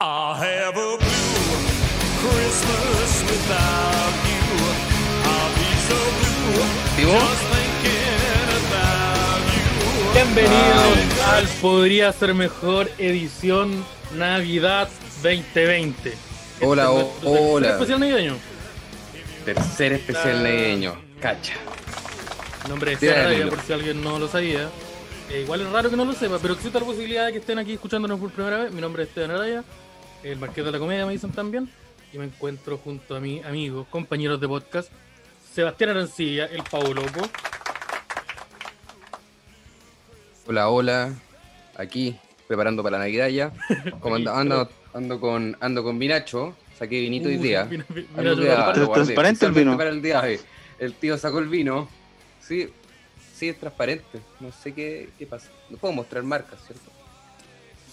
I'll have a blue Christmas without you. I'll be so blue ¿Vivo? just thinking about you. Bienvenidos al Podría Ser Mejor edición Navidad 2020. Este Hola, es o- nuestro hola. tercer especial navideño. Tercer especial navideño. Cacha. Mi Nombre es Tira de Sara, Lilo. por si alguien no lo sabía. Eh, igual es raro que no lo sepa, pero existe la posibilidad de que estén aquí escuchándonos por primera vez. Mi nombre es Esteban Araya, el Marqués de la Comedia me dicen también. Y me encuentro junto a mis amigos, compañeros de podcast, Sebastián Arancilla, el Pavo Loco, Hola, hola. Aquí, preparando para la Navidad ya. Como ando, ando, ando con, ando con vinacho. Saqué vinito hoy Uy, día. vino- vino- Algo vino- que hago, Pero guardé, transparente el especialmente vino. para el viaje. El tío sacó el vino. Sí, sí, es transparente. No sé qué, qué pasa. No puedo mostrar marcas, ¿cierto?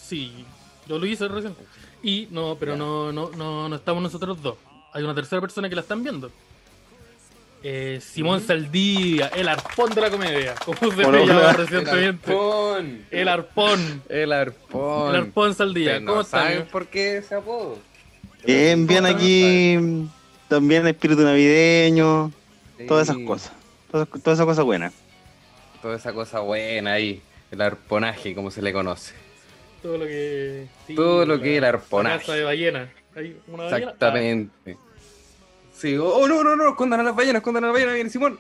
Sí, yo lo hice recién. Y no, pero Ya. no, no, no, no estamos nosotros dos. Hay una tercera persona que la están viendo. Eh, Simón Saldía, el arpón de la comedia. Como se Hola, le llama hola. El recientemente. arpón. El arpón. El arpón. El arpón Saldía. Ustedes no ¿Cómo están? ¿Saben por qué ese apodo? Bien, bien ¿Cómo aquí. mm, También espíritu navideño, saben? todas esas Sí. cosas. Todas, todas esas cosas buenas. Toda esa cosa buena ahí, el arponaje, como se le conoce. Todo lo que. sí, Todo lo que es el la Casa de arponaje. ballena. Hay una ballena. Exactamente. Sí, oh, oh, no, no, no, escondan a las ballenas, escondan a las ballenas, viene Simón.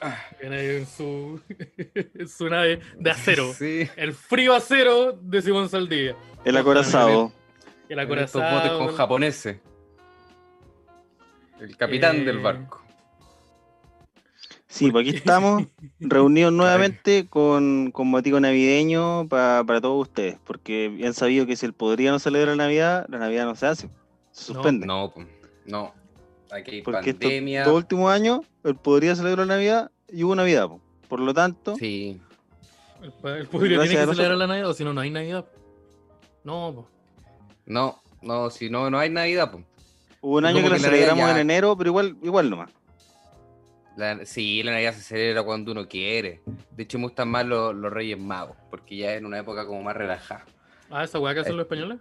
Ah, viene ahí en su, en su nave de acero. Sí, El frío acero de Simón Saldía. El acorazado. El en estos botes acorazado. con japoneses. El capitán Eh, del barco. Sí, pues aquí estamos reunidos nuevamente con, con motivo navideño pa- para todos ustedes, porque bien sabido que si el podría no celebra la Navidad, la Navidad no se hace, se No, suspende. No, po, no. Aquí hay porque estos pandemia. dos últimos años, el podría celebrar la Navidad y hubo Navidad. po. Por lo tanto, Sí, El, pa- el público tiene Gracias a que nosotros. celebrar la Navidad, o si no, no hay Navidad. No, po. no, no, si no, no hay Navidad. po. hubo un año como que la que la Navidad celebramos ya- en enero, pero igual, igual nomás. La- sí, la Navidad se celebra cuando uno quiere. De hecho, me gustan más los, los Reyes Magos, porque ya es una época como más relajada. Ah, esa weá que Eh, hacen los españoles.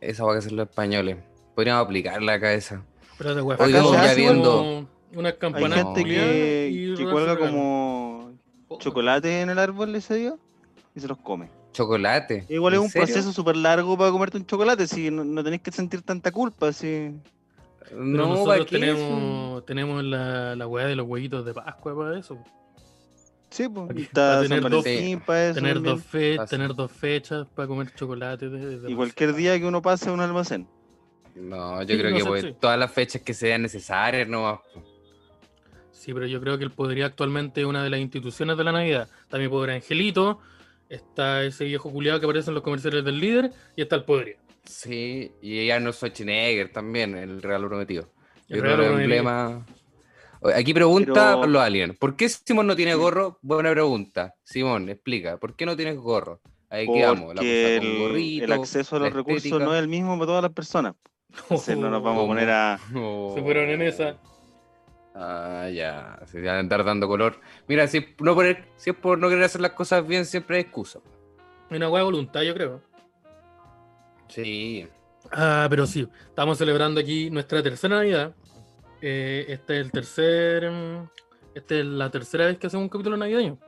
Esa va a ser los españoles. Podríamos aplicarla acá esa. Pero esa weá Oye, acá se ya hace viendo- como Unas Hay campanas. gente culiadas que, y que unas cuelga regalan. como chocolates en el árbol ese día y se los come. Chocolate. Igual es ¿en un serio? proceso súper largo para comerte un chocolate, si no, no tenés que sentir tanta culpa, si Pero No, ¿para nosotros qué? tenemos, tenemos la, la weá de los huevitos de Pascua para eso. po. sí, pues, Aquí va está a San tener dos- Valentín para eso Tener también. dos, fe- Pasa. tener dos fechas para comer chocolate. de- de- y cualquier día que uno pase a un almacén. No, yo Sí, creo no que sé, pues, sí. todas las fechas que sean necesarias nomás. po. Sí, pero yo creo que el Podría actualmente es una de las instituciones de la Navidad. Está mi pobre Angelito, está ese viejo culiado que aparece en los comerciales del líder, y está el Podría. Sí, y Arnold Schwarzenegger también, el regalo prometido. El Yo creo que regalo el prometido. emblema- Oye, Aquí pregunta Pero- Pablo Alien, ¿por qué Simón no tiene gorro? Buena pregunta. Simón, explica, ¿por qué no tienes gorro? Ahí quedamos, la Porque cosa con el, gorrito, el acceso a la los recursos estética. no es el mismo para todas las personas. Entonces no Oh, nos vamos a ¿Cómo? poner a... No. Se fueron en esa. Oh. Ah, ya, se van a andar dando color. Mira, si, no poner, si es por no querer hacer las cosas bien, siempre hay excusa. Es una weá de voluntad, yo creo. Sí, Ah, pero sí, estamos celebrando aquí nuestra tercera Navidad. Eh, este es el tercer. mm, Esta es la tercera vez que hacemos un capítulo navideño.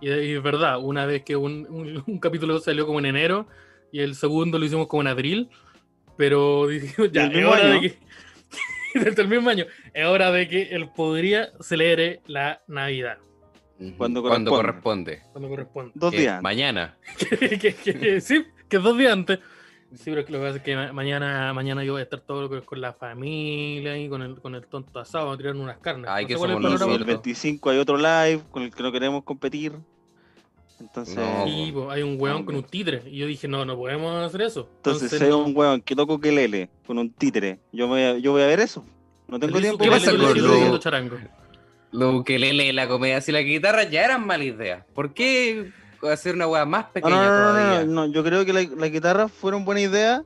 Y de- y es verdad, una vez que un, un- un capítulo salió como en enero y el segundo lo hicimos como en abril. Pero dijimos, ya, Del es mismo hora de año. que. Desde el mismo año. Es hora de que él podría celebre la Navidad ujú, Cuando cuando corresponde. corresponde. cuando corresponde. Dos Que días. antes. Mañana. que, que- que- sí, que dos días antes. Sí, pero es que lo que pasa es que ma- mañana, mañana yo voy a estar todo lo que es con la familia y con el, con el tonto asado, vamos a tirar unas carnes. Ay, que sé cuál es el somos Y panorama. el nosotros. 25 hay otro live con el que no queremos competir. Entonces, No, entonces, Sí, po, hay un weón con Hombre. un títere. Y yo dije, no, no podemos hacer eso. si hay un huevón que toco que lele con un títere, yo voy a, yo voy a ver eso. No tengo Él hizo tiempo. ¿Qué ukelele, pasa yo le con sigo lo- diciendo charango. Lo ukelele, la comedia, si la guitarra ya eran mala idea. ¿Por qué hacer una hueá más No, pequeña no, no, no, no, todavía? no, yo creo que la- las guitarras fueron buena idea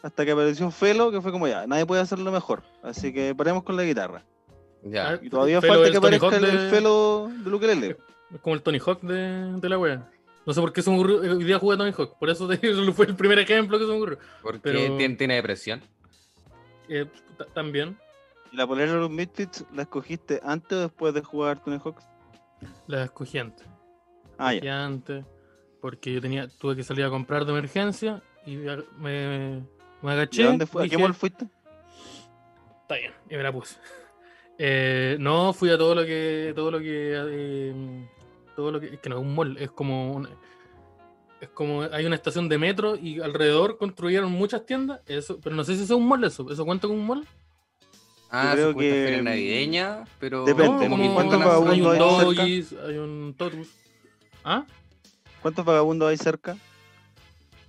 hasta que apareció Felo, que fue como ya, nadie puede hacerlo mejor. Así que paremos con la guitarra. Ah, Ya. Y todavía Felo, falta el que Tony aparezca Hawk el, de- Felo de Luquelele. Es como el Tony Hawk de, de la wea. No sé por qué se me ocurrió. eh, Hoy día jugué a Tony Hawk. Por eso, te- eso fue el primer ejemplo que se me ocurrió. Porque Pero- tiene, tiene depresión. Eh, ta- también ¿Y la polera de los Misfits la escogiste antes o después de jugar Tony Hawk? la escogí antes. Ah, ya. que antes, porque yo tenía, tuve que salir a comprar de emergencia y a- me, me ¿Y agaché. a dónde fue? ¿A qué dije, mall fuiste? Está bien, y me la puse. Eh, no, fui a todo lo que, todo lo que, eh, todo lo que, es que no es un mall, es como, un- es como hay una estación de metro y alrededor construyeron muchas tiendas, eso, pero no sé si eso es un mall eso, eso cuenta con un mall. Ah, creo creo que que- feria navideña, pero Depende, No, como como que cuánto encuentran- va uno hay un ahí cerca? Doggies, hay un Totus. ¿Ah? ¿Cuántos vagabundos hay cerca?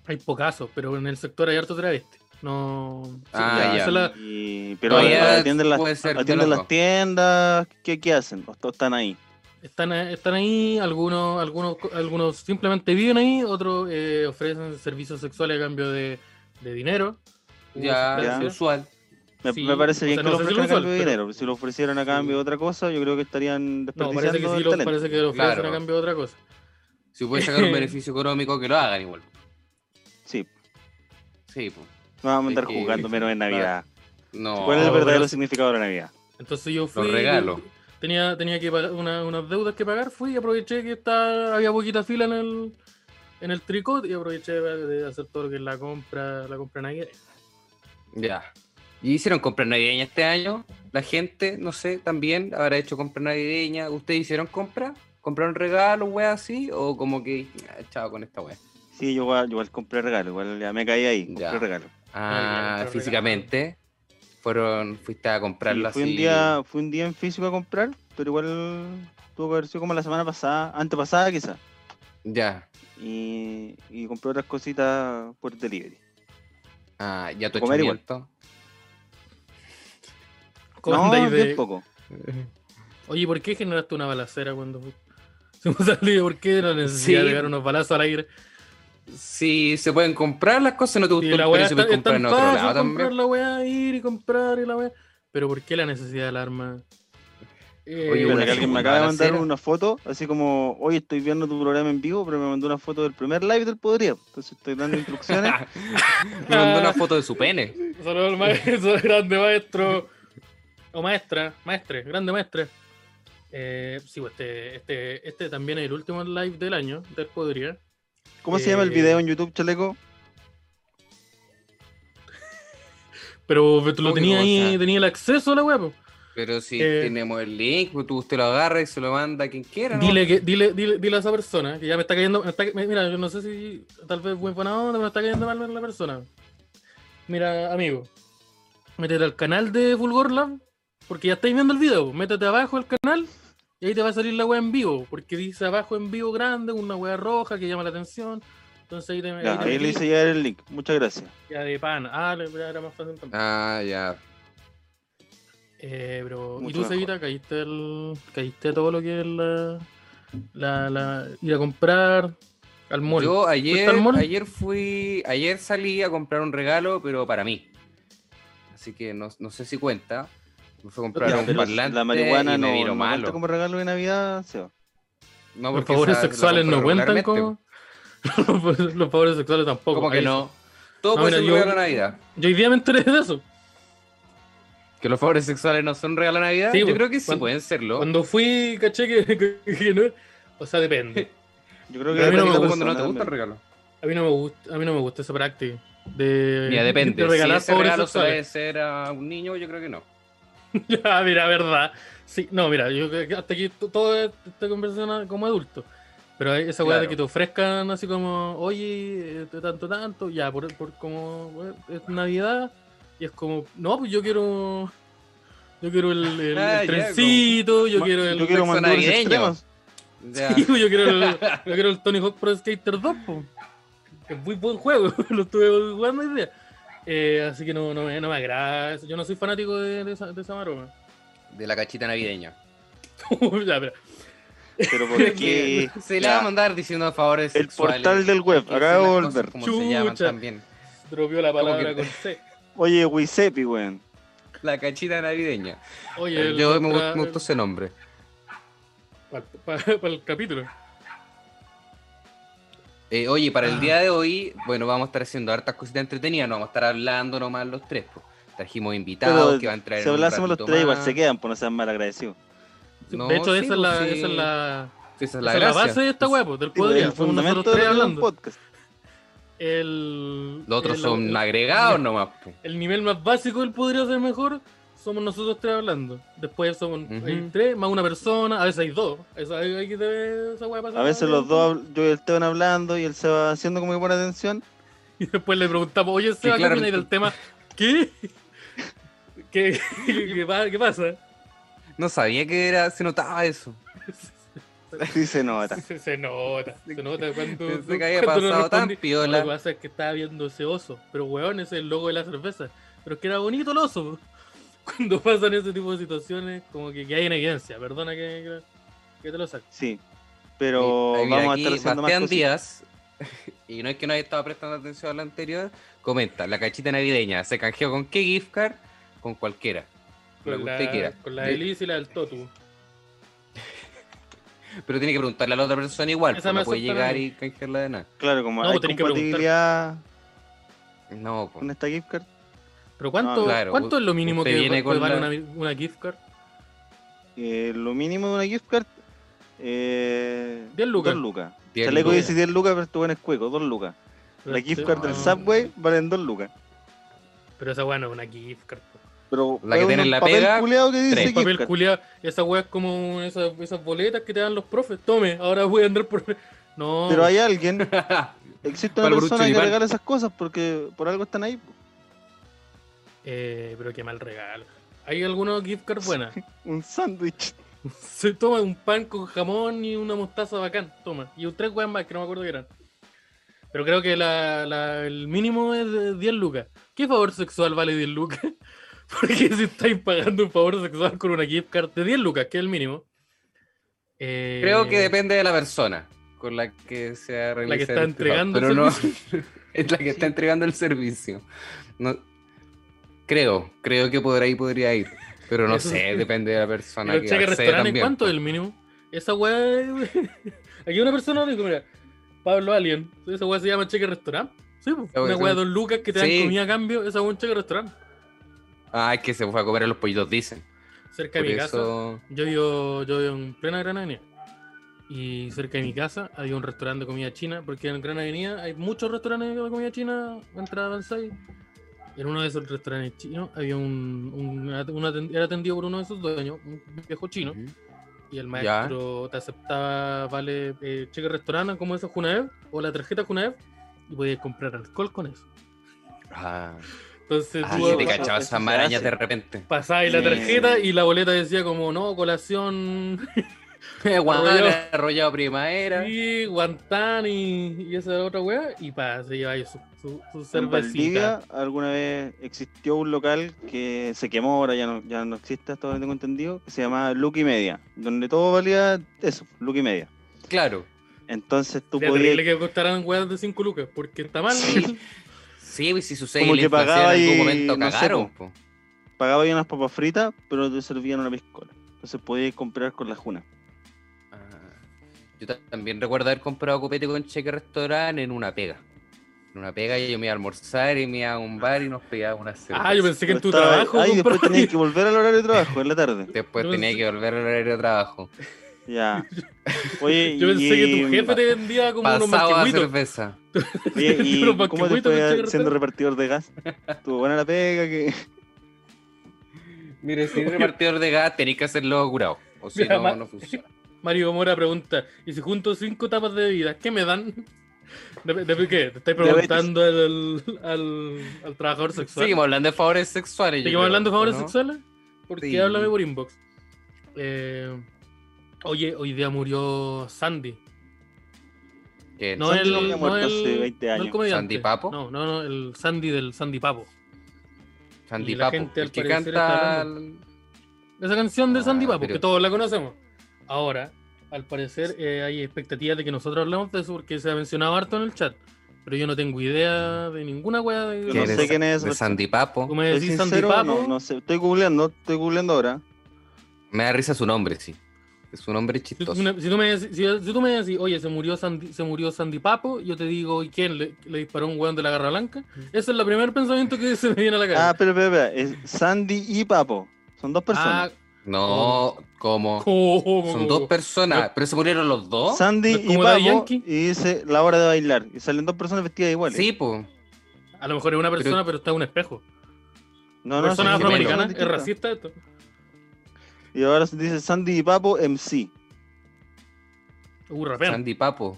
Hay pocazos, pero en el sector hay harto travesti. No. sí, Ah, ya, ya. esa es la- Y- pero Todavía atienden las, puede ser que atienden los las dos. tiendas. ¿Qué, qué hacen? ¿O to- están ahí? Están, eh, están ahí, algunos, algunos, algunos simplemente viven ahí, otros eh, ofrecen servicios sexuales a cambio de, de dinero. Uh, Ya, Ya. es usual. Me, Sí, me parece o bien sea, que no lo sé si ofrezcan a lo cambio de usan, pero- dinero. pero Si lo ofrecieran a cambio de otra cosa, yo creo que estarían No, desperdiciando parece que sí, el lo, talento. parece que lo ofrecen Claro. a cambio de otra cosa. Si pueden sacar un beneficio económico, que lo hagan igual. Sí, Sí, pues. no vamos a andar Es que- jugando menos en Navidad. No. ¿Cuál es el pero- verdadero significado de la Navidad? Entonces yo fui. regalos. Tenía, tenía que pagar una- unas deudas que pagar, fui y aproveché que está, había poquita fila en el, en el tricot y aproveché de de hacer todo lo que es la compra, la compra navideña. Ya. ¿Y hicieron compras navideñas este año? La gente, no sé, también habrá hecho compras navideñas. ¿Ustedes hicieron compras? ¿Compraron regalos, wea, así? ¿O como que, ah, chao con esta wea? Sí, yo igual, yo igual compré regalo, igual ya me caí ahí, compré Ya. regalo. Ah, compraron físicamente. Fueron, fuiste a Y comprarlo fui así. un día, fui un día en físico a comprar, pero igual tuvo que haber sido como la semana pasada, antepasada quizá. Ya. Y, y compré otras cositas por delivery. Ah, ya tu Comer igual. echamiento. ¿Cómo no, andáis de- bien poco. Oye, ¿por qué generaste una balacera cuando fu- se hemos salido? ¿Por qué era necesidad Sí. de dar unos balazos al aire? Si se pueden comprar las cosas, no te Y gustó la el weá precio, está, puedes es comprar tan en otro fácil lado comprar también. la weá, ir y comprar y la weá. Pero ¿por qué la necesidad del arma? Eh, Oye, Espera, una que alguien me segunda acaba de mandar balacera. una foto, así como hoy estoy viendo tu programa en vivo, pero me mandó una foto del primer live del Podría. Entonces estoy dando instrucciones. ¿eh? Me mandó una foto de su pene. saludos al maestro, grande maestro. O maestra, maestre, grande maestre. Eh, sí, pues, este, este, este también es el último live del año, del Podría. ¿Cómo se llama el Eh. video en YouTube, chaleco? Pero tú ¿Cómo lo que tenía ahí, cosa? tenía el acceso a la weá. po. Pero si Eh, tenemos el link, pues, tú usted lo agarra y se lo manda a quien quiera. ¿no? Dile, que, dile, dile, dile a esa persona que ya me está cayendo. me está- me- mira, yo no sé si tal vez buen buena onda, pero me está cayendo mal la persona. Mira, amigo, métete al canal de Fulgor Lab, porque ya estáis viendo el video. Métete abajo al canal y ahí te va a salir la wea en vivo, porque dice abajo en vivo grande, una wea roja que llama la atención. Entonces ahí te, ahí Ya, te ahí le metí, hice llegar el link. Muchas gracias. ya de pan. Ah, le- ya era más fácil también. Ah, ya. Eh, pero, ¿y Mucho tú, mejor. Seguita, caíste, el, caíste todo lo que es la, la, la- ir a comprar al mall? Yo ¿Fuiste ayer, al mall? ayer fui, ayer salí a comprar un regalo, pero para mí. Así que no, no sé si cuenta. Me fue a comprar Ya, un pero parlante la marihuana y me no, vino no cuenta malo. como regalo de Navidad, Seba. No, los porque favores esa la sexuales no compro cuentan regularmente. como. los favores sexuales tampoco. ¿Cómo que ahí no? Todo No, puede mira, ser un yo- regalo de Navidad. sí. Yo hoy día me enteré de eso. ¿Que los favores sexuales no son regalo de Navidad? Sí, yo pues, creo que sí cuando- pueden serlo. Cuando fui, caché que, que- que no. O sea, depende. Yo creo Pero que a mí no me depende cuando de la no persona te gusta el también. regalo. A mí no me gusta, a mí no me gusta esa práctica. De, Mira, depende. de regalar si ese favores regalo se debe sexuales. ser a un niño, yo creo que no. Ah, mira, verdad. Sí, no, mira, yo creo que hasta aquí to- toda esta conversación como adulto. Pero hay esa weá de Claro. que te ofrezcan así como, oye, eh, tanto, tanto, ya, por, por como, eh, es Navidad, y es como, no, pues yo quiero, yo quiero el, el- el Ah, ya, trencito, yo Ma- quiero el, Yo quiero sexo mandar navideño. extremos. Ya. Sí, pues, yo quiero el, yo quiero el Tony Hawk Pro Skater 2, po. es muy buen juego, lo estuve jugando hoy día. Eh, así que no, no, me, no me agrada, eso. yo no soy fanático de, de esa, de esa maroma. De la cachita navideña. Ya, pero- Pero Porque porque se la va a mandar diciendo favores el sexuales. portal del web, Que acaba son de las cosas volver. Como se llaman Chucha. también. Dropió la palabra que- con C. Oye, Wisepi, weón. La cachita navideña. Oye, el- eh, Yo me, otra- gust- me gustó ese nombre. Para el capítulo. Eh, oye, para Ah. el día de hoy, bueno, vamos a estar haciendo hartas cositas entretenidas, no vamos a estar hablando nomás los tres. pues. Trajimos invitados Pero que van a traer. Si hablásemos los tres, igual se quedan, por no sean mal agradecidos. de hecho, esa, es la, esa es la, pues esa es esa la, es la gracia. base de esta hueá, pues, del podría. el Somos nosotros fundamento tres de un hablando. podcast. El, Los otros el- son el- agregados nomás. pues. El nivel más básico del podría ser mejor somos nosotros tres hablando. Después somos Ujú. hay tres, más una persona, a veces hay dos. Eso hay- hay que tener esa hueá pasada. A veces los dos, habl- yo y el Esteban hablando y él se va haciendo como que pone atención. Y después le preguntamos, oye, Seba, ¿qué claro, opináis del tema? ¿Qué? ¿Qué, qué, pa- qué pasa? No sabía que era, se notaba eso. Sí, se nota. Se, se nota, se nota cuando. Pensé que había cuando no pasado tan respondí. Lo que piola. pasa es que estaba viendo ese oso, pero weón, ese es el logo de la cerveza. Pero es que era bonito el oso. Cuando pasan ese tipo de situaciones, como que, que hay en evidencia. Perdona que, que te lo saco. Sí. Pero Ahí, mira, vamos aquí a estar haciendo más Bastián cosas. Díaz, y no es que no haya estado prestando atención a la anterior, comenta, la cachita navideña, ¿se canjeó con qué gift card? Con cualquiera. Con la que Con la, usted quiera. con la De- de Liz y la del Totu. Pero tiene que preguntarle a la otra persona igual, Esa pues me no puede aceptaron a llegar mí. y canjearla de nada. Claro, como No, hay pues tenés que preguntar. compatibilidad No, con este pues. esta gift card. Pero ¿cuánto, Ah, claro, ¿cuánto es lo mínimo usted que viene puede con valer la- una, una gift card? Eh, lo mínimo de una gift card. Eh, 10 lucas. 2 lucas. 10 Chaleco lucas. dice 10 lucas, pero estuvo en el cueco, 2 lucas. La Este gift card del no. Subway valen 2 lucas. Pero esa weá no es una gift card. po. Pero La que es tiene un en la papel pega, culeado que dice tres. gift Papel card. culiao, esa weá es como esas, esas boletas que te dan los profes. Tome, ahora voy a andar por. No, Pero hay alguien, Ah, existe una Para el Bruce persona que Choripán. regala esas cosas porque por algo están ahí. po. eh, pero qué mal regalo. ¿Hay alguna gift card buena? Un sándwich. Se toma un pan con jamón y una mostaza bacán. Toma. Y un tres weas más que no me acuerdo que eran. Pero creo que la, la- el mínimo es de 10 lucas. ¿Qué favor sexual vale 10 lucas? Porque si estáis pagando un favor sexual con una gift card de 10 lucas, que es el mínimo. eh, Creo que depende de la persona con la que se realiza que está el entregando Pero el no, es la que está entregando el servicio. No, creo, creo que por ahí podría ir. Pero no Eso sé, sí. depende de la persona Pero que cheque accede restaurantes, también, pues. ¿cuánto po. es el mínimo? Esa weá. es- Aquí una persona dijo, mira, Pablo Alien, esa weá se llama cheque restaurante. Sí, po. Esa weá una se weá de llama- dos lucas que te dan Sí. comida a cambio, esa weá es un cheque restaurante. Ah, es que se fue a comer a los pollitos, dicen. Cerca Por de mi casa, eso... yo vivo, yo vivo en plena Gran Avenida. Y cerca de mi casa había un restaurante de comida china, porque en Gran Avenida hay muchos restaurantes de comida china, entrada avanzada. y En uno de esos restaurantes chinos había un, un- un atend- era atendido por uno de esos dueños, un viejo chino. Ujú. Y el Ya. maestro te aceptaba, vale, eh, cheque restaurante como eso Junaev o la tarjeta Junaev y podías comprar alcohol con eso. Ah, Entonces ah, tú sí, eso- te eso cachaba se esas marañas hace. de repente. pasabas la Sí. tarjeta y la boleta decía como, no, colación Guadalajara, arrollado primavera. y guantán y, y esa otra wea y pa, se llevaba ahí su, su, su En cervecita. Valdivia alguna vez existió un local que se quemó, ahora ya no, ya no existe hasta donde tengo entendido, que se llamaba Lucky Media, donde todo valía eso, Lucky Media. Claro. Entonces tú Sería podías terrible que costaran weas de 5 lucas, porque está mal. Sí. Sí, pues, si sucede Como la que inflación pagaba en algún y momento no sé, pues. cagaron, pues. po. pagabas ahí unas papas fritas, pero te servían una piscola. Entonces podías comprar con la juna. Ah, Yo ta- también recuerdo haber comprado copete con cheque restaurante en una pega. En una pega y yo me iba a almorzar y me iba a un bar y nos pegaba una cerveza. Ah, yo pensé que en tu Pero estaba- trabajo. Ay, después compadre. tenías que volver al horario de trabajo en la tarde. Después yo tenía pensé- que volver al horario de trabajo. Ya. Oye, Yo pensé que tu y- jefe te vendía como unos Pasaba a mancheguitos. cerveza. Oye, ¿y Pero cómo te banquehuito que fue llega siendo restante. repartidor de gas? Tuvo buena la pega que. Mire, si eres repartidor de gas, tenéis que hacerlo curado. O si Mira, no, ma- no funciona. Mario Mora pregunta, ¿y si junto cinco tapas de bebida, qué me dan? ¿De, de- qué? ¿Te estoy Diabetes. preguntando al, al, al trabajador sexual? Seguimos hablando de favores sexuales. yo ¿Seguimos creo, hablando de favores ¿no? sexuales? Porque Sí. háblame por inbox. Eh, oye, hoy día murió Sandy. Que No Sandy el, no había no muerto el- hace 20 no el años. comediante. ¿Sandy Papo? No, no, no, el Sandy del Sandy Papo. Sandy y la Papo, gente, al el que parecer, está canta. Esa canción de Ah, Sandy Papo, pero- que todos la conocemos. Ahora, al parecer, eh, hay expectativas de que nosotros hablamos de eso porque se ha mencionado harto en el chat. Pero yo no tengo idea de ninguna wea de Yo que no sé quién es esa De persona. Sandy Papo. Tú me Soy decís Sandy sincero, Papo. no, no sé. Estoy googleando, estoy googleando ahora. Me da risa su nombre, sí. Es un hombre Si, chistoso. una- si tú me, dec- si- si tú me decís, oye, se murió Sandy, se murió Sandy Papo, yo te digo, ¿y quién? ¿Le, le disparó un weón de la garra blanca? Ese es el primer pensamiento que se me viene a la Ah, cabeza. pero, pero, pero, es Sandy y Papo. Son dos Ah, personas. No, como. Son dos personas, Pero- pero se murieron los dos. Sandy ¿No es y como Daddy Papo. Yankee? Y dice la hora de bailar. Y salen dos personas vestidas iguales. Sí, pues. A lo mejor es una persona, pero, está en un espejo. No, no, persona son dos afroamericana, personas es distintas. racista esto. Y ahora dice Sandy y Papo MC. Uh, rapean. Sandy. Sandy Papo.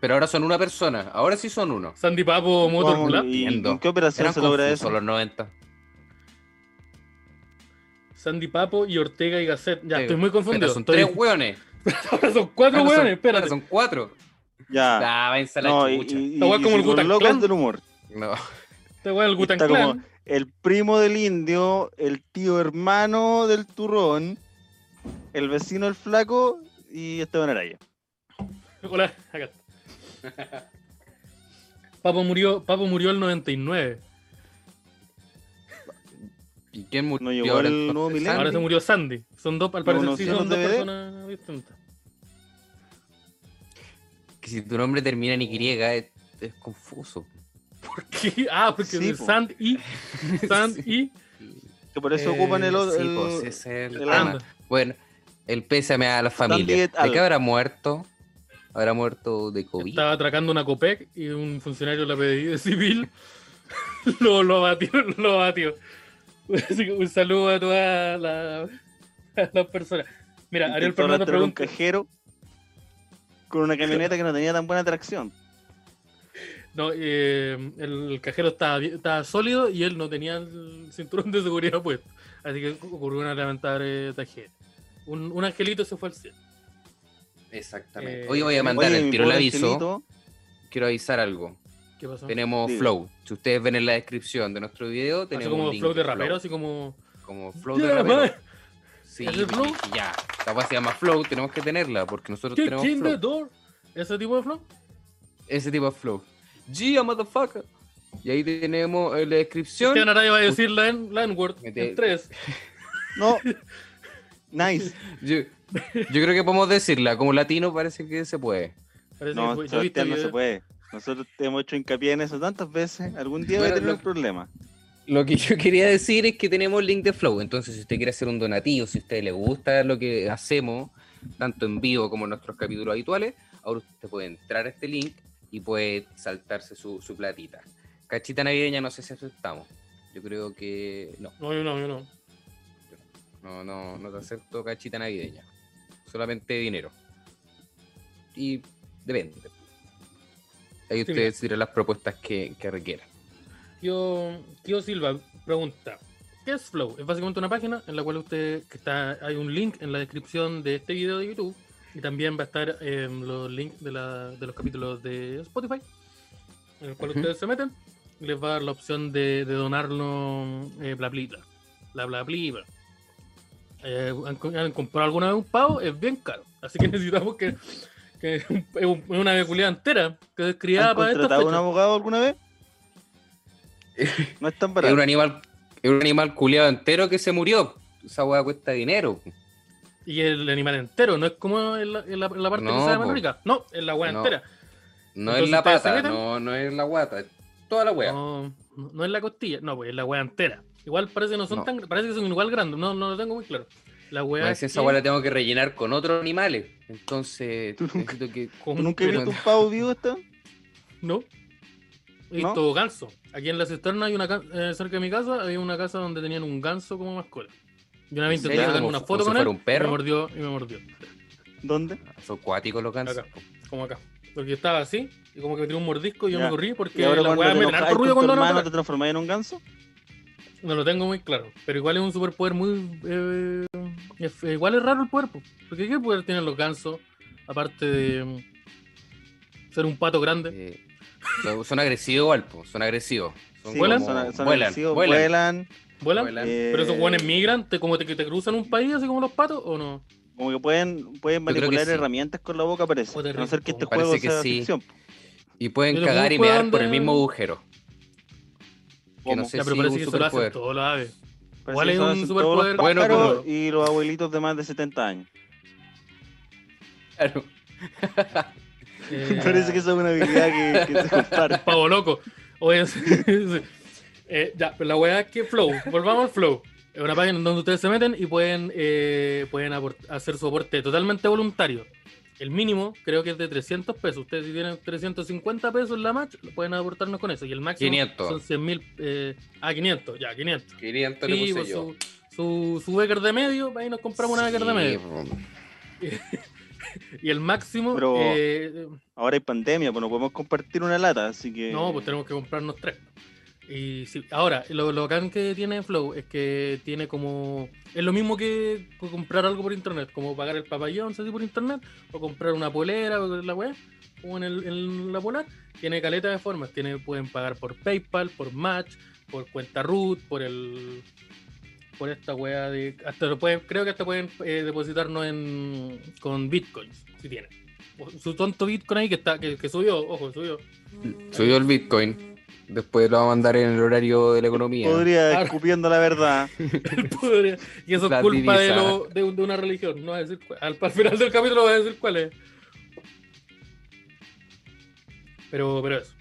Pero ahora son una persona. Ahora sí son uno. Papo Motor Vamos, Club. ¿y Entiendo. ¿En qué operación Eran se logra eso? confusos los 90. Sandy Papo y Ortega y Gasset. Ya, Sí, estoy muy confundido. Pero son Estoy- tres hueones. son Ahora son- cuatro hueones, ahora espérate. Son cuatro. Ya. Ah, váyanse a la No, y, chucha. y- La wea y como el se volvió Wu-Tang loca Clan. del humor. No. Este weón, el Y Gutan está como el primo del indio, el tío hermano del turrón, el vecino el flaco y Esteban Araya. Hola, acá está. Papo murió, Papo murió el 99. ¿Y quién murió? No llegó ahora el entonces? nuevo milenio. Ahora se murió Sandy. Son dos, al parecer no, sí sí, son los dos DVD. personas distintas. Que si tu nombre termina en Y, es, es confuso. ¿Por qué? Ah, porque Sí, po. Sandy y Sandy y Que por eso Eh, ocupan el otro. Sí, el- pues, ese es el el tema. anda. Bueno, el pésame a la familia. También ¿De al- qué habrá muerto? ¿Habrá muerto de COVID? Estaba atracando una Copec y un funcionario de la PDI de civil lo, lo abatió. Lo abatió. Así que un saludo a todas las a las personas. Mira, Ariel intentó Fernando arrastrar un pregunta. cajero con una camioneta que no tenía tan buena tracción. No, eh, el cajero estaba, bien- estaba sólido y él no tenía el cinturón de seguridad puesto. Así que ocurrió una lamentable tragedia. Un, un angelito se fue al cielo. Exactamente. Eh, Hoy voy a oye, mandar Oye, el mi tiro el pobre aviso. angelito, Quiero avisar algo. ¿Qué pasó? Tenemos Diga. Flow. Si ustedes ven en la descripción de nuestro video, Así tenemos como un link flow de Flow. rapero, así como. Como Flow Yeah, de rapero. man. Sí, ¿Es el pues, Flow? dije, ya. La weá se llama Flow, tenemos que tenerla porque nosotros Kick tenemos in the flow. door. Ese tipo de flow. Ese tipo de Flow. Gia, motherfucker. Y ahí tenemos eh, la descripción. Cristian Araya va a decir la N- la N-word Mete- en 3. No. Nice. Yo, yo creo que podemos decirla. Como latino parece que se puede. Parece que No, fue- yo he visto Sebastián, no video- se puede. Nosotros te hemos hecho hincapié en eso tantas veces. Algún día Bueno, va a tener lo- un problema. Lo que yo quería decir es que tenemos link de Flow, entonces si usted quiere hacer un donativo, si a usted le gusta lo que hacemos, tanto en vivo como en nuestros capítulos habituales, ahora usted puede entrar a este link y puede saltarse su, su platita. Cachita navideña, no sé si aceptamos. Yo creo que no, No, yo no, yo no. no, no, no te acepto cachita navideña. Solamente dinero. Y depende. Ahí Sí, ustedes dirán las propuestas que, que requieran. Tío, tío Silva pregunta, ¿qué es Flow? Es básicamente una página en la cual usted que está, hay un link en la descripción de este video de YouTube y también va a estar eh, los links de, la- de los capítulos de Spotify, en el cual Ujú. ustedes se meten y les va a dar la opción de, de donarlo eh, bla blita, la bla bliba. Eh, ¿han, co- han comprado alguna vez un pavo? Es bien caro, así que necesitamos que, que es un- es un- es una vehiculidad entera que es criada ¿Han para estas contratado a un fechas. abogado alguna vez? No es tan Es barato. un animal, es un animal culiado entero que se murió. Esa hueá cuesta dinero. po. Y el animal entero, no es como en la, en la- en la parte que No, se po. más rica. No, es la hueá No, entera. No Entonces, es la ¿ustedes Oh, se pata, meten? no, no es la guata, es toda la hueá. No, no no es la costilla. No, pues es la hueá entera. Igual parece que no son No. tan parece que son igual grandes. No, no lo tengo muy claro. La Me hueá. decía, esa que- hueá la tengo que rellenar con otros animales. Entonces, Tú nunca- necesito que. con- ¿Tú nunca he pero- visto un pavo vivo esto? No. He ¿No? visto ganso. Aquí en la cisterna hay una ca- eh, cerca de mi casa, había una casa donde tenían un ganso como mascota. Yo una vez ¿En intenté serio? sacar ¿Como una fu- foto como con si él fuera un perro? y me mordió y me mordió. ¿Dónde? Ah, Son cuáticos los gansos. Acá. Como acá. Porque estaba así, y como que me tiró un mordisco y yo Ya. me corrí porque Y ahora la cuando hueá te me tiene enojas harto con ruido tu cuando no hermano te transformas en un ganso? No lo tengo muy claro, pero igual es un superpoder muy... eh, es- igual es raro el poder, po. porque ¿qué poder tienen los gansos? Aparte de mm, ser un pato grande. Eh, son, son agresivos igual, po, son agresivos. Son Sí, pues, ¿Vuelan? como- Son, son vuelan, agresivos, vuelan. vuelan. ¿Vuelan? Vuelan. eh, ¿Pero esos hueones migran? ¿Te, como te, que te cruzan un país así como los patos o no? Como que pueden, pueden Yo creo que manipular sí. herramientas con la boca, parece. Joder, A no ser que rico. este juego Parece que sea sí. ficción. Y pueden Pero cagar ¿cómo y mear pueden por el andar? mismo agujero. Que ¿Cómo? no sé ya, pero si es parece que un eso lo hacen superpoder. todos los aves. Parece ¿Cuál que es son un así todos superpoder? los Bueno, pájaros pero- Y los abuelitos de más de 70 años. Claro. Eh, Parece que esa es una habilidad que, que se comparte. Pavo loco. Oye, sí, sí. Eh, ya, pero la weá es que Flow, volvamos al Flow. Es una página en donde ustedes se meten y pueden, eh, pueden apor- hacer su aporte totalmente voluntario. El mínimo creo que es de 300 pesos. Ustedes si tienen 350 pesos en la match, lo pueden aportarnos con eso. Y el máximo 500. son 100 mil... Eh, ah, 500, ya, 500. 500 Sí, le pues, puse yo. su, su, su becker de medio, ahí nos compramos una becker de medio. Y el máximo... Pero- eh, Ahora hay pandemia, pues no podemos compartir una lata, así que. No, pues tenemos que comprarnos tres. Y sí, ahora, lo, lo bacán que tiene Flow es que tiene como. Es lo mismo que co- comprar algo por internet, como pagar el papayón, así por internet, o comprar una polera, o la web, o en, el- en la polar. Tiene caleta de formas. Tiene, pueden pagar por PayPal, por Match, por cuenta root, por el. Por esta wea de. Hasta lo pueden, creo que hasta pueden eh, depositarnos en, con bitcoins, si tienen. O- Su tonto bitcoin ahí que está, que, que subió, ojo, subió. Subió el Bitcoin. Después lo vamos a mandar en el horario de la economía. Podría, Claro. escupiendo la verdad. Podría- Y eso La es culpa de, divisa. lo- de, un- de una religión. No va a decir cuál. Al, al final del capítulo va a decir cuál es. Pero, pero eso.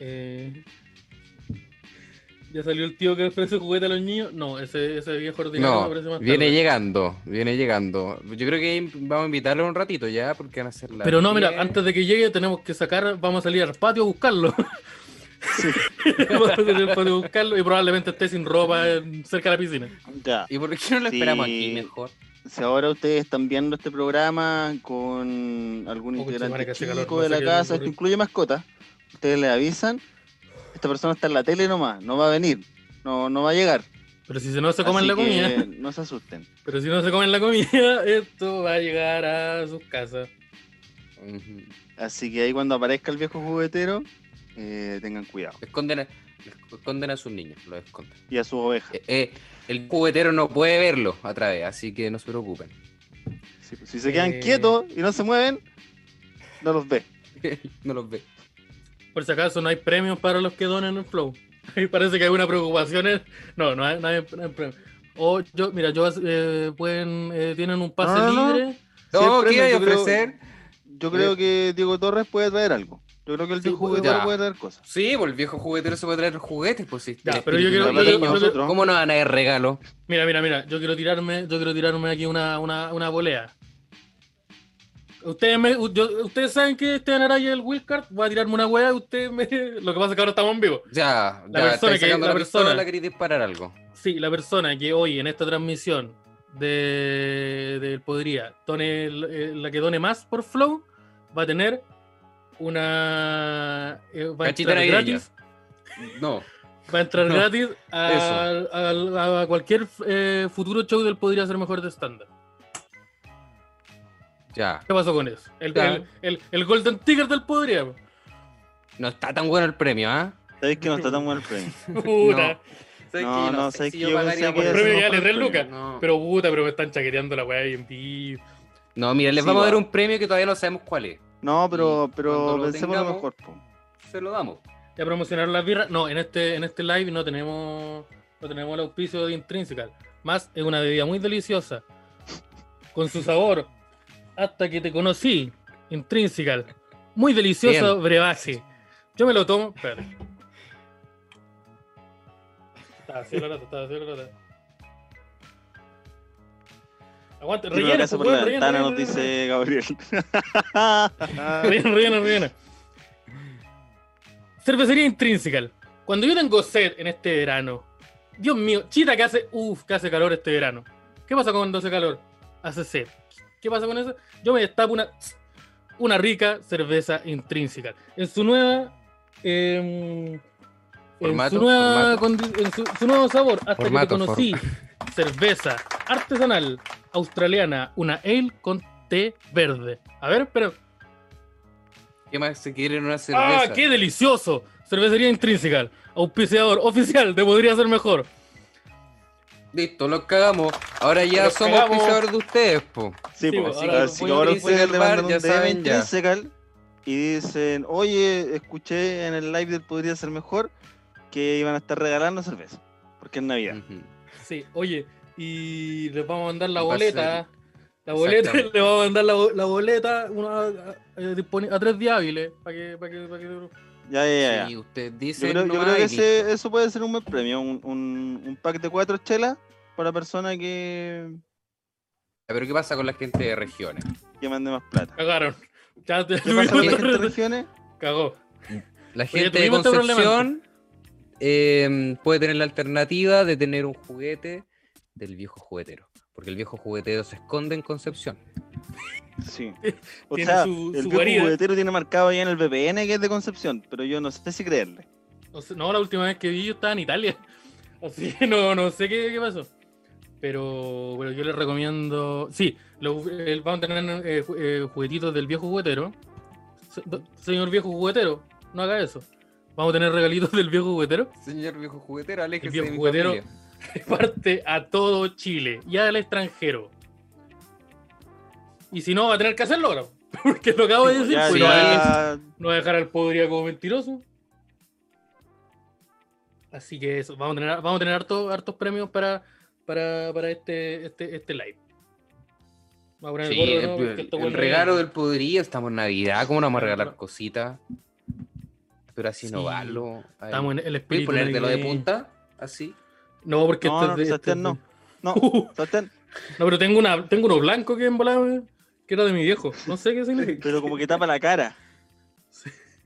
Eh, ¿Ya salió el tío que ofrece juguete a los niños? No, ese, ese viejo ordinario me No, parece más viene tarde. llegando, viene llegando. Yo creo que vamos a invitarlo un ratito ya, porque van a hacer la. Pero no, mira, antes de que llegue tenemos que sacar, vamos a salir al patio a buscarlo. vamos a salir al patio a buscarlo y probablemente esté sin ropa eh, cerca de la piscina. Ya. ¿Y por qué no lo Sí. esperamos aquí mejor? Si ahora ustedes están viendo este programa con algún Oh, conchetumare, integrante que hace chico calor, no de sé la qué casa, ocurrir. esto incluye mascotas, ustedes le avisan, esta persona está en la tele nomás, no va a venir, no, no va a llegar. Pero si se no se comen Así la comida. que No se asusten. Pero si no se comen la comida, esto va a llegar a sus casas. Ujú. Así que ahí cuando aparezca el viejo juguetero, eh, tengan cuidado. Esconden a, esconden a sus niños, lo esconden. Y a sus ovejas. Eh, eh, el juguetero no puede verlo a través, así que no se preocupen. Si, si se quedan Eh. quietos y no se mueven, no los ve. no los ve. Por si acaso no hay premios para los que donen el flow. Ahí parece que hay una preocupación. en- No, no hay, no hay- no hay premios. O yo, mira, yo eh, pueden, eh, tienen un pase No, no, no. libre. No, Siempre ¿qué hay yo a creo- ofrecer? Yo creo que Diego Torres puede traer algo. Yo creo que el eh, Sí, viejo pues, juguetero ya. puede traer cosas. Sí, pues el viejo juguetero se puede traer juguetes, pues sí. Ya, tiene pero yo espíritu quiero- navideño. yo- yo- yo- nosotros. ¿Cómo no van a dar regalo? Mira, mira, mira, yo quiero tirarme, yo quiero tirarme aquí una, una, una volea. Ustedes, me, u- yo- ustedes saben que Esteban Araya el Wildcard va a tirarme una hueá y ustedes me... Lo que pasa es que ahora estamos en vivo. Ya, La ya, persona estáis que- sacando la la, persona. pistola, queréis disparar algo. Sí, la persona que hoy en esta transmisión de, del Podría done, el- eh, la que done más por Flow va a tener una eh, va a Cachita entrar navideña. gratis, No, va a entrar No, gratis a, a- a cualquier eh, futuro show del Podría ser mejor de estándar. ya. ¿Qué pasó con eso? El, Ya. el- el- el Golden Ticket del Podría. po. No está tan bueno el premio, ¿ah? Sabéis que no está tan bueno el premio. Puta, No, no, sé que yo pensé que por iba a premio ya ser mejor le el tres premio. No. pero puta, pero me están chaqueteando la weá y en vivo. no, mira, les Sí, vamos a dar va. un premio que todavía no sabemos cuál es. No, pero, Y pero cuando lo pensemos lo tengamos- mejor. po. Se lo damos. ya promocionaron las birras. No, en este, en este live no tenemos, no tenemos el auspicio de Intrinsical. Más es una bebida muy deliciosa. Con su sabor. Hasta que te conocí. Intrinsical. Muy deliciosa Bien. brebaje. Yo me lo tomo. Espérate. Estaba haciendo la lata, estaba haciendo la lata. Aguante, Tiro la rellena, casa pues, por la weón, rellena, ventana, nos rellena, rellena. dice Gabriel. Rellena, rellena, rellena. Cervecería Intrinsical. Cuando yo tengo sed en este verano, Dios mío, chita que hace, uff, que hace calor este verano. ¿Qué pasa cuando hace calor? Hace sed. ¿Qué pasa con eso? Yo me destapo una, una rica cerveza Intrinsical. En su nueva. em, Formato, en su, nueva formato. condi- en su- su nuevo sabor, hasta Formato, que te conocí. Cerveza artesanal australiana, una ale con té verde. A ver, pero ¿Qué más se quiere en una cerveza? ¡Ah, qué delicioso! Cervecería Intrínseca, auspiciador oficial de Podría Ser Mejor. Listo, los cagamos. Ahora ya Los somos cagamos. auspiciadores de ustedes, po. Sí, Sí, pues, pues, así ahora que si voy a abrir ahora ustedes el le bar, mandan ya un DM saben, ya. Intrinsical y dicen, oye, escuché en el live del Podría Ser Mejor que iban a estar regalando cerveza, Mm. porque es Navidad. Ujú. Sí, oye, y les vamos a mandar la Va a boleta La boleta, Exactamente. le vamos a mandar la, bo- la boleta una, eh, dispone- a, tres días hábiles para que, para que, para que- Ya, ya, ya. Sí, Yo usted dice. creo, yo nomás creo que y listo. ese, eso puede ser un buen premio, un, un, un pack de cuatro chelas para persona que, Pero ¿qué pasa con la gente de regiones? que mande más plata. Cagaron. Ya te ¿Qué pasa con la tuvimos gente de otra- regiones? Cagó. La gente de tuvimos este problema Concepción eh, puede tener la alternativa de tener un juguete del viejo juguetero. Porque el viejo juguetero se esconde en Concepción. Sí. O Tiene sea, su- el su viejo guarida. juguetero tiene marcado ahí en el VPN que es de Concepción, pero yo no sé si creerle. O sea, no, la última vez que vi yo estaba en Italia. Así que no, no sé qué, qué pasó. Pero, pero yo les recomiendo. Sí, los- eh, vamos a tener eh, ju- eh, juguetitos del viejo juguetero. Se- do- señor viejo juguetero, no haga eso. Vamos a tener regalitos del viejo juguetero. Señor viejo juguetero, aléjese El viejo de mi juguetero. familia. Parte a todo Chile y al extranjero. Y si no, va a tener que hacerlo ahora. Porque lo acabo de decir. Ya, pues, no ya- no va a dejar al podría como mentiroso. Así que eso, vamos a tener, vamos a tener harto- hartos premios para, para, para este, este, este live. Vamos a poner Sí, gorro de el, nuevo, porque esto el bueno, regalo del podrido, estamos en Navidad, ¿cómo no vamos a regalar Claro. cositas? Pero así no Sí, va, lo- ahí. Estamos en el ¿Puedes espíritu. ponértelo de navideño. punta? Así. No, porque No, este no, es de- este Sebastián, es de- no. No, Sebastián, No, pero tengo, una, tengo uno blanco que en volada, que era de mi viejo. No sé qué significa. pero como que tapa la cara.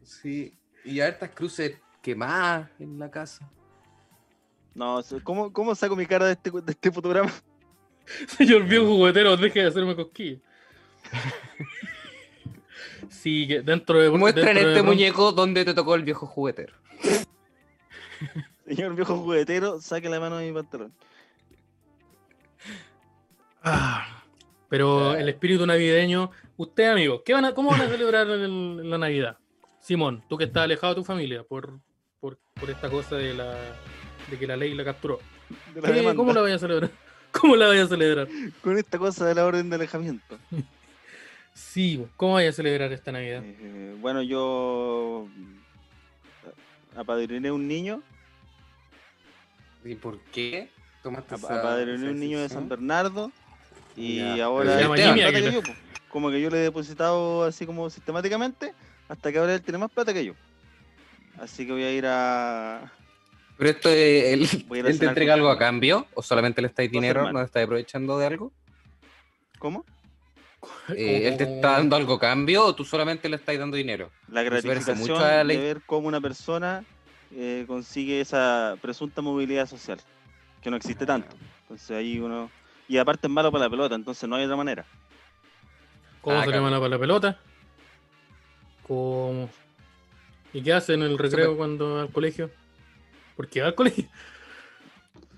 Sí. Y hartas cruces quemadas en la casa. No, ¿cómo, cómo saco mi cara de este, de este fotograma? Señor viejo juguetero, deje de hacerme cosquillas. sí, que dentro de. Muestren dentro de este pronto- muñeco donde te tocó el viejo juguetero. Señor viejo juguetero, saque la mano de mi pantalón. Ah, pero el espíritu navideño, usted amigos, ¿qué van a, ¿cómo van a celebrar el- la Navidad? Simón, tú que estás alejado de tu familia por, por, por esta cosa de, la, de que la ley la capturó. De la ¿Qué- demanda. ¿Cómo la vaya a celebrar? ¿Cómo la vaya a celebrar? Con esta cosa de la orden de alejamiento. Sí, ¿cómo vaya a celebrar esta Navidad? Eh, bueno, yo mm, apadriné un niño, ¿Y por qué tomaste ap- esa- apadriné esa un niño de decisión? San Bernardo y Ya. ahora Se él llama tiene más Jimmy, plata que aquel. yo, po. como que yo le he depositado así como sistemáticamente hasta que ahora él tiene más plata que yo. Así que voy a ir a Pero esto, eh, él, Voy a ir a él te cenar entrega con algo a Carlos. cambio o solamente le estáis Dos dinero, hermanos. no estáis aprovechando de algo. ¿cómo? Eh, él te está dando algo a cambio o tú solamente le estáis dando dinero. La Me parece mucho gratificación a la de ley. ver cómo una persona eh, consigue esa presunta movilidad social, que no Ah. existe tanto. Entonces ahí uno y aparte es malo para la pelota, entonces no hay otra manera. ¿Cómo Ah, se claro. llama la, la pelota? ¿Cómo? ¿Y qué hacen en el recreo cuando al colegio? ¿Por qué va al colegio?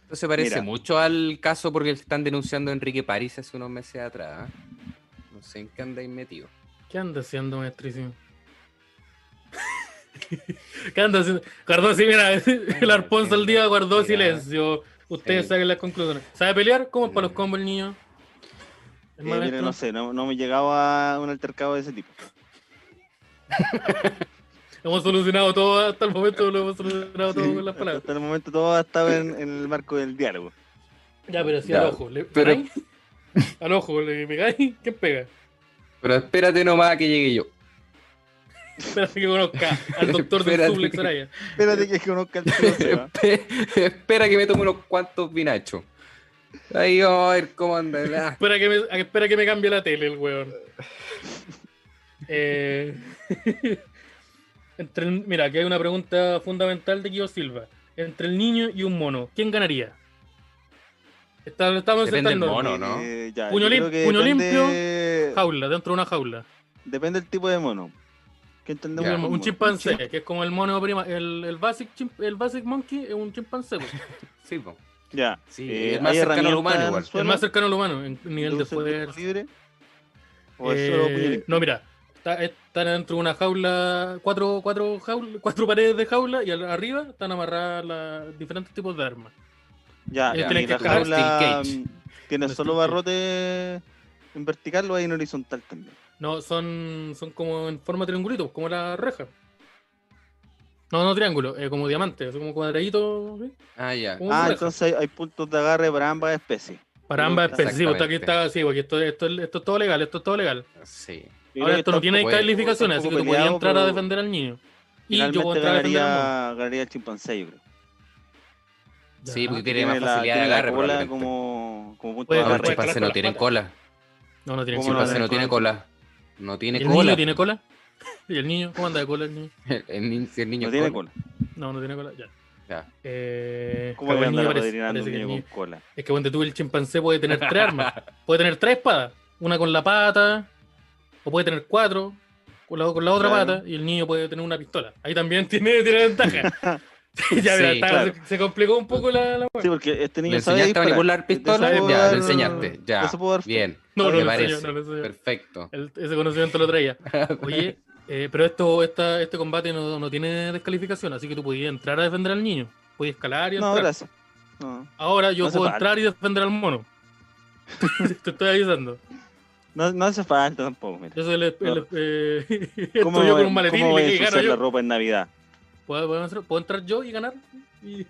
Esto se parece Mira. mucho al caso porque están denunciando a Enrique París hace unos meses atrás. ¿eh? No sé en qué andáis metido. ¿Qué anda haciendo, maestrísimo? ¿Qué anda haciendo? Guardó sí, mira, el arpón entiendo. al día guardó Mira. silencio. Ustedes Sí. saquen las conclusiones. ¿Sabe pelear? ¿Cómo es para los Mm. combos el niño? ¿Es Eh, mira, maestro? no sé, no, no me llegaba a un altercado de ese tipo. Hemos solucionado todo hasta el momento, lo hemos solucionado todo Sí, con las palabras. Hasta el momento todo ha estado en, en el marco del diálogo. Ya, pero sí, Ya, al ojo. ¿Le pero- pegáis? Al ojo, ¿le pegáis? ¿Qué pega? Pero espérate nomás a que llegue yo. Espérate que conozca al doctor del Espérate. suplex Araya. Eh, Espérate que conozca el tío Seba. Espe- Espera que me tome unos cuantos vinachos. Ahí vamos a ver cómo anda. Ah, Espera que, me, espera que me cambie la tele el weón. Eh, entre el- mira, aquí hay una pregunta fundamental de Guido Silva. Entre el niño y un mono, ¿quién ganaría? Está- estamos Depende del sentando mono, ¿no? Eh, ya, Puño yo creo lim- que puño depende, jaula, dentro de una jaula. depende del tipo de mono. ¿Qué entendemos? Ya, por un mono? chimpancé, chim- que es como el mono prima, el, el basic chimp- el basic monkey es un chimpancé, pues. sí, po. Ya. Sí, Eh, es más ¿hay cercano al herramientas humano en igual. el suelo? más cercano al humano en nivel de ¿Dulce al cuerpo fuerza. libre? ¿O es Eh, solo puño limpio? no, mira, está- están dentro de una jaula, cuatro, cuatro, jaula- cuatro paredes de jaula y al- arriba están amarradas las diferentes tipos de armas. Ya, Ellos ya, tienen y que la escalar jaula steel mm, tiene Un solo steel cage. barrote en vertical o hay en horizontal también. No, son, son como en forma de triangulito, como la reja. No, no triángulo, eh, como diamante, así como cuadradito. ¿sí? Ah, ya. Como una Ah, reja. entonces hay, hay puntos de agarre para ambas especies. Para ambas especies, sí, porque aquí Exactamente. está, sí, porque esto, esto, es- esto es todo legal, esto es todo legal. Sí. Yo creo Ahora que esto no está tiene poco- calificaciones, está así un que tú poco podías peleado, entrar a pero defender al niño. Y yo puedo Finalmente entrar a defender al ganaría, ganaría el chimpancé, yo creo. mono. Sí, Ya. porque tiene, más la- facilidad de la agarre. cola probablemente. como, como punto Puede de No, agarrar, el agarre. puede agarrar chimpancé con Ah, no las tienen patas. cola. No, no tiene El ¿Cómo cola. no va a chimpancé tener no tiene cola. No tiene ¿El cola. niño tiene cola? ¿Y el niño? ¿Cómo anda de cola el niño? El ni- si el niño No tiene es cola. No, no tiene cola, ya. Ya. Eh, ¿Cómo cagó le el niño, anda parece- padrinando parece un que el niño con niño- cola? Es que cuando tú el chimpancé puede tener tres armas. Puede tener tres espadas. Una con la pata. O puede tener cuatro. Con la, con la otra Claro. pata. Y el niño puede tener una pistola. Ahí también tiene, tiene ventaja. ya, mira, Sí, está- claro. se, se complicó un poco la. la- Sí, porque este niño ¿Le sabe enseñaste a disparar. manipular Este pistola? sabe puedo Ya, dar- le enseñaste. no Ya. se puede dar- Bien. No, Me no, lo enseñó, parece. no lo enseñó. Perfecto. El- ese conocimiento lo traía. Oye, eh, pero esto, esta, este combate no, no tiene descalificación, así que tú podías entrar a defender al niño. Podías escalar y No, entrar. gracias. No, Ahora yo No hace puedo falta. entrar y defender al mono. Te estoy avisando. no, no hace falta tampoco, mira. Yo soy el. el- No. eh, ¿Cómo estoy yo voy- con un maletín cómo y voy a le gano ensuciar la yo. ropa en Navidad? ¿Puedo, puedo entrar, puedo entrar yo y ganar? Y-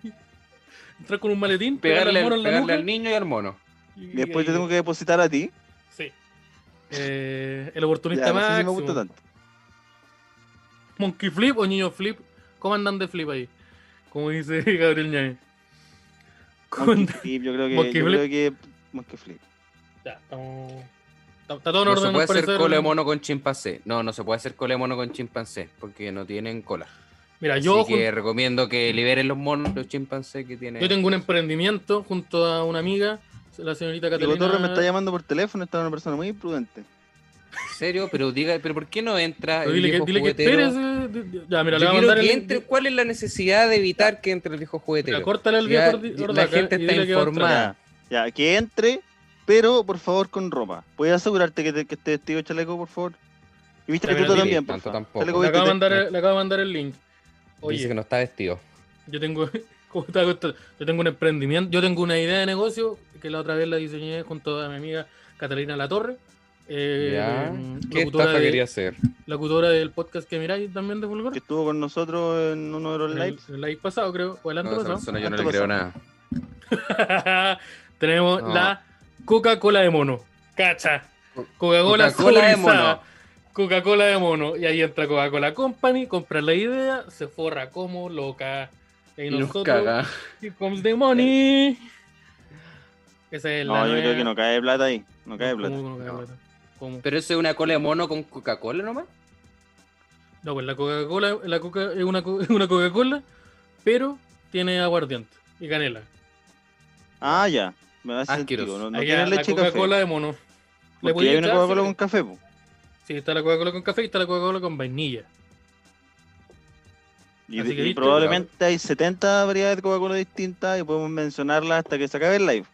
entrar con un maletín, pegarle, Pegarle, al mono al, en la pegarle nuca al niño y al mono. y- Y después te y- tengo que depositar a ti. Sí. Eh, el Ya, oportunista no sé si me máximo. gusta tanto. Monkey Flip o Niño Flip. ¿Cómo andan de flip ahí? Como dice Gabriel Ñañez. ¿Cómo Monkey andan? Flip, yo creo que. Monkey yo Flip. creo que. Monkey Flip. Ya, estamos- Está, está todo en No orden. se al puede hacer parecer. cola de mono con chimpancé. No, no se puede hacer cola de mono con chimpancé porque no tienen cola. Mira, Así Ah, yo, que recomiendo que liberen los monos, los chimpancés que tienen. Yo tengo un emprendimiento junto a una amiga, la señorita Diego Catalina. Torres me está llamando por teléfono, está una persona muy imprudente. ¿En serio? Pero diga, pero ¿por qué no entra Pero el dile que, viejo dile que juguetero? esperes. eh, di- di- Ya, mira, le Yo voy a quiero mandar el que link. entre, ¿Cuál es la necesidad de evitar que entre el viejo Mira, juguetero? córtale al Ya, viejo ordi- la ordaca gente y está dile que va a entrar. informada. Ya, que entre, pero por favor con ropa. ¿Puedes asegurarte que, te, que esté vestido de chaleco, por favor? Y viste Ya, que mira, tú dile, también, por tanto favor. tampoco. Chaleco, Le acabo, de vístete. mandar, le acabo de mandar el link. Dice que Oye, no está vestido. yo tengo. ¿cómo te hago esto? Yo tengo un emprendimiento, yo tengo una idea de negocio que la otra vez la diseñé junto a mi amiga Catalina Latorre. Eh, Ya. mm, ¿Qué locutora, estafa quería de, hacer? locutora del podcast que miráis también de Fulgor. pues, Que estuvo con nosotros en uno de los El, lives. el live pasado, creo, o el No, esa antepasado. persona yo no le Antes creo pasado. nada. Tenemos No. la Coca-Cola de mono. Cacha. Coca-Cola Coca-Cola de saborizada. Coca-Cola de mono. Y ahí entra Coca-Cola Company, compra la idea, se forra como loca. Y Y nos nosotros, caga. here comes the money. Esa es la No, yo creo que no cae plata ahí. No cae plata. ¿Cómo que no cae No. plata? ¿Cómo? ¿Pero eso es una cola de mono con Coca-Cola nomás? No, pues la Coca-Cola la Coca, es una, co- es una Coca-Cola, pero tiene aguardiente y canela. Ah, ya. Me hace Asqueroso. sentido. No, no Ahí tiene queda la leche y café. Coca-Cola de mono. Le Porque ya hay una echar, Coca-Cola sí, con café, po. Sí, está la Coca-Cola con café y está la Coca-Cola con vainilla. Y, Así que y viste, probablemente hay 70 variedades de Coca-Cola distintas y podemos mencionarlas hasta que se acabe el live.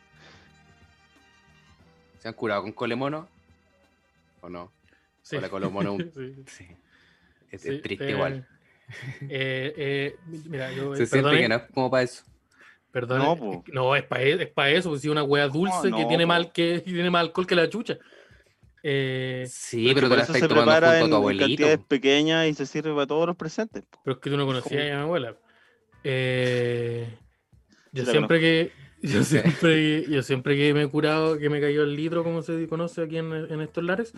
¿Se han curado con cola de mono? ¿O no? Sí. O la cola de mono es un- Sí, Sí. Es, sí, es triste eh, igual. eh, eh, mira, yo. Se eh, siente perdone, que no es como para eso. perdone, No, es po. que- eh, no, es para es pa eso, pues, si una wea dulce que no, tiene po. mal que que tiene más alcohol que la chucha. Eh, Sí, Porque pero te por la eso estás se tomando junto prepara a tu en- en abuelito. cantidades pequeñas y se sirve para todos los presentes. po. pero es que tú no conocías a mi abuela. Eh, yo Sí la siempre que yo Sí. siempre, que- yo siempre que me he curado, que me cayó el litro, como se conoce aquí en, en estos lares,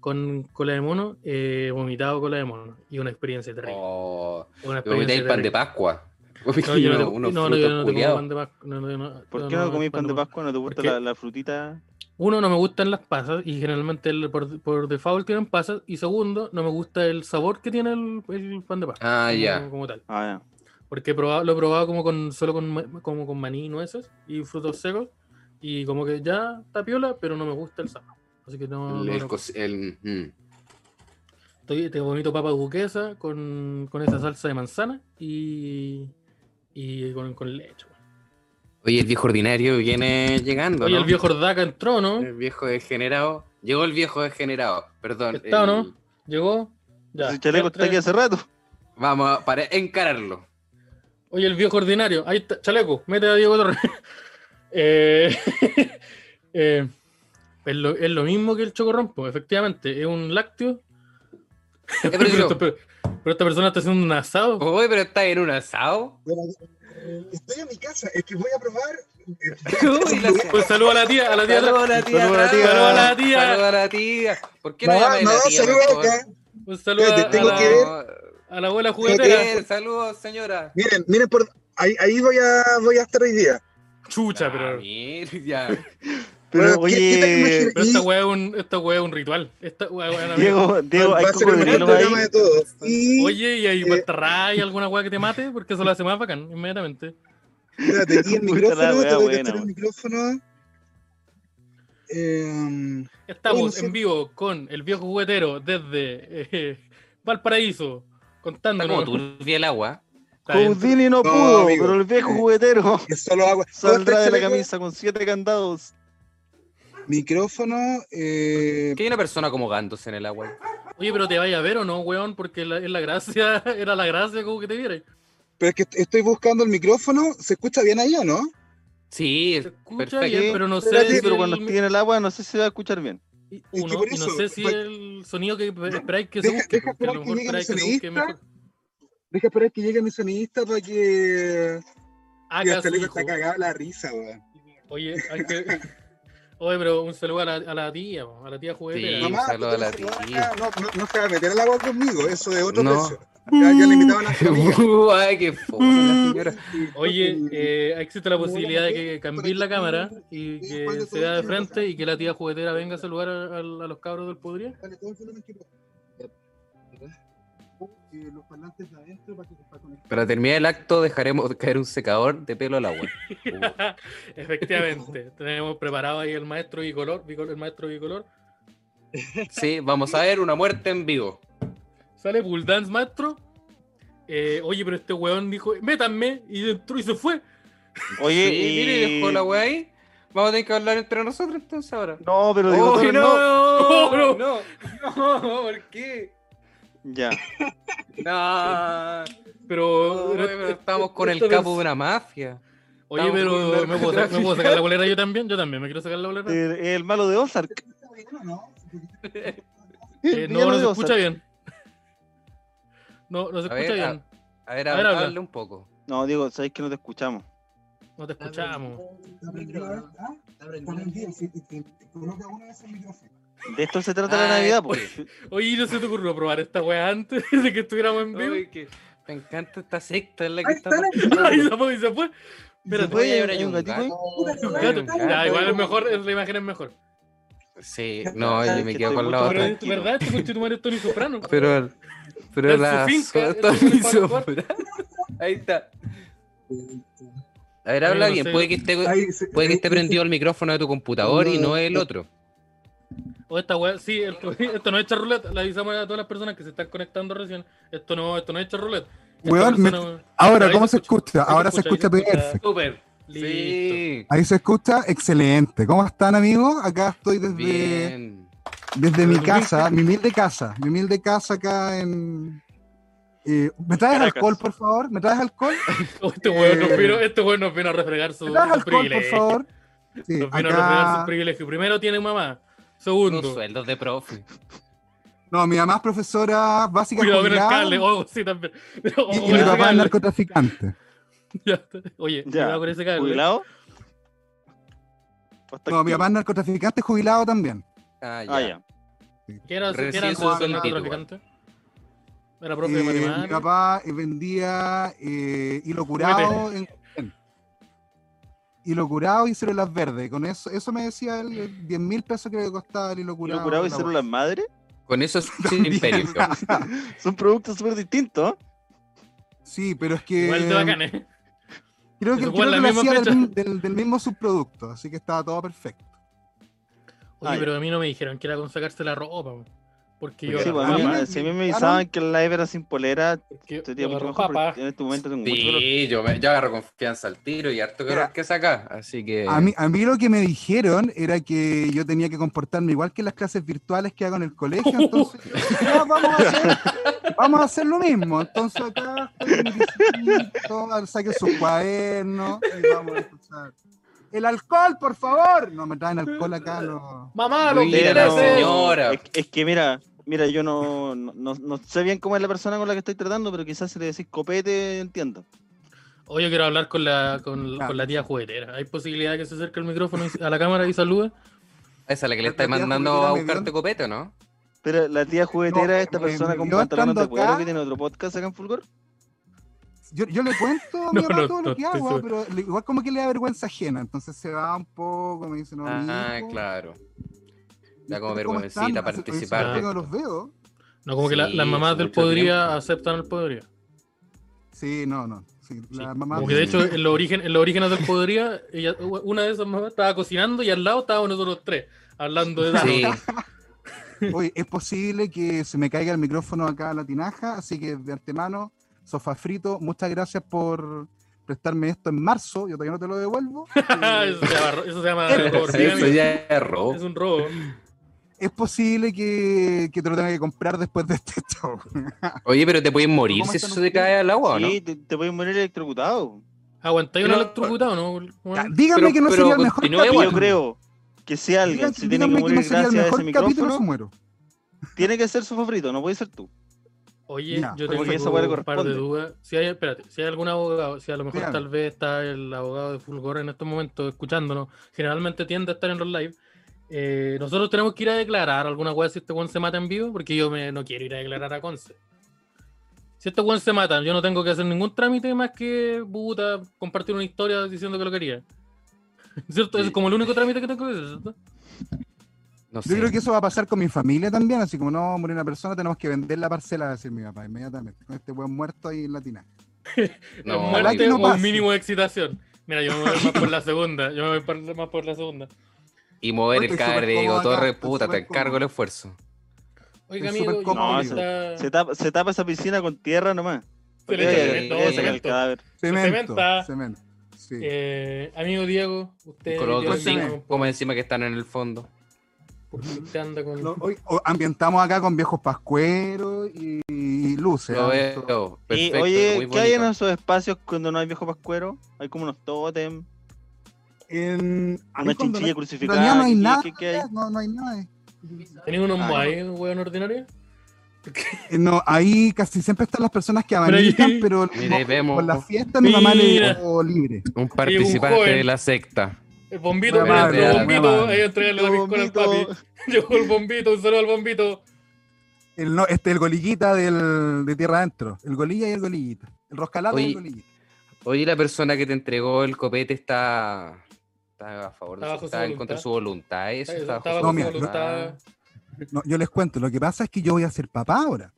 con cola de mono, eh, he vomitado cola de mono. Y una experiencia terrible. Oh, Una te vomitáis experiencia el pan de terrible. Pascua. No, yo no, Unos- te- unos no, no, frutos yo no te como culiados. pan de Pascua. No, no, yo no- ¿Por yo qué no, comís pan de Pascua? Pascua? ¿No te gusta Porque- la, la frutita? Uno, no me gustan las pasas y generalmente el- por, por default tienen pasas. Y segundo, no me gusta el sabor que tiene el, el pan de Pascua. Ah, como, ya. como tal. Ah, ya. Porque he probado- lo he probado como con, solo con, ma- como con maní y nueces y frutos secos. Y como que ya está piola, pero no me gusta el sabor. Así que no. El, no, el no. cos- el- mm. Estoy, tengo bonito papa duquesa con, con esa salsa de manzana y, y con, con leche. Oye, el viejo ordinario viene llegando. Oye, ¿no? el viejo Ordaca entró, ¿no? El viejo degenerado. Llegó el viejo degenerado. Perdón. ¿Está o no? el- Llegó. Ya. Ese chaleco está aquí hace rato. Vamos a para encararlo. Oye, el viejo ordinario. Ahí está, chaleco, mete a Diego Torres. Eh, eh, es, lo, es lo mismo que el chocorrompo, efectivamente. Es un lácteo pero, pero esta, pero esta persona está haciendo un asado. Uy, pero está en un asado. Bueno, eh, Estoy en mi casa, es que voy a probar. eh, Uy, la Pues saludo a la tía, a la tía. Saludos a la tía. Saludos a la tía. Saludos a la tía. Saludos a la tía. ¿Por qué no Mamá, llamáis mamá, la tía? saluda por favor? acá. Un saludo a, Espérate, tengo a la, que ver. a la abuela que juguetera. Bien, saludos, señora. Miren, miren, por, ahí, ahí voy, a, voy a estar hoy día. Chucha, Ah, pero. mira, ya. Pero Bueno, ¿qué- qué te oye, imaginas? Pero esta weá es un, esta weá es un ritual. Esta weá, weá, amigo. Diego, Diego, Va hay a ser el mejor cocodrilo ahí. programa de todos. Y, Oye, ¿y hay eh, guatarra y alguna weá que te mate? Porque eso lo hace más bacán, inmediatamente. espérate, y Puta el la micrófono, wea tengo que buena, estar el weón. micrófono. Em, Estamos Oye, no sé. en vivo con el viejo juguetero desde eh, Valparaíso, Está contándonos. como turbia el agua. Está bien. Codrilo no No, pudo, amigo. este pero el viejo juguetero es solo agua. saldrá de la camisa camisa con siete candados. Micrófono, eh, ¿Qué hay una persona como gandos en el agua? Oye, pero te vaya a ver o no, weón, porque la, es la gracia, era la gracia como que te viera. pero es que estoy buscando el micrófono. ¿Se escucha bien ahí o no? Sí, Se es escucha perfecto. bien, pero no sé. Espérate, Sí, si pero el- cuando esté en el agua no sé si va a escuchar bien. y- que uno, por y no eso, sé si va- el sonido que esperáis que se Deja- busque. deja porque a lo esperar que mejor llegue el esperáis que se busque sonidista. mejor. Deja esperar que llegue mi sonidista para que. Ah, Y este casi, loco hijo. está cagado la risa, weón. Oye, hay que... Oye, pero un saludo a la, a la tía, po, a la tía juguetera. Sí, Mamá, pues, saludo tú a la te vas a tía. acá, No, no, no se va a meter al agua conmigo, eso de otro No. precio. Ya, ya le invitaban a su amiga. Uh, Ay, qué fofa la señora. Oye, eh, existe la Como posibilidad la de tele, que para cambies que la tú- cámara y sí, cuando que tú se vea de ves que no frente pasa. y que la tía juguetera venga a saludar a, a- a los cabros del podría. Dale, todo el volumen que puedas. O, eh, los parlantes de adentro para que se pueda conectar. Para terminar el acto dejaremos caer un secador de pelo al agua. Uh, Efectivamente, tenemos preparado ahí el maestro bicolor, bicolor- el maestro bicolor. sí, vamos a ver una muerte en vivo. Sale Bull Dance Maestro. Eh, oye, pero este weón dijo, métanme, y entró y se fue. Oye, sí, y- mire, dejó la weá ahí. Vamos a tener que hablar entre nosotros entonces ahora. No, pero digo, ¡Uy, Torres, no. no, no! no, no, ¿por qué? Ya. No, Pero, no, pero- pero estamos con el esta capo de una mafia. Oye, Estamos con pero el ¿me puedo, sa- me puedo sacar la bolera yo también, yo también me quiero sacar la bolera. El, el malo de Ozark. Está bueno, ¿no? El Eh, no, villano no de se Ozark. escucha bien. No, no se A escucha ver, a- bien. A ver, A ver, habla. habla un poco. No, Diego, sabéis que no te escuchamos. No te escuchamos. Está prendido, ¿verdad? ¿Ah? Está prendido, sí, sí, sí. Coloca una vez el micrófono. De esto se trata la Ah, Navidad, este. pues. Oye, ¿no se te ocurrió probar esta weá antes de que estuviéramos en vivo? Ay, que me encanta esta secta en la que Ahí está. está la- Ay, se fue, se fue. ¿Se Espérate, voy a puede ir a hay un ayudar. gatito ahí? Ay, gato. un gato. Ya, igual es mejor, es- la imagen es mejor. Sí, no, Sabes yo me que quedo estoy con la Ah, otra. Pero mucho es tranquilo. verdad, este conchetumare es Tony Soprano. Pero, pero En su la finca, sota en su mi cuarto, cuarto. sombra. Ahí está. A ver, habla Amigo, bien. sí. Puede que esté, Ahí se- puede que ahí- esté prendido el micrófono de tu computador y no el otro. O esta weá, sí, el- esto no es charruleta. Le avisamos a todas las personas que se están conectando recién. Esto no, esto no es charruleta. Esta Weón, me- persona- Ahora, Ahí ¿cómo se se escucha? ahí Ahora se ahí escucha perfecto. Súper. Listo. Sí. Ahí se escucha, excelente. ¿Cómo están, amigos? Acá estoy desde, Bien. desde mi Desde mi casa, mi humilde casa, mi humilde casa acá en... eh, ¿Me traes Caracas. alcohol, por favor? ¿Me traes alcohol? Oh, este weón nos Eh, vino, este weón nos vino a refregar su, ¿Me traes su alcohol, por privilegio. favor? Sí, Nos vino a refregar acá... su privilegio. Primero tiene mamá. Unos Segundo, sueldos de profe. No, mi mamá es profesora básica cuidado con el jubilada cable. Oh, sí, también. Oh, y, y mi cuidado papá con es el- narcotraficante. Ya. Oye, Ya. cuidado con ese cable. ¿Jubilado? Hasta No, mi aquí. papá es narcotraficante jubilado también. Ah, ya. Ah, ya. ¿Qué era, qué Recién era su su sueldo narcotraficante? Era profe Eh, de mi matemáticas. papá eh, vendía eh, hilo curado en Coquén. hilo curado y células verdes. Con eso, eso me decía él, eh, 10 mil pesos creo que costaba el hilo curado. ¿Hilo curado y la células madre? Con eso es un imperio. Son productos súper distintos. ¿eh? wea. Sí, pero es que Igual de bacán, ¿eh? creo Se que, creo supone que la lo misma hacía del, fecha. mismo- del- del mismo subproducto, así que estaba todo perfecto. Oye, Ah, ya. pero a mí no me dijeron que era con sacarse la ropa, weón. Porque yo. Sí, agarro pues, a mí papas, me- si a Ah, mí me avisaban que el live era sin polera, porque yo sería mucho agarro mejor. papas. porque en este momento tengo mucho calor. Sí, yo, me, yo agarro confianza al tiro y harto calor Mira. que saca. Así que. A mí, a mí lo que me dijeron era que yo tenía que comportarme igual que en las clases virtuales que hago en el colegio, entonces ya, vamos, a hacer, vamos a hacer lo mismo. Entonces acá estoy en mi piscinito, saquen sus cuadernos y vamos a escuchar. El alcohol, por favor. No me traen alcohol acá. No. Mamá, lo Mira, que la no. señora. Es, es que mira, Mira, yo no, no, no- no sé bien cómo es la persona con la que estoy tratando, pero quizás si le decís copete, entiendo. Hoy yo quiero hablar con la, con, Ah. con la tía juguetera. ¿Hay posibilidad de que se acerque el micrófono y- a la cámara y salude? Esa es la que le Pero está tía, mandando ¿por a qué no me buscarte vieron? copete, ¿o ¿no? Pero la tía juguetera, No, esta me- persona me con vio pantalones de estando cuero acá. que tiene otro podcast acá en Fulgor. Yo, yo le cuento a mi No, mamá no, todo no, lo que estoy hago, seguro. pero le- igual como que le da vergüenza ajena, entonces se va un poco, me dice, no, Ah, mijo, claro. Da como ¿ustedes cómo están? vergüencita Hace- hace participar. rato de que no los veo. No, como que la- Sí, las mamás hace del mucho podría tiempo. aceptan el podría. Sí, no, no. sí, Sí. la mamá Como que de dice- hecho, en los, origen- en los orígenes del podría, ella, una de esas mamás estaba cocinando y al lado estábamos nosotros tres, hablando de Dano. Sí, Oye, es posible que se me caiga el micrófono acá a la tinaja, así que de antemano, sofá frito, muchas gracias por prestarme esto en marzo, yo todavía no te lo devuelvo. Ah, Eh, eso, se llama, ro- eso se llama robo eso orgánico. ya es robo. Es un robo. es posible que, que te lo tenga que comprar después de este show. Oye, pero te pueden morir ¿Cómo si están eso te ustedes? cae al agua, ¿o ¿no? Sí, te, te puedes morir electrocutado. Aguantáis un Pero- electrocutado, ¿no? Ya, Bueno, Dígame pero- que no pero sería el mejor continúe, capítulo. Y Bueno. yo creo que si alguien Dígame, se tiene que dígame que no morir sería el gracias a ese mejor capítulo, se micrófono, muero. tiene que ser su favorito, no puede ser tú. Oye, Ya, yo como que eso tengo puede un par de corresponde. dudas. Si hay, espérate, si hay algún abogado, si a lo mejor Dígame. tal vez está el abogado de Fulgor en estos momentos escuchándonos, generalmente tiende a estar en los live. eh, nosotros tenemos que ir a declarar alguna weá si este weón se mata en vivo, porque yo me- no quiero ir a declarar a Conce. Si este weón se mata, yo no tengo que hacer ningún trámite más que puta, compartir una historia diciendo que lo quería. ¿Cierto? Ese es como el único trámite que tengo que hacer, ¿cierto? No Yo sé. creo que eso va a pasar con mi familia también, así como no morir una persona, tenemos que vender la parcela, va a decir mi papá, inmediatamente, con este buen muerto ahí en la tinaja. No, Es ojalá muerte que no o un pase. mínimo de excitación. Mira, yo me voy más por la segunda. Yo me voy por- más por la segunda. Y mover Estoy el cadáver de súper Diego cómodo acá, Torres, estoy puta, súper te encargo el cómodo. esfuerzo. Oiga, Estoy amigo, súper y cómodo, no, amigo. está- Se tapa, se tapa esa piscina con tierra nomás. se le Debe- echa eh, cemento, debe sacar el cemento. cadáver. Cemento, cementa. cemento. Sí. Eh, amigo Diego, usted Coloco Diego, cinco dime. comas encima que están en el fondo. usted anda con- Lo- hoy- o- ambientamos acá con viejos pascueros y, y luces. Lo ¿ah? veo. Y Perfecto, muy oye, ¿qué hay en bonito. esos espacios cuando no hay viejo pascuero? Hay como unos tótem, En, una ahí cuando chinchilla no- en realidad crucificada. no hay ¿qué- nada. qué- qué hay? No, no hay nada. ¿Tenés unos Ah, maíz, weón ordinario? Eh, No, ahí casi siempre están las personas que ahí- abanican, pero Mira, ahí vemos. por la fiesta mi mamá le Mira. dijo libre. Un participante joven. de la secta. El bombito, mira, Mamá, el mamá. bombito, ahí entregarle la Yo piscola al papi. vomito. Llegó el bombito, un saludo al bombito. El, no, este, el goliguita del, de tierra adentro. El golilla y el goliguita. El roscalado y Oye, el goliguita. Oye, la persona que te entregó el copete está, está a favor de su- Está bajo su está en contra de su voluntad. Eso Está- está bajo está su bajo su voluntad. voluntad. No, yo les cuento, lo que pasa es que yo voy a ser papá ahora.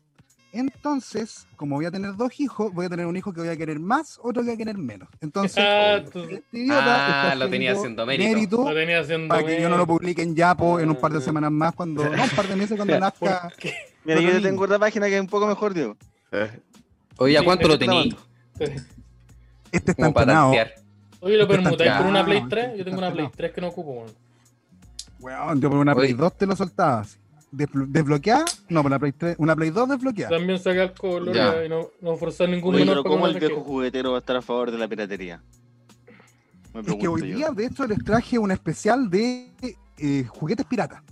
Entonces, como voy a tener dos hijos, voy a tener un hijo que voy a querer más, otro que voy a querer menos. Entonces, Ah, tú- este idiota Ah, está lo tenía haciendo haciendo mérito. lo tenía haciendo. para que yo no lo publique en Yapo en un par de Ah. semanas más, cuando, no, un par de meses cuando nazca. Mira, yo Otro te tengo otra página que es un poco mejor, Diego. Oye, ¿a Sí, cuánto lo está tení? Este está Como para entrenado. tantear. Oye, lo permutáis Ya, por una Play este 3. Yo tengo una está Play pelado. 3 que no ocupo, weón. Weón, yo por una Play Oye. 2 te lo soltaba. así. Desblo- Desbloqueada, no, por la Play 3, una Play 2 desbloqueada. También saca el color Ya. y no, no forzar ningún Oye, menor pero para ¿cómo una el viejo tarjeta. juguetero va a estar a favor de la piratería? Me Es que pregunto hoy yo. día, de hecho, les traje un especial de eh, juguetes piratas.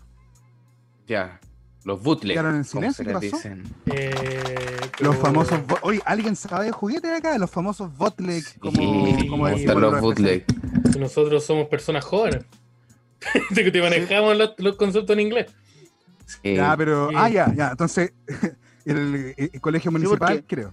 Ya. Los bootlegs. Quedaron en como se silencio, ¿qué les pasó? dicen. Eh, Oh. Los pero- famosos. bo- Oye, ¿alguien sabe de juguetes de acá? Los famosos botleg. Como, Sí, como ¿cómo decimos están los los especialistas. bootlegs? Si nosotros somos personas jóvenes. que te manejamos los, los conceptos en inglés. Sí. Ya, pero. Sí. Ah, ya, ya. Entonces, el, eh, el colegio municipal, porque- creo.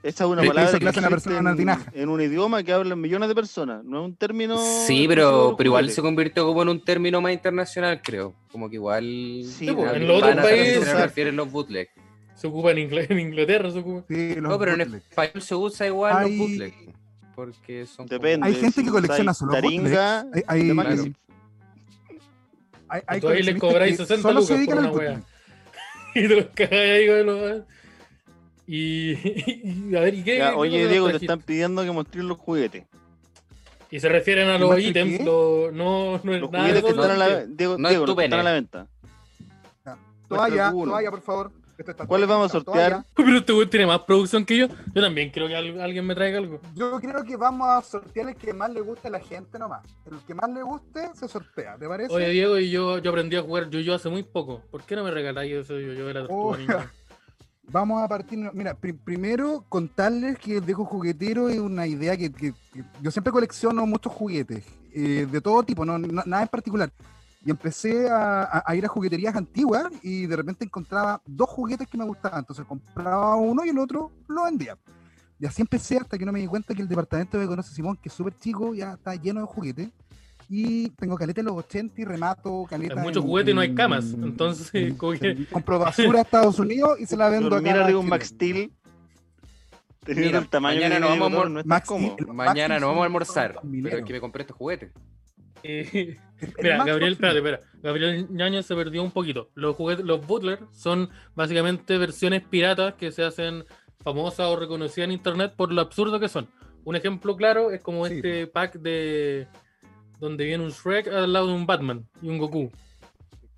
Esa es una Le- le palabra hizo que clase a una existe persona en, tinaja. en un idioma que hablan millones de personas. No es un término... Sí, exclusivo de pero, los pero igual juguetes. se convirtió como en un término más internacional, creo. Como que igual Sí, van pues, a- en los van otros a saber países- a qué se refieren los bootlegs. Se ocupa en, Ingl- en Inglaterra, se ocupa. Sí, los No, pero en bootleg. español se usa igual Hay- los bootlegs. Porque son como- Depende. Hay gente que si colecciona usáis solo taringa, bootlegs. Hay, hay, de más que claro. sí. hay, hay Entonces ahí les coleccionistas cobráis que 60 solo lucas por se dedican al una wea. bootleg. Y te los cagáis ahí con los. Y, y- a ver, ¿y qué? Ya, qué oye, cosa Diego, te trajiste? están pidiendo que mostres los juguetes. Y se refieren a ¿Y más los que ítems, qué? los- no, no es Los nada de juguetes que todo están a la lo que- venta. Diego, No es Diego, tu los que están a pene. la venta. Toalla, Muestra alguno. toalla, por favor. Esto está ¿Cuáles todo- vamos a está todo sortear? allá. Uy, pero este güey tiene más producción que yo. Yo también quiero que al- alguien me traiga algo. Yo creo que vamos a sortear el que más le guste a la gente nomás. El que más le guste se sortea, ¿te parece? Oye, Diego, y yo, yo aprendí a jugar yo-yo hace muy poco. ¿Por qué no me regaláis eso yo-yo de la tortuga Oh. ninja? Vamos a partir. Mira, pri- primero contarles que el dejo juguetero es una idea que, que- que- yo siempre colecciono muchos juguetes, eh, de todo tipo, no, no- nada en particular. Y empecé a, a- a ir a jugueterías antiguas y de repente encontraba dos juguetes que me gustaban. Entonces compraba uno y el otro lo vendía. Y así empecé hasta que no me di cuenta que el departamento de Conoce Simón, que es súper chico, ya está lleno de juguetes. Y tengo caleta en los 80 y remato caleta. Hay muchos en- juguetes y no hay en- camas. Entonces, como que- Compro basura a Estados Unidos y se la vendo acá. Dormir a arriba un Chile. Max Steel. Teniendo Mira, el tamaño mañana que nos tiene vamos a Ecuador, mor- no está Max cómodo. Steel. Mañana Máximo no vamos a son almorzar. dos mileros. Pero es que me compré este juguete. eh, El- el Mira, Max Gabriel, Steel. espérate, espera. Gabriel Ñañez se perdió un poquito. Los juguetes, los Butler son básicamente versiones piratas que se hacen famosas o reconocidas en internet por lo absurdo que son. Un ejemplo claro es como Sí. este pack de donde viene un Shrek al lado de un Batman y un Goku.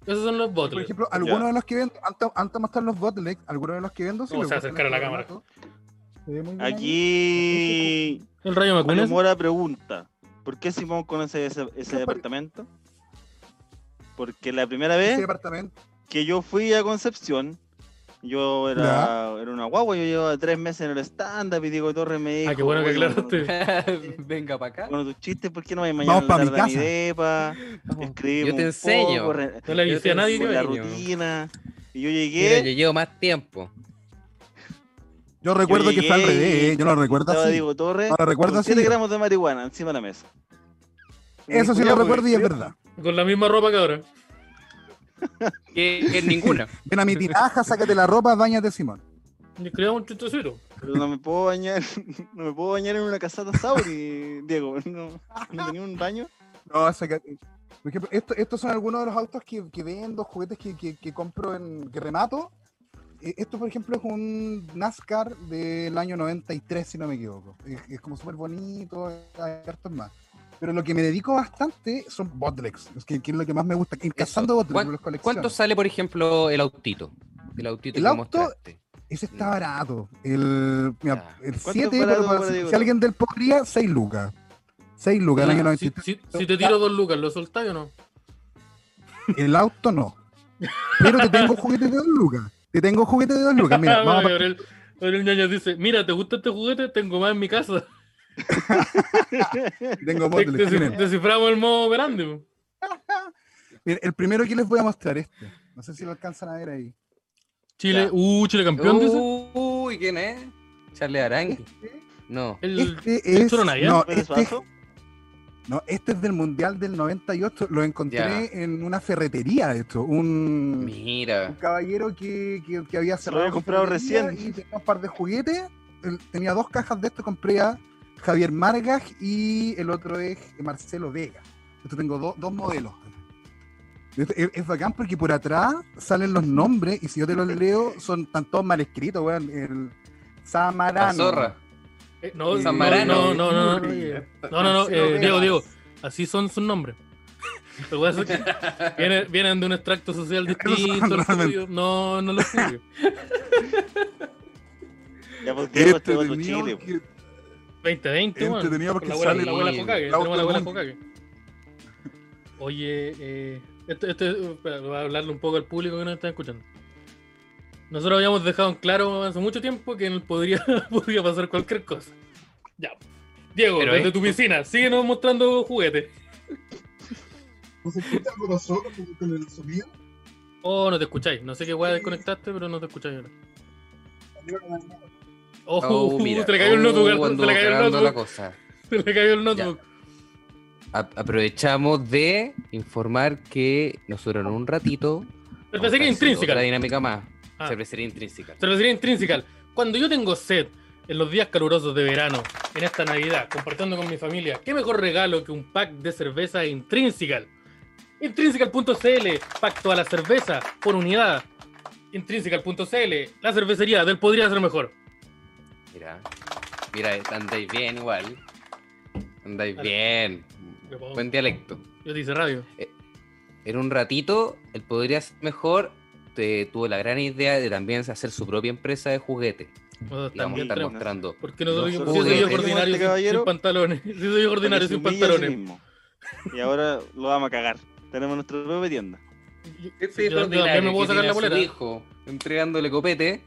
Esos son los Por Butler. ejemplo, algunos de los que vendo, antes antes de mostrar los bootlegs, algunos de los que vendo sí ¿Cómo los se va a vendo acercar en a la este cámara? formato. Se ve muy bien ahí. Aquí. El Rayo Mario McQueen. Mora pregunta: ¿Por qué Simón conoce ese, ese departamento? Porque la primera Ese vez departamento. que yo fui a Concepción, yo era, era una guagua, yo llevaba tres meses en el stand-up y Diego Torres me dijo: Ah, qué bueno que "Oye, aclaraste. Venga para acá. Bueno, tus chistes, ¿por qué no vais mañana Vamos a la pa' mi tarde a mi casa. depa? Escribimos Yo te un enseño. poco, re- No le Yo avisé a te nadie que con enseño. la cariño. venía. rutina. Y yo Mira, llegué, yo llevo más tiempo. Yo recuerdo que fue al llegué revés, y- ¿eh? yo lo recuerdo estaba así. Diego Torres, No lo recuerdo con así. 7 gramos de marihuana encima de la mesa. Y me Eso sí dijo, lo "Ya, pues, recuerdo y es verdad. Con la misma ropa que ahora. Que, que ninguna. Ven a mi tinaja, sácate la ropa, bañate Simón. Y escribíamos un chistecito. Pero no me puedo bañar, no me puedo bañar en una casata Sauri, Diego. No, no tenía un baño. No, sácate. Por ejemplo, esto- estos son algunos de los autos que, que vendo, juguetes que, que- que compro, en, que remato. Eh, Esto, por ejemplo, es un NASCAR del año 93, si no me equivoco. Es, es como súper bonito, hay hartos más. Pero lo que me dedico bastante son botlegs, es que, que es lo que más me gusta. ir Cazando botlegs, ¿Cuán- los colecciono. ¿Cuánto sale, por ejemplo, el autito? El autito El que auto- mostraste. Ese está barato. El, mira, Ya. el ¿Cuánto 7, es barato pero para- para si, Diego? si alguien del podría, 6 lucas. 6 lucas, el año Si, 93. si- si te tiro dos lucas, ¿lo soltáis o no? El auto no. Pero te tengo juguete de dos lucas. Te tengo juguete de dos lucas. Ah, Mira, vamos a bueno, partir- Gabriel, Gabriel Ñañez dice, mira, ¿te gusta este juguete? Tengo más en mi casa. Este tengo Te- móviles. te- Miren, Desciframos el modo grande. po. miren, el primero que les voy a mostrar este. No sé si lo alcanzan a ver ahí. Chile, Ya. uh, Chile campeón, dice. Uy, ¿quién es? Charles Arangui. Este, No. El, eh, este es. Choro Naya? No ¿Pero este, paso? no, este es del Mundial del 98. Lo encontré Ya. en una ferretería, esto. Un, un Mira. caballero que, que- que había Se lo cerrado. había su comprado ferretería recién. Y tenía un par de juguetes. El- Tenía dos cajas de esto. Compré a Javier Margas y el otro es Marcelo Vega. Esto tengo do- dos modelos. Esto Es, es bacán porque por atrás salen los nombres y si yo te los leo son están todos mal escritos, weón. El La Samarano. zorra. eh, no, eh, no, Zambrano. no, no, no, no, Murray, eh, esta- no, no, no, Marcelo eh, Vegas. Diego, Diego, así son sus nombres. Lo que pasa es que vienen, vienen de un extracto social Esos son distinto. al realmente. tuyo. No, no lo suyo. Ya, pues Diego, este otro Entretenido Chile. que- 2020, weón. Entretenido porque Este, la abuela, sale la abuela el- Hokage, el tenemos auto la abuela del mundo. Hokage. Oye, eh, esto, esto- espera, voy a hablarle un poco al público que nos está escuchando. Nosotros habíamos dejado en claro hace mucho tiempo que nos podría, podría pasar cualquier cosa. Ya. Diego, Pero desde esto- tu piscina, síguenos mostrando juguetes. ¿No se escucha algo pasó con con el sonido? Oh, no te escucháis. No sé qué weá desconectaste, pero no te escucháis ahora. Oh, Oh, mira. te le cayó el Oh, notebook. ando Te le cayó el cagando la notebook. cosa. Te le cayó el notebook. A- aprovechamos de informar que nosotros en un ratito. Cervecería vamos a hacer intrínseca. Otra dinámica más. Ah. Cervecería intrínseca. Cervecería Intrínseca. Cuando yo tengo sed en los días calurosos de verano, en esta Navidad, compartiendo con mi familia, ¿qué mejor regalo que un pack de cerveza Intrínseca? Intrínsecal.cl, pack toda la cerveza por unidad. Intrínsecal.cl, la cervecería del podría ser mejor. Mira. Mira, andáis bien igual. Andáis Claro. bien. Me pongo- Buen dialecto. Yo te hice radio. En un ratito, el podría ser mejor. te- este, tuvo la gran idea de también hacer su propia empresa de juguetes. Bueno, Y vamos a también estar tenemos- tremendo. mostrando. Porque nosotros, Nosotros yo soy tenemos el este ordinario sin- sin, caballero pantalones. Yo soy ordinario se sin humilla a sí pantalones. mismo. Y ahora lo vamos a cagar. Tenemos nuestra propia tienda. Yo- Este yo también ordinario me puedo que sacar tiene la a su polera. hijo entregándole copete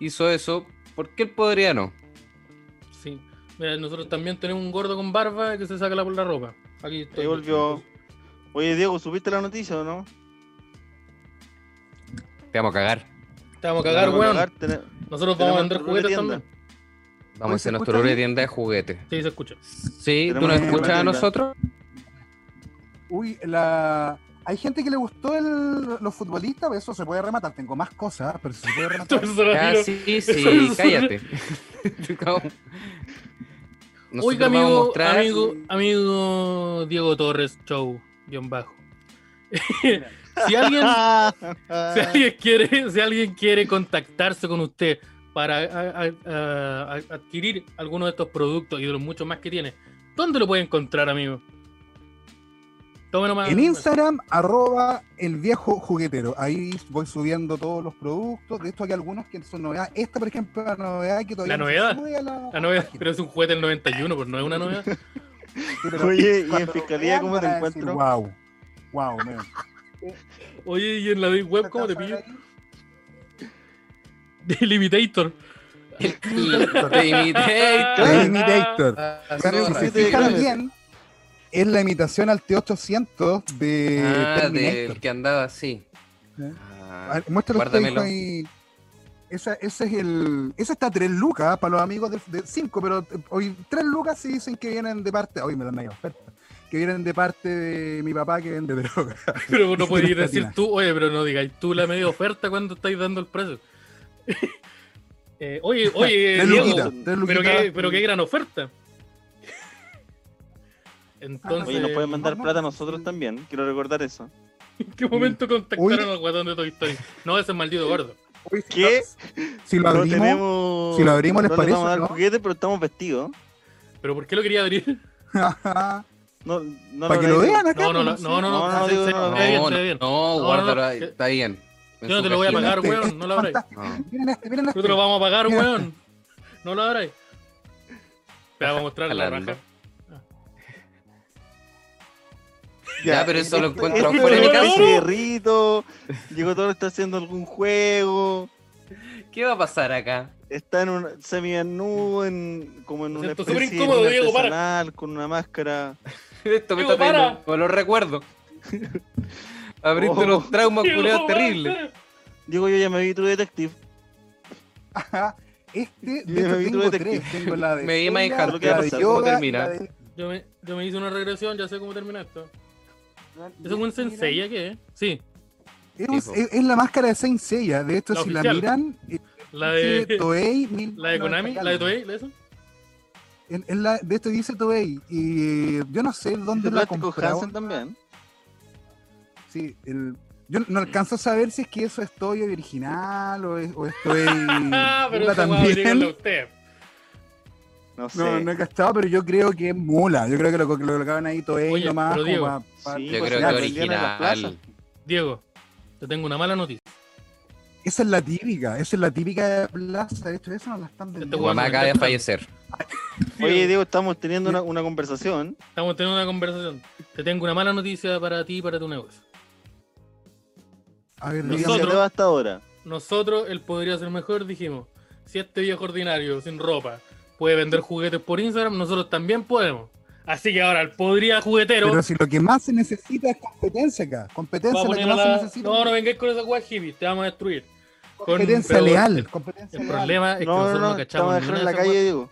hizo eso. ¿Por qué él podría no? Sí. Mira, nosotros también tenemos un gordo con barba que se saca la, la ropa. Aquí estoy. Ahí volvió. Oye, Diego, ¿supiste la noticia o no? Te vamos a cagar. Te vamos a cagar, weón. Tene- Nosotros vamos tenemos a vender nuestra propia juguetes tienda. también. Vamos a Oye, Pues ¿se hacer nuestra escucha propia bien? tienda de juguetes. Sí, se escucha. Sí, ¿tú Tenemos nos una escuchas a tienda. nosotros? Uy, la... hay gente que le gustó el- los futbolistas, pero eso se puede rematar. Tengo más cosas, pero se puede rematar. Entonces, ahora Ah, miro- sí, sí, cállate. Nosotros Oiga, vamos a amigo, mostrar- amigo, amigo Diego Torres, show, guión bajo. si alguien si alguien quiere, si alguien quiere contactarse con usted para a- a- a- a- adquirir alguno de estos productos y de los muchos más que tiene, ¿dónde lo puede encontrar, amigo? Tome nomás. En Instagram, arroba el viejo juguetero. Ahí voy subiendo todos los productos. De hecho, hay algunos que son novedades. Esta, por ejemplo, es la novedad que todavía ¿La no se novedad? sube a la- La novedad, pero es un juguete del 91, pues no es una novedad. Sí, pero Oye, ¿y en cuando fiscalía vean cómo te van a decir, encuentro? Wow, wow, man. Oye, ¿y en la Big Web cómo te pillo? Ahí, Del Imitator. Te imité. la Imitator. Claro, zorra. si Sí, se fijan claro. Ah, bien, es la imitación al T-800 de Ah, Terminator. del que andaba así. ¿Eh? Ah, Ah, Muéstralo usted, Guárdamelo. hijo, ahí. Esa, ese es el. Esa está a 3 lucas para los amigos de 5, pero eh, hoy 3 lucas sí dicen que vienen de parte. Hoy me dan ahí oferta. Que vienen de parte de mi papá que vende droga. Pero no podéis Latina. decir tú, oye, pero no digáis tú la media oferta cuando estáis dando el precio. Eh, oye, oye, Tres Diego, luquitas, tres pero, luquitas. qué, pero qué gran oferta. Entonces, Oye, nos pueden mandar vamos. plata a nosotros también. Quiero recordar eso. ¿en qué momento Oye. contactaron al guatón de Toy Story? No, ese maldito gordo. Hoy sí, ¿Qué? Si lo No abrimos, tenemos... si lo abrimos, ¿les no parece, vamos a dar no? juguetes, pero estamos vestidos. ¿Pero por qué lo quería abrir? No, no para que lo habrá ido. vean acá. No, no, pues, no, sí. no, no, No, no, se- digo, se- no, está bien, No, está bien. no, no, no, guárdalo, que- está bien. En Yo no su te lo voy a cajita. pagar, Este, weón, este no lo abráis. fantástico. No. Miren este, miren este. Nosotros lo vamos a pagar, Mira. weón. No lo abráis. Te vamos a mostrar la Jalando. raja. Ya, pero eso lo encuentro Este fuera de mi weón es casa. guerrito. Diego Toro está haciendo algún juego. ¿Qué va a pasar acá? Está en un semi-desnudo, en, como en Me una siento especie súper incómodo, de Diego, para. artesanal, con una máscara. Esto me Diego, está trayendo para. con los recuerdos. Abriste Oh. unos traumas culiados Diego, terribles. weón. Diego, yo ya me vi True Detective. Ajá. Este, Yo me vi de hecho, True tengo Detective. tres. Tengo la de. Me vi Mindhunter, Zelda, lo que va la a de pasar, ¿cómo yoga y termina? la de- Yo me, yo me hice una regresión, ya sé cómo termina esto. ¿Es un sensei ya que es? Sí, Es, un- Sí, po. es- es la máscara de Saint Seiya. De hecho, La si la oficial. miran, eh, la dice de. Toei. La de Konami, la de Toei, la de eso. En- en la- de esto dice Toei. Y eh, yo no sé dónde ¿Dónde la plástico compraron. Hansen también? Sí, el- yo no alcanzo a saber si es que eso es Toei original o es, o es Toei. Ah, pero Mula esa weá abríganla usted. No sé. No, no he cachado, pero yo creo que es mula. Yo creo que lo, lo colocaban ahí Toei Oye, nomás. pero como Diego, pa- pa- Sí, Yo pues, creo la que vendían en la plaza. original. Diego, te tengo una mala noticia. Esa es la típica, esa es la típica de plaza. De hecho, esa no la están Este vendiendo. Tu mamá Bueno, acaba de ya está. fallecer. Oye, Diego, estamos teniendo una, una conversación. Estamos teniendo una conversación. Te tengo una mala noticia para ti y para tu negocio. A ver, ¿Qué Nosotros- dígame. se va hasta ahora? Nosotros, él podría ser mejor, dijimos. Si este viejo ordinario, sin ropa, puede vender juguetes por Instagram, nosotros también podemos. Así que ahora, el podría juguetero. Pero si lo que más se necesita es competencia acá. va Competencia a es lo que poner más a la- se necesita. No, no vengáis con esa weá hippie, te vamos a destruir. con- competencia pero leal. el- competencia El leal. problema es que No, nosotros no, no, no, te cachamos. vamos a dejar ninguna en de la esas calle, weas. Diego.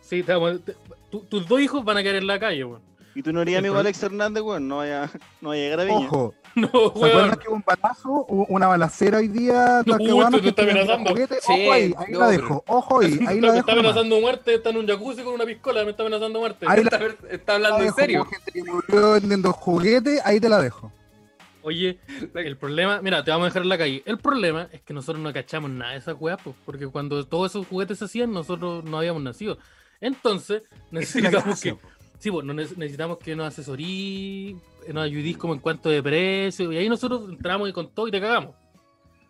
Sí, te vamos a- te- tu- tus dos hijos van a caer en la calle, weón. Y tú no eres El amigo de problema- Alex Hernández, weón. No vaya, no vaya a llegar a Viña. Ojo, No, ¿se acuerdan weón. que hubo un balazo, hubo una balacera hoy día? No, Talcahuano, justo, te que está tenía amenazando. juguete? Sí, ojo ahí, ahí no, la pero- dejo, ojo ahí, ahí la me dejo. está nomás. amenazando muerte, está en un jacuzzi con una piscola, me está amenazando muerte. Ahí la, Está, está la hablando en dejo, serio. como gente que murió vendiendo juguetes, ahí te la dejo. Oye, el problema, mira, te vamos a dejar en la calle. El problema es que nosotros no cachamos nada de esas weas, pues, porque cuando todos esos juguetes se hacían, nosotros no habíamos nacido. Entonces, Esa es la necesitamos gracia, que, sí, pues, no nece- necesitamos que nos asesorís, nos ayudís como en cuanto de precio, y ahí nosotros entramos y con todo y te cagamos.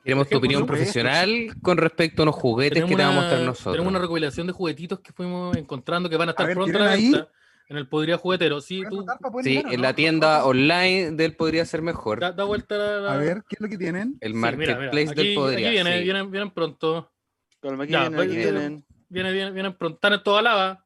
Queremos tu Ejemplo, opinión ¿no? profesional con respecto a los juguetes que te vamos a mostrar nosotros. tenemos una recopilación de juguetitos que fuimos encontrando que van a estar ver, pronto en ¿tienen la ahí? venta en el Podría Juguetero. Sí, ¿Pueden tú anotar para poder Sí, mirar o en no? la tienda online del podría ser da, mejor. da vuelta la, la- A ver, ¿qué es lo que tienen? El Sí, mira, mira, marketplace del aquí- podría. Aquí viene, sí. vienen, vienen pronto. Calma, aquí Ya, vienen, pues, aquí eh, vienen. Viene, viene, vienen pronto. Están en toda lava.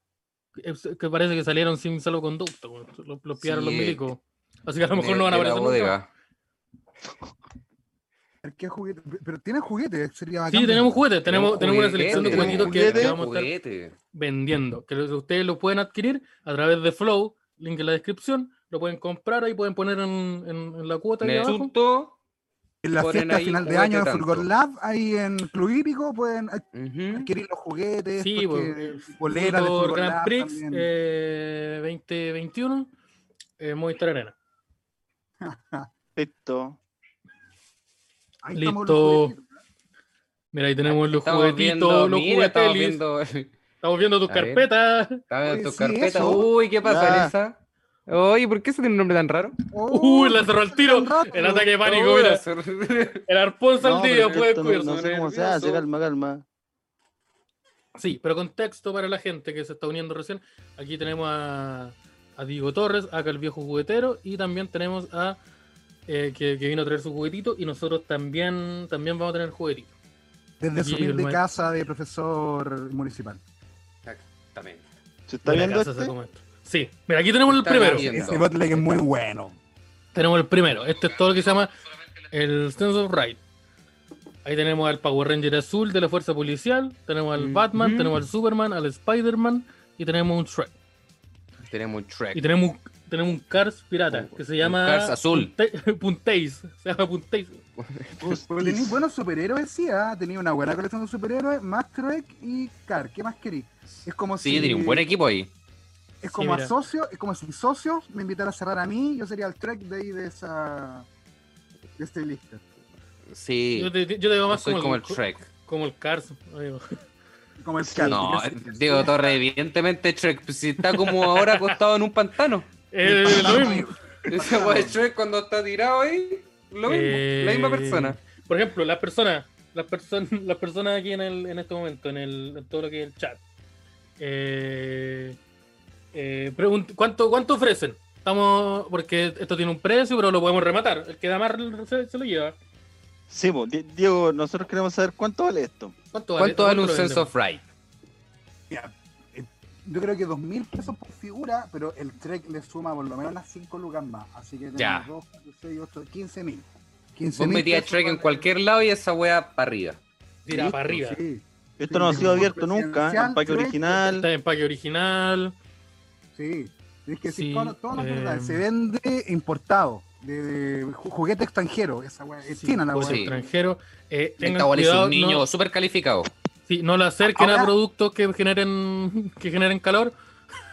es- Que parece que salieron sin salvoconducto. weón. Los, los pillaron Sí, los eh, milicos. Así que a lo mejor de- no van a de la aparecer nunca. bodega. A ver, ¿Qué juguete? Pero tienen juguetes, sería bacán Sí, tenemos verlo. juguetes. Tenemos, tenemos una juguetes, selección de tenemos juguetitos que- que, juguetes. vamos a estar Juguete. vendiendo. Que los- ustedes lo pueden adquirir a través de Flow, link en la descripción. Lo pueden comprar ahí, pueden poner en, en- en la cuota. En Ahí el abajo. asunto, En la ponen fiesta ahí final de juguete año de tanto. Fulgor Lab, ahí en Club Hípico, pueden ujú, adquirir los juguetes. Sí, porque pues, polera de Fútbol Fútbol Grand Lab Prix también. eh, 2021, eh, Movistar Arena. Listo. ahí estamos listo. los juguetitos. Mira, ahí tenemos los estamos juguetitos, viendo, los mira, estamos juguetelis. Estamos, viendo, viendo tus A ver. carpetas. estamos viendo Oye, tu sí, carpeta. eso. Uy, ¿qué pasó, Ya. Elisa? Oye, ¿por qué se tiene un nombre tan raro? Oh, Uy, la cerró el tiro. rato, El ataque de pánico, Uy, mira. se- El pues, arpón No, pero saldillo esto fue no- descubierto. no sé cómo se hace, calma, calma. Sí, pero contexto para la gente que se está uniendo recién. Aquí tenemos a, a Diego Torres, acá el viejo juguetero, y también tenemos a eh, que, que vino a traer su juguetito, y nosotros también, también vamos a tener juguetito. Desde Y su el humilde ma- casa de profesor municipal. Exactamente. ¿Se está De la viendo casa este? sacó esto. Sí, mira, aquí tenemos el Está primero. bien. Ese bootleg es muy bueno. Tenemos el primero. Este es todo lo que se llama el Sense of Right. Ahí tenemos al Power Ranger azul de la fuerza policial, tenemos al Batman, Ujú. tenemos al Superman, al Spider-Man y tenemos un Shrek. Tenemos un track. Y tenemos un, tenemos un Cars pirata Un- que se un llama Cars azul. Punte- Punteis, se llama Punteis. Pues, Pero Hostis. tenéis buenos superhéroes, sí, ah, tenía una buena colección de superhéroes, más Trek y Car, ¿qué más querí? Es como Sí, si tiene un buen equipo ahí. es Sí, como a mira. socio, es como si socios me invitara a cerrar a mí, yo sería el Trek de ahí de esa de este lista. Sí. Yo te, yo te veo No más soy como, como el el, Trek. como el Cars. amigo. Como el Sí. Car. No, yo soy- Diego Torres, evidentemente Trek. pues, Si está como ahora acostado en un pantano. Eh, lo mismo. Ese weón de Shrek cuando está tirado ahí, lo mismo, la misma Eh, persona. Por ejemplo, las personas, las personas, las personas aquí en, el, en este momento, en, el, en todo lo que es el chat. Eh, eh, pregun- ¿cuánto, ¿Cuánto ofrecen? Estamos, porque esto tiene un precio, pero lo podemos rematar. El que da más se, se lo lleva. Sí, po, Di- Diego, nosotros queremos saber cuánto vale esto. ¿Cuánto vale? ¿Cuánto vale un lo sense vendemos? of right? Mira, eh, yo creo que dos mil pesos por figura, pero el Trek le suma por lo menos las 5 lucas más. Así que Ya. tenemos 2, 6, 8, 15 mil. 15 Vos metías Shrek en cualquier lado y esa wea para arriba. Tira para arriba. Esto no ha Sí, sido sí, abierto sí, nunca, sí, empaque sí, original. Está en empaque original. Sí, es que Sí, si todo, todas las eh, verdades se vende importado, de, de ju- juguete extranjero, esa weá, es china la pues, weá. sí. extranjero. Eh, tengan Esta wea es cuidado, un niño no- súper calificado. Sí, no le acerquen a Ahora- productos que generen que generen calor,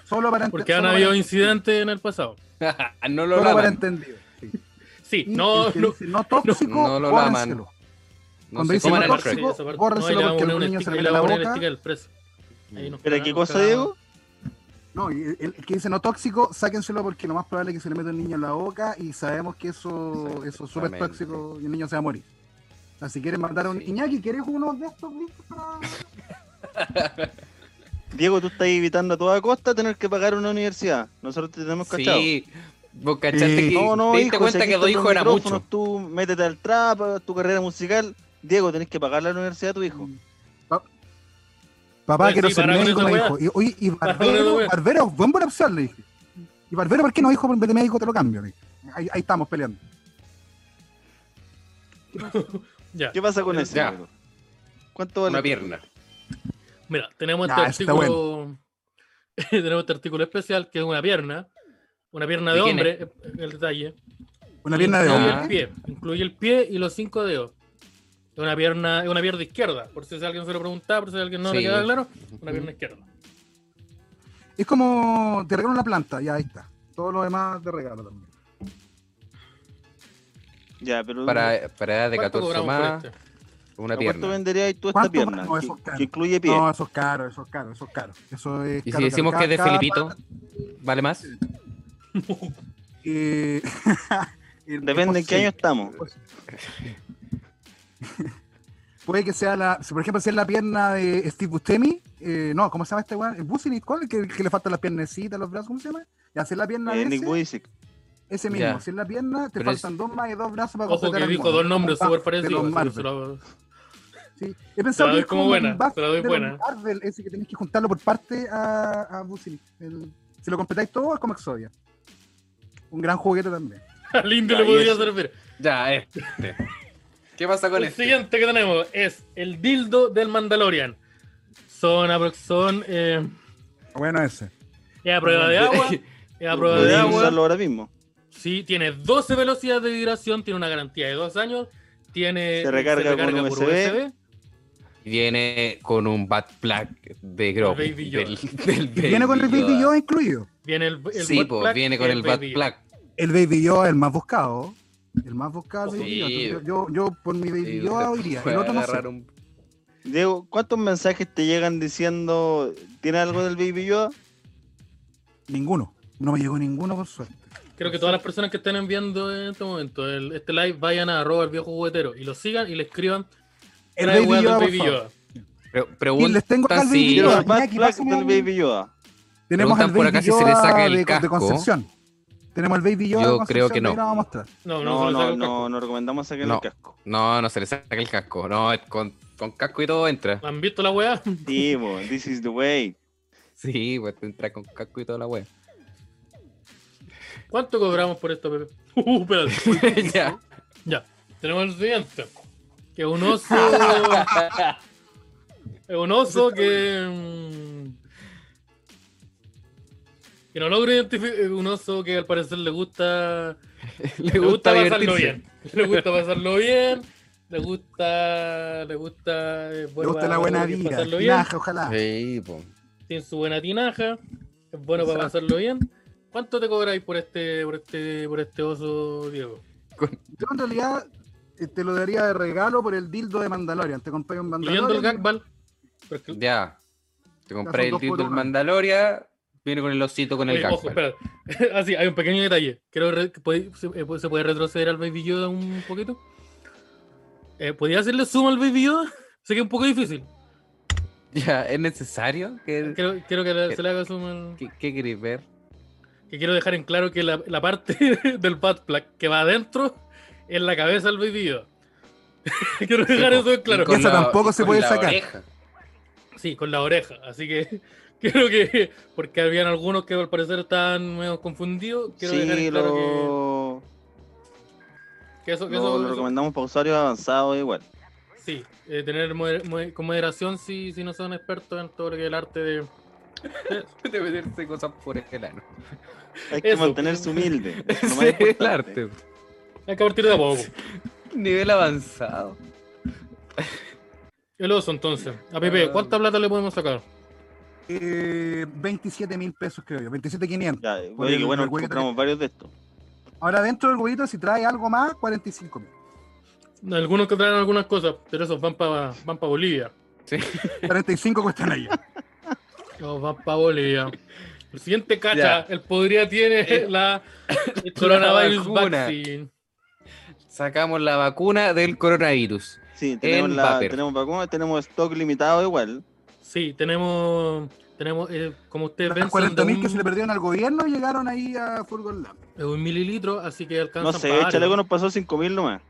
Solo para porque han solo habido para- incidentes en el pasado. no lo solo para lavan. entendido. sí. Sí, Y no, el que no, dice no tóxico, no lo laman. bórrenselo. No cuando se dice coman no al tóxico, Shrek. Sí, esa parte. bórrenselo ahí le vamos porque a los poner niños se sticker, le le meten la vamos a poner el boca. sticker del preso. Ahí nos ¿Pero qué cagamos, cosa, cagamos. Diego? No, y el, el que dice no tóxico, sáquenselo porque lo más probable es que se le meta el niño en la boca y sabemos que eso, eso es súper Exactamente. tóxico y el niño se va a morir. O sea, si quieres matar a un Sí. Iñaki, ¿quieres uno de estos listos para- Diego, tú estás evitando a toda costa tener que pagar una universidad. Nosotros te tenemos cachado. Sí. Vos cachaste Sí. que No, no, te diste hijo, si cuenta aquí que dos están los hijos era micrófonos, mucho. Tú métete al trap, haz tu carrera musical. Diego, tenés que pagarle a la universidad a tu hijo. Mm. Papá, Oye, quiero Pues sí, ser para con médico, esa me weá. dijo. Y, oye, y Para con esa Barbero, weá. Barbero, buen buena opción, le dije. Y Barbero, ¿por qué no dijo por vez de médico te lo cambio? Le dije. Ahí, ahí estamos peleando. Ya. ¿Qué pasa con Ya. eso? Diego? ¿Cuánto vale? Una pierna. Mira, tenemos este Ah, está artículo. tenemos este artículo especial que es una pierna. Una pierna ¿De de quién hombre, eh, el detalle. Una pierna de incluye Ah. el hombre. pie, incluye el pie y los cinco dedos. Es una pierna, es una pierna izquierda, por si alguien se lo preguntaba, por si alguien no le Sí. queda claro, una pierna izquierda. Es como te regalo una planta, ya ahí está. Todo lo demás te regalo también. Ya, pero Para, para edad de ¿Cuánto 14 cobramos por más, este? una ¿a cuánto pierna. venderías tú esta ¿Cuánto pierna? vale? No, que, eso es caro. que incluye pie. No, eso es caro, eso es caro, eso es caro. Eso es Y si caro, caro. decimos que Cada- es de cada Felipito, ¿vale más? Eh, el- Depende en por qué año pues, sí. estamos. Puede que sea la. si, por ejemplo, si es la pierna de Steve Buscemi. eh, no, ¿cómo se llama este weón? ¿Buscemi? ¿Cuál? es ¿Que, que le faltan las piernecitas, los brazos? ¿Cómo se llama? Y hacer la pierna de Eh, Nick ese, Buisic. ese mismo. Ya. Si es la pierna, te Pero faltan dos más y dos brazos para Ojo completar que el dijo mono. dos nombres Ah, súper de los parecidos. así que se Marvel. lo- Sí. He Te pensado la doy que es como el buena, back te la doy de los buena. Marvel, ese que tenéis que juntarlo por parte a, a Buscemi. El- si lo completáis todo, es como Exodia. Un gran juguete también. Al indio le Ya, y podría ese. servir. Ya, este. ¿Qué pasa con El este? siguiente que tenemos es el dildo del Mandalorian. Son, apro- son eh, Bueno, ese. es a prueba de agua. Es a prueba de Podrías agua. usarlo ahora mismo. Sí, tiene 12 velocidades de vibración, tiene una garantía de 2 años, tiene Se recarga con por USB. Viene con un bad plug de Grogu. El Baby Yoda. Del, del Y viene con el Baby Yoda. Yoda incluido. viene el, el Sí, butt pues, plug viene y con el bad baby. plug. El Baby Yoda es el más buscado. El más buscado. Sí. Baby Yoda. Entonces, Yo, yo, yo por mi Baby Sí, Yoda usted iría. puede El otro no sé. agarrar un- Diego, ¿cuántos mensajes te llegan diciendo ¿Tiene algo del Baby Yoda? Ninguno. No me llegó ninguno, por suerte. Creo que todas las personas que estén viendo en este momento el- este live vayan a arroba el viejo juguetero y lo sigan y le escriban El "Trae weas Baby del Yoda, por Baby favor. Yoda". Pre- Y les tengo acá el preguntan Baby si, Yoda. Quiero el Bad Iñaki, Black pásame del el- Baby Yoda. Tenemos el Preguntan por Baby acá si Yoda se le saca el de, de casco. Concepción. Tenemos el Baby Yoda Yo de Concepción, creo que no. ahí lo vamos a mostrar. No, No, no, se le saca no, el no, casco. no recomendamos sacar No. el casco. No, no se le saca el casco. No, es con, con casco y todo entra. ¿Han visto la weá? Sí, bo, this is the way. Sí, pues entra con casco y toda la wea. ¿Cuánto cobramos por esto, Pepe? Uh, espérate. ya. Ya, tenemos el siguiente. Que es un oso. es un oso que. mm, Que no logra identificar. Un oso que al parecer le gusta. Le Le gusta, gusta pasarlo divertirse. bien. Le gusta pasarlo bien. Le gusta. Le gusta. eh, Le gusta la para- buena para vida. Pasarlo bien. Tinaja, ojalá. Sí, pues, po. Tiene su buena tinaja. Es bueno para Exacto. pasarlo bien. ¿Cuánto te cobráis por este, por este, por este oso, Diego? Yo en realidad eh, te lo daría de regalo por el dildo de Mandalorian. Te compré un Mandalorian. Incluyendo el gagball. Pero es que- Ya. Te compré el dos título por del uno. Mandaloria. Viene con el osito con el Oye, ojo, casco. espera. Ah, sí, hay un pequeño detalle. Creo re- que puede- se, eh, puede- se puede retroceder al Baby Yoda un poquito. Eh, ¿Podría hacerle zoom al Baby Yoda? sé que es un poco difícil. Ya, ¿es necesario? ¿Qué, Creo, creo que le- se le haga zoom al... qué, qué queréis ver? Que quiero dejar en claro que la, la parte del Bad Black que va adentro es la cabeza del Baby Yoda. quiero dejar Sí, po. eso en claro. Y con Esa tampoco y se con puede la sacar. oreja. Sí, con la oreja. Así que creo que... Porque habían algunos que al parecer estaban medio confundidos. Quiero dejar Sí, en claro que- lo, que, eso... que lo- eso- lo eso- recomendamos para usuarios avanzados igual. Sí, eh, tener moder- moder- con moderación si, si no son expertos en todo lo que es el arte de... De meterse cosas por el ano. Hay que Eso. mantenerse humilde. es lo Ese más es el importante. arte. Hay que partir de a poco. Nivel avanzado. El oso entonces. A Pepe, ¿cuánta plata le podemos sacar? Eh, 27 mil pesos, creo yo. 27.500. Ya, Por oye, el que bueno, recuerdo que- compramos varios de estos. Ahora dentro del huevito, si trae algo más, 45 mil. Algunos que traen algunas cosas, pero esos van para van pa Bolivia. 45 cuestan allá. Esos Oh, van para Bolivia. El siguiente cacha, el podría tiene Eh, la coronavirus vacuna. vaccine. Sacamos la vacuna del coronavirus. Sí, tenemos, En la, Vapor. tenemos vacunas, tenemos stock limitado igual. Sí, tenemos, tenemos eh, como ustedes ven, Las son 40 de mil que se le un, perdieron al gobierno llegaron ahí a Furgon Lab. de un mililitro, así que alcanzan No sé, pa' el chaleco varios. nos pasó 5.000 nomás.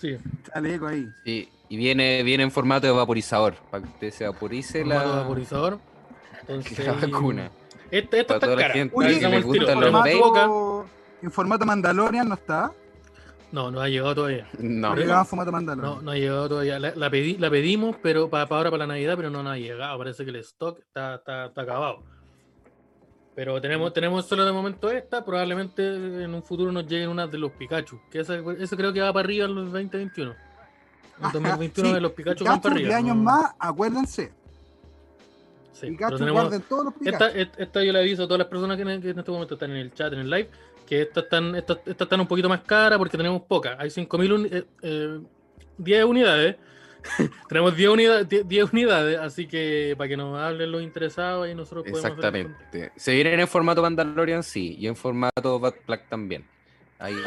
Sí, Chaleco ahí. Sí, y viene, viene en formato de vaporizador. Para que usted se vaporice la, formato vaporizador. Entonces, la vacuna. Esta, esta Para está toda la cara. gente Oye, que en le el tiro. gustan los Formato- vape. formato, en formato Mandalorian no está. No, no ha llegado todavía. No, No Pero- llegaba en formato No, Mandalorian. no ha llegado todavía. La, la pedí- la pedimos, pero para, ahora para la Navidad, pero no nos ha llegado. Parece que el stock está, está- está acabado. Pero tenemos, tenemos solo de momento esta. Probablemente en un futuro nos lleguen unas de los Pikachu. Que esa- eso, creo que va para arriba en los 2021. En Ajá, 2021 sí, de los Pikachu van Pikachu, para arriba. 10 años no- más, acuérdense. sí, pero Pikachu, tenemos- guarden todos los Pikachu. esta, et- esta yo le aviso a todas las personas que en, que en este momento están en el chat, en el live, que estas están, estas, estas están un poquito más caras porque tenemos pocas. Hay 5.000, uni- eh, eh, 10 unidades. tenemos 10 unidades, 10, 10 unidades, así que para que nos hablen los interesados y nosotros podemos... hacer el contacto. exactamente. Se vienen en formato Mandalorian, sí, y en formato Bad Black también. Ahí a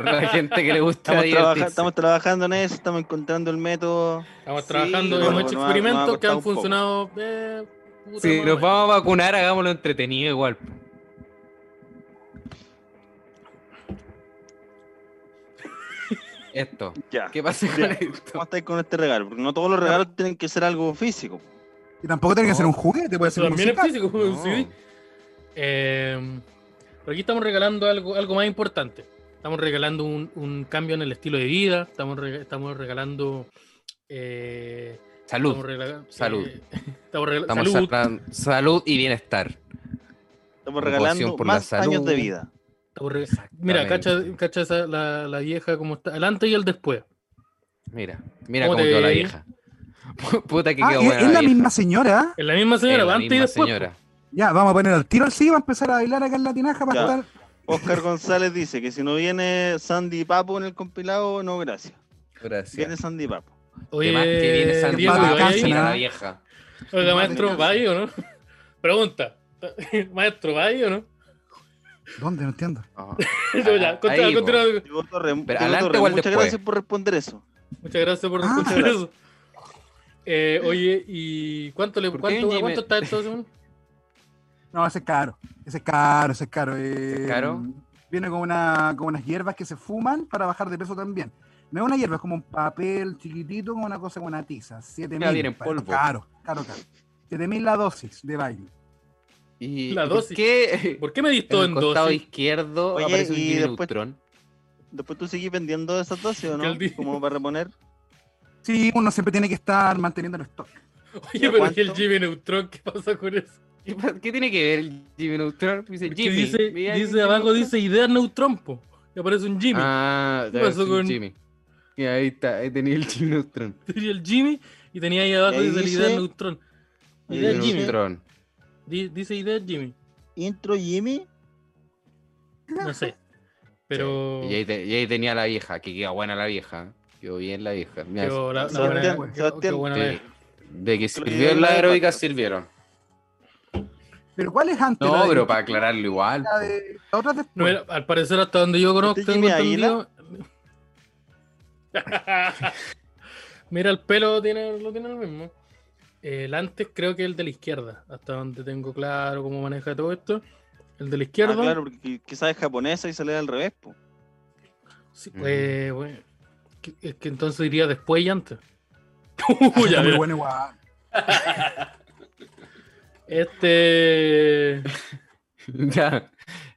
a la gente que le gusta Estamos, trabaja- divertirse. estamos trabajando en eso, estamos encontrando el método. Estamos Sí, trabajando, bueno, hemos hecho nos ha- nos ha experimentos que costado han un poco. funcionado. eh, puta Si madre. nos vamos a vacunar, hagámoslo entretenido igual. Esto. Ya. ¿Qué pasa con Ya. esto? ¿Cómo estáis con este regalo? Porque no todos los regalos tienen que ser algo físico. Y tampoco tiene que No. ser un juguete, puede ser un También es musical. físico, No. sí. Eh, pero aquí estamos regalando algo, algo más importante. Estamos regalando un, un cambio en el estilo de vida. Estamos, rega- estamos regalando. eh, estamos Salud. rega- Salud. eh, estamos rega- Estamos salud. salud. salud y bienestar. Una Estamos regalando pasión por la más años salud. de vida. estamos rega- Mira, cacha, Exactamente. cacha esa- la, la vieja como está. El antes y el después. Mira, mira ¿Cómo cómo te quedó la veis? vieja. Puta que Ah, quedó ¿es, buena es la vieja. misma señora? Es la misma Es señora, la antes y misma después. señora. Ya, vamos a poner al tiro al sí y va a empezar a bailar acá en la tinaja para Ya. estar. Oscar González dice que si no viene Sandy y Papo en el compilado, no, gracias. Viene Gracias. Sandy y Papo. po. Que más que viene Oye, esa Diego, ¿eh? hermana ¿vaya ahí? cáncer, la nada. vieja. Oiga, maestro, Madre. ¿va ahí o no? Pregunta. Maestro, ¿va ahí o no? ¿Dónde? No entiendo. Ajá. Ya, continúa, Ah, Ahí, po. continúa. Divoto Rem- Pero Divoto adelante Rem, o al muchas después. gracias por responder eso. Muchas gracias por Ah. escuchar eso. Eh, oye, ¿y cuánto le ¿Por qué cuánto, Jimmy- cuánto está esto? según? No, ese es caro. Ese es caro, ese es caro. eh, caro? Viene con, una, con unas hierbas que se fuman para bajar de peso también. No es una hierba, es como un papel chiquitito, como una cosa con una tiza. Siete Ya mil. viene en compadre. polvo. Caro, caro, caro. Siete mil la dosis de baile. Y La ¿por dosis. qué ¿Por qué me diste en en el dos? costado izquierdo Oye, aparece un y Jimmy después- Neutron? Después tú seguís vendiendo esas dosis, ¿o Que él no? dijo. Como para reponer. Sí, uno siempre tiene que estar manteniendo el stock. Oye, pero ¿y el ¿Cuánto? Jimmy Neutron? ¿Qué pasa con eso? ¿Qué, pa- qué tiene que ver el Jimmy Neutron? Dice Porque Jimmy. dice, mira, dice Jimmy abajo, Neutron. dice idea Neutron, po. Y aparece un Jimmy. Ah, ¿Qué debe pasó ser con- Jimmy. Y ahí está, ahí tenía el Jimmy Neutron. Tenía el Jimmy y tenía ahí abajo Y ahí dice, dice- idea Neutron. Y Idea ahí Jimmy Jimmy. Neutron. Di- Dice idea Jimmy. Intro Jimmy. No sé. Pero, Sí. Y, ahí te- y ahí tenía la vieja, que queda buena la vieja. Quedó bien la vieja. Mira, pero la, la Sebastián, buena- qué- Sebastián. qué buena sí. la vieja. De que Incluye sirvió la la de heroica, Paco. sirvieron. ¿Pero cuál es antes? No, de- pero para aclararlo igual. La, po. de, la otra es después. No, era- al parecer hasta donde yo conozco, ¿Este tengo Jimmy entendido. Mira, el pelo tiene, lo tiene el mismo. El antes creo que el de la izquierda, hasta donde tengo claro cómo maneja todo esto. El de la Ah, izquierda. claro, porque quizás es japonesa y se le da al revés, po. sí, Ujú. eh, bueno, que- es que entonces iría después y antes. Uy, ya, Está muy mira. bueno igual. Este. Ya.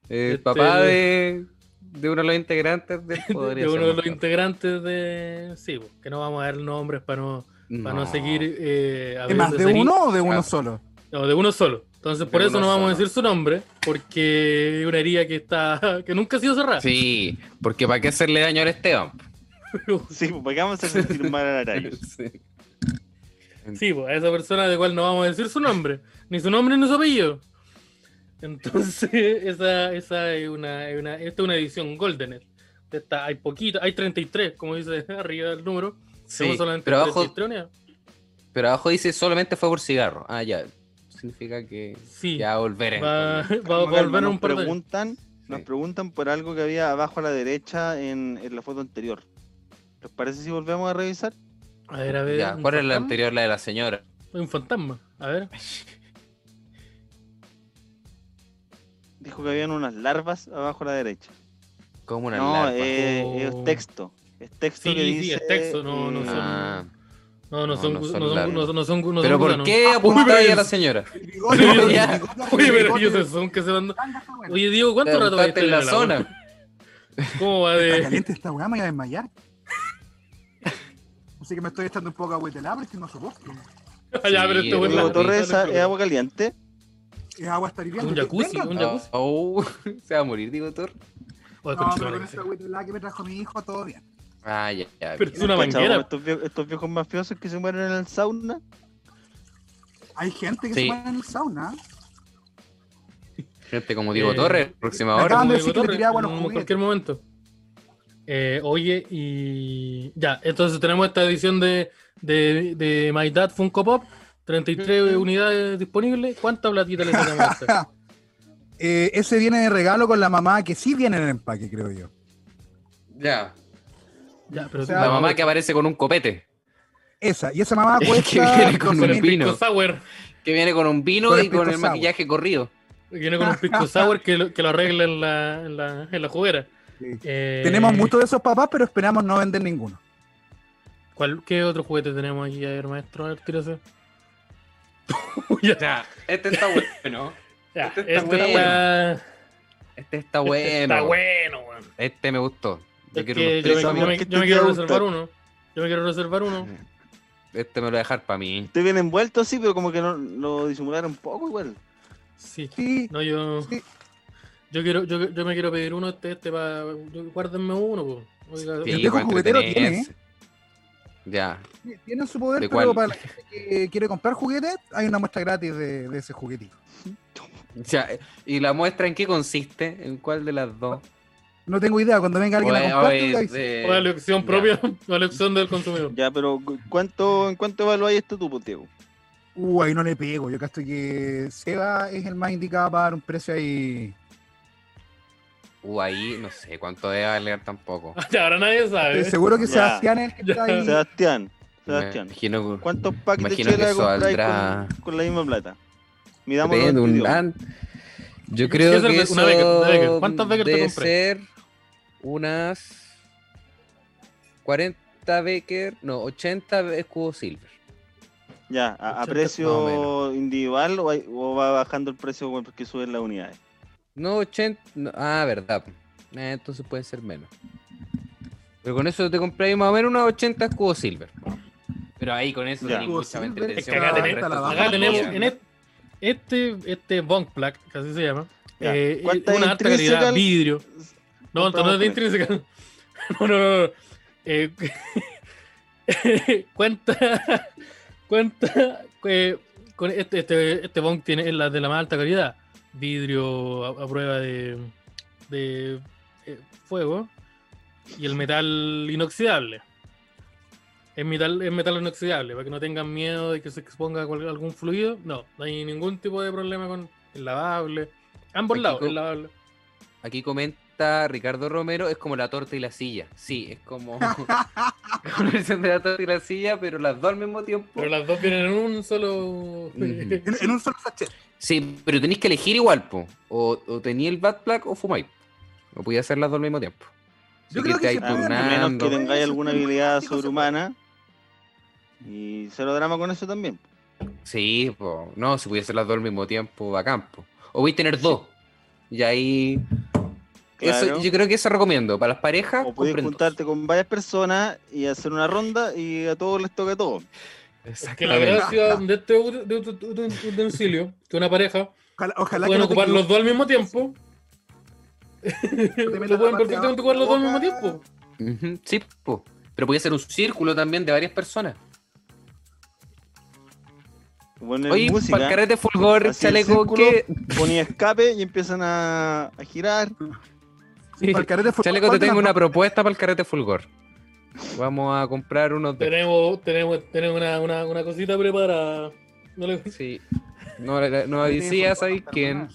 El Este- papá de, de uno de los integrantes del podría De ser uno de los mejor. integrantes de. Sí, bo, que no vamos a dar nombres para no, para no. seguir. Eh, ¿Es más abriendo de cerillos. uno o de uno Claro. solo? No, de uno solo. Entonces, De por eso uno no vamos a solo. decir su nombre, porque es una herida que está que nunca ha sido cerrada. Sí, porque ¿para qué hacerle daño al Esteban? Sí, pues ¿para qué vamos a sentir mal a la araña? Sí. Sí, pues, a esa persona de cual no vamos a decir su nombre, ni su nombre ni su apellido. Entonces, esa, esa es una, es una- esta es una edición Golden. De esta hay poquito, hay 33, como dice arriba del número. Tenemos solamente pero, abajo, 33 unidades. pero abajo dice solamente fue por cigarro. Ah, ya. Significa que Sí, ya volveré. va, entonces. va a Calma, calma, volver nos un par de... preguntan, Nos Sí. preguntan por algo que había abajo a la derecha en, en la foto anterior. ¿Les parece si volvemos a revisar? A ver, a ver. Ya, ¿un ¿Cuál es la fantasma? anterior? La de la señora. Hay un fantasma. A ver. Dijo que habían unas larvas abajo a la derecha. Como una No, larva. eh, Oh. es texto. Es texto Sí, que sí, dice. es texto, no- no eh, son- Ah, No, no No, son no gu- son no son- larvas. no- no son gu- no pero son ¿por gusanos. qué Ah, apuntáis a la pero- señora? El bigote, Sí, el ya. bigote, el Oye, pero bigote. ellos son que se van Tanga está buena. Oye, Diego, ¿cuánto Te rato vais a apuntaste en la estar en la zona. web? ¿Cómo va Está de.? caliente esta weá, me voy a desmayar. Así que me estoy echando un poco agüetelada, pero es que no soporto. Ya, pero este Sí, güey Bueno, Diego la- Torres eh, está en es el agua caliente. Es agua estar hirviendo. Un jacuzzi, Venga, un no, jacuzzi. Oh, se va a morir, digo Thor. Oye, pero conchetumare, con esta agüetelada que me trajo mi hijo, todo bien. Ah, ya, ya. Pero es bien. una Cachado, manguera. estos, vie- estos viejos mafiosos que se mueren en el sauna. Hay gente que Sí. se muere en el sauna. Gente como Diego Eh, Torres, próxima me hora. acaban de Diego decir que le Torres, tiré agua a los en juguetes. cualquier momento. Eh, oye, y. Ya, entonces tenemos esta edición de, de, de My Dad Funko Pop. 33 unidades disponibles. ¿Cuánta platita le sacamos a esta? eh, ese viene de regalo con la mamá, que sí viene en el empaque, creo yo. Ya. Ya, pero O sea, tú- La mamá que aparece con un copete. Esa, y esa mamá Es que cuesta viene con con el 12.000. vino. pisco sour. Que viene con un vino Con el y con pisco el sour. maquillaje corrido. Viene con un pisco sour que lo, que lo arregla en la, en la, en la juguera. Sí. Eh, Tenemos muchos de esos papás, pero esperamos no vender ninguno. ¿cuál- ¿Qué otro juguete tenemos aquí? A ver, maestro, a ver, tírase. ya, Ya, este está bueno. ya, este está este bueno. está- Este está bueno. este está bueno, weón. Este me gustó. Yo Es quiero que unos yo tres me, Pensamos yo me- que yo me te quiero iba a reservar gustar. uno. Yo me quiero reservar uno. Este me lo voy a dejar para mí. Te viene envuelto así, pero como que no, lo disimularon un poco igual. Sí. Sí, No, yo. Sí. Yo quiero, yo, yo me quiero pedir uno este, este para. Guárdenme uno, po. Oiga, Sí, El viejo para juguetero tiene, ¿eh? entretenerse. Ya. tienen su poder, ¿De pero cuál? para la gente que quiere comprar juguetes, hay una muestra gratis de, de ese juguetito. ya. ¿Y la muestra en qué consiste? ¿En cuál de las dos? No tengo idea, cuando venga alguien O es- a o comprar, es te aviso. de- O la opción ya. propia, o la opción del consumidor. Ya, pero cu- ¿cuánto, ¿en cuánto evaluáis esto tú, pues, Diego? Uh, ahí no le pego. Yo casto que Seba es el más indicado para dar un precio ahí. Uh, ahí no sé cuánto debe valer tampoco. Ya, ahora nadie sabe. Estoy seguro que Ya. Sebastián es el que Ya. está ahí. Sebastián, Me Sebastián, imagino que- ¿cuántos packs de Imagino que chela eso compráis valdrá- con, con la misma plata? Miramos depende, los un videos. an- Yo creo Esa que es una Becker, una Becker. eso ¿Cuántas Becker te debe compré? ser unas 40 Becker, no, 80 escudos silver. Ya, a, a 80, más o precio menos. individual o, hay- o va bajando el precio porque suben las unidades. No, 80. no, ah, verdad. po. Eh, entonces puede ser menos. Pero con eso te compré más o menos unas 80 escudos silver. Pero ahí con eso Ya. tenés Escudos mucha más silver, entretención es que acá para el tenés- resto de acá la Acá tenemos familia. en este, este, este bunk plug, que así se llama. Ya. eh, ¿Cuántas una alta calidad, Intrinsical? vidrio. No, entonces no Compramos es de tres. intrínseca. No, no, no. no. Eh, cuenta, cuenta, eh, con este, este, este bong tiene es la de la más alta calidad. Vidrio a, a prueba de, de eh, fuego y el metal inoxidable. Es metal, es metal inoxidable, para que no tengan miedo de que se exponga a cual- algún fluido. No, no hay ningún tipo de problema con el lavable. Ambos Aquí lados, co- el lavable. Aquí comenta Ricardo Romero, es como la torta y la silla. Sí, es como una versión de la torta y la silla, pero las dos al mismo tiempo. Pero las dos vienen en un solo. Mm. En, en un solo sachet. Sí, pero tenéis que elegir igual, po. O, o tenía el Bad Black o fumáis. O podía hacer las dos al mismo tiempo. Así Yo creo que estáis se puede, A Fernando. menos que turnando. tengáis alguna Sí, habilidad sí, sí, sí. sobrehumana. Y cero drama con eso también. Sí, po. No, si pudiese hacer las dos al mismo tiempo, bacán, po. O voy a tener dos. Y ahí. eso- Claro. yo creo que eso recomiendo. Para las parejas. O podéis compren dos. juntarte con varias personas y hacer una ronda y a todos les toca todo. Que la Exactamente. gracia de este ut- de ut- ut- utensilio, que una pareja, Ojalá, ojalá que pueden no te ocupar los equivoques, dos al mismo tiempo. te metas Lo la pueden parte perfectamente abajo, ocupar los dos al mismo boca. tiempo. Ujú, Sí, po. Pero podía ser un círculo también de varias personas. Bueno, Oye, para el música, carrete fulgor, Así el chaleco, círculo. ¿qué? ponía escape y empiezan a, a girar. Sí, para el carrete fue- Chaleco, te ¿cuánto tengo la- una propuesta para el carrete fulgor. Vamos a comprar unos de. Tenemos, tenemos, tenemos una, una, una cosita preparada. No le- Sí. No, la- no Sí, decía, fue- ¿sabéis quién?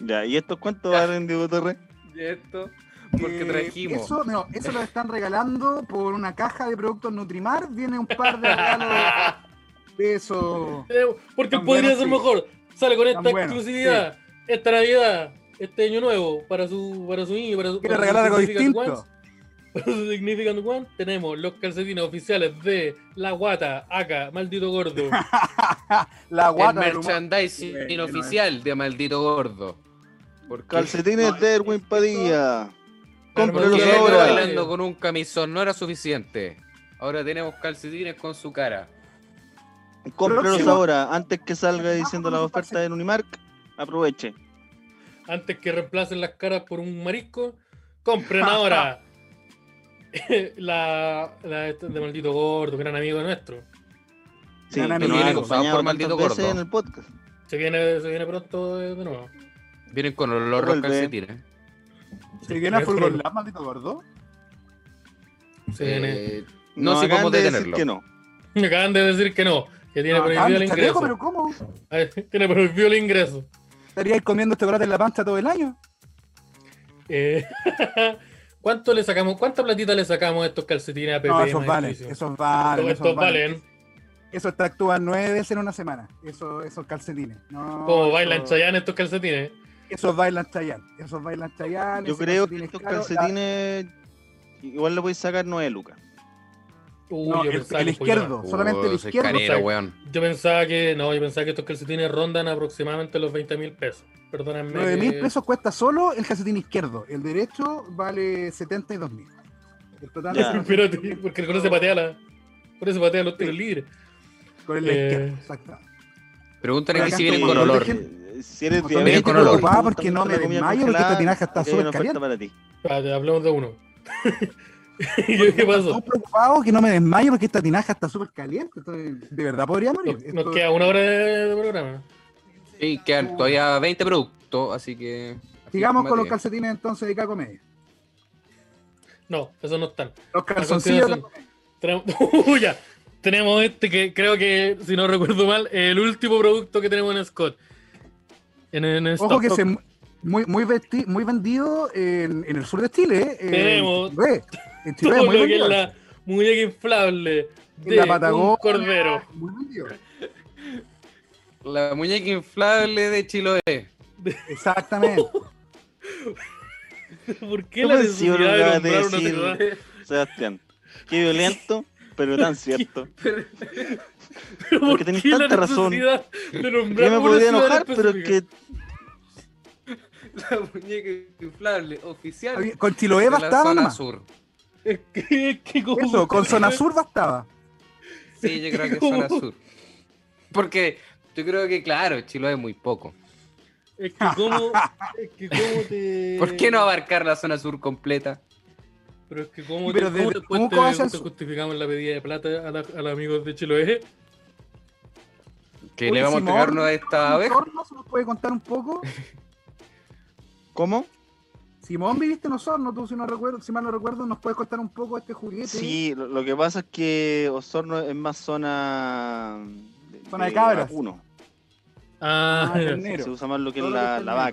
Ya, ¿y estos cuánto valen, Diego Torres? Y esto, Eh, Eso, no, eso lo están regalando por una caja de productos Nutrimar. Viene un par de regalos de eso. tenemos- Porque Tan podría bueno, ser sí. mejor. Sale con esta Tan bueno, exclusividad, esta Navidad, este año nuevo, para su, para su niño, para su. Quiere para su regalar algo Significant distinto. Para su Significant One tenemos los calcetines oficiales de La Guata, Acá, Maldito Gordo, La El guata del humor. merchandising Bueno, oficial de Maldito Gordo. Porque Calcetines No, de Erwin Padilla. Cómpralos porque Pero verlo ahora- bailando con un camisón no era suficiente. Ahora tenemos calcetines con su cara. Cómpralos Próximo. ahora, antes que salga diciendo las ofertas de Unimark. Aproveche. antes que reemplacen las caras por un marisco, compren ahora la, la esta de Maldito Gordo, gran amigo nuestro. Sí, Ganan que el nos han dinero, acompañado por maldito tantas veces gordo. en el podcast. Se viene, se viene pronto de, de nuevo. Vienen con olor los Vuelve. calcetines. Se viene a Fútbol Lab, maldito gordo. Se viene- Eh, No, sí, acaban vamos a de decir detenerlo. que no. Me acaban de decir que no. que tiene Ah, prohibido el chaleco, ingreso. pero ¿cómo? Ay, Tiene prohibido el ingreso. ¿Estarías comiendo este brazo en la pancha todo el año? Eh, ¿Cuánto le sacamos? ¿Cuánta platita le sacamos a estos calcetines a Pepe? No, esos Maestro? valen, Sí. esos valen, Estos- esos estos valen. valen. Esos te actúan nueve veces en una semana, esos, esos calcetines. No, Como bailan esos- Chayanne estos calcetines. Esos bailan Chayanne, esos bailan Chayanne. Yo esos creo que estos caros, la- calcetines igual le voy a sacar 9 lucas. Uy, No, yo el, pensaba el que un poquito izquierdo, solamente el Oh, soy izquierdo. canera, sabe. weón. más. Yo pensaba que, no, yo pensaba que estos calcetines rondan aproximadamente los 20 mil pesos. Perdónenme. 9 mil que- pesos cuesta solo el calcetín izquierdo, el derecho vale 72 mil. El total Ya. es Pero, tío, porque el se patea la. Por eso patea los tiros libres. con el Eh, izquierdo, exacto. Pregúntale Por que acá si estoy vienen con viendo olor. gente. eh, Si eres No, diabético, con olor. te gusta Ah, porque no mucho me la comida desmayo, porque esta congelada, tinaja está aquí hay súper una oferta caliente. para ti. Espérate, hablamos Ah, de uno. ¿Qué qué pasó? Estoy preocupado que no me desmayo porque esta tinaja está súper caliente. entonces, de verdad podría morir. Nos, Esto- nos queda una hora de, de programa. Sí, quedan todavía 20 productos, así que. Uh. Sigamos con los calcetines. calcetines entonces de Caco Media. No, esos no están. Los calzoncillos. de continuación. Tenemos, Caco Media. Uy, ya. Tenemos este que creo que, si no recuerdo mal, el último producto que tenemos en Scott. En, en stock. Ojo que se mu- muy, muy, vesti- muy vendido en, en el sur de Chile. eh, Tenemos En Chiloé. En Todo Chiloé, muy lo que es vendido. la muñeca inflable de En la un Patagonia. cordero. Muy vendido. La muñeca inflable de Chiloé. Exactamente. ¿Por qué Yo la pensé, necesidad bro, de que comprar decir- una ciudad? Sebastián, qué violento, pero tan cierto. Pero ¿Por tenés qué tanta la razón. necesidad de nombrar Yo me una podría ciudad enojar, pero es específica? que La muñeca inflable oficial. Había- Con Chiloé de la bastaba zona nomás. sur. Es que, es que como- Eso, con Zona Sur bastaba. Sí, yo creo que es ¿Cómo? zona sur. Porque yo creo que, claro, Chiloé es muy poco. Es que como, es que como te... ¿Por qué no abarcar la zona sur completa? Pero es que como Pero te, desde cómo después Temuco te- hacia el te sur. justificamos la pedida de plata a, la- a los amigos de Chiloé. Que le vamos a Buenísimo, entregar una Orne. de estas abejas. Osorno, ¿se nos puede contar un poco? ¿Cómo? Simón, viviste en Osorno, tú si, no recuerdo, si mal no recuerdo, ¿nos puedes contar un poco este juguete? Sí, lo, lo que pasa es que Osorno es más zona Zona de cabras. vacuno. Ah, Ah, ya, ternero. Se usa más lo que es Todo lo que la, está la en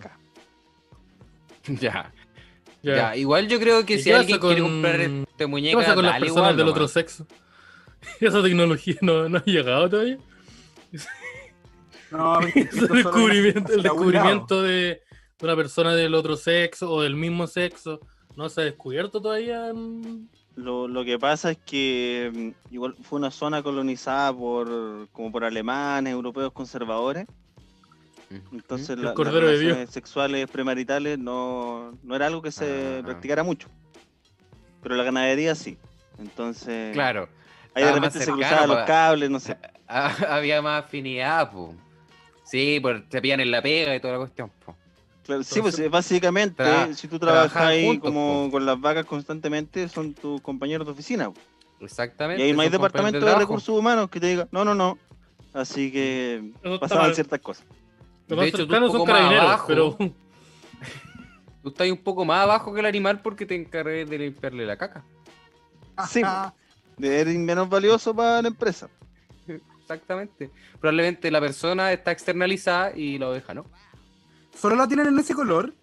vaca. medio. Ya, ya. ya. Igual yo creo que ¿Y si qué pasa alguien quiere con- comprar este ¿Qué muñeca, pasa con las dale personas igual del nomás. otro sexo? Esa tecnología no, no ha llegado todavía. No, viste, Es el esto solo- descubrimiento, el hacia un lado. descubrimiento de de una persona del otro sexo o del mismo sexo no se ha descubierto todavía. en- Lo, lo que pasa es que mm, igual fue una zona colonizada por como por alemanes, europeos conservadores. Ujú. Entonces El la- las Cordero de Dios. relaciones sexuales premaritales no, no era algo que se Ah. practicara mucho. Pero la ganadería sí. ¿Mm? Entonces Claro. ahí de estaba más repente se cercano cruzaban los para- cables, no sé. Ah, Había más afinidad, po. Sí, por, te pillan en la pega y toda la cuestión, po. Claro, sí, pues Entonces, eh, básicamente, tra- si tú trabajaban trabajas ahí juntos, como po. con las vacas constantemente, son tus compañeros de oficina. po. Y Exactamente. ahí no hay son compañeros departamento de, trabajo. recursos humanos que te diga, no, no, no. Así que Eso está pasaban mal. ciertas cosas. De Lo más hecho, tú un cercano son poco más carabineros, abajo. pero Tú estás un poco más abajo que el animal porque te encargué de limpiarle la caca. Sí, Eres menos valioso para la empresa. Exactamente. Probablemente la persona está externalizada y la oveja no. Solo la tienen en ese color.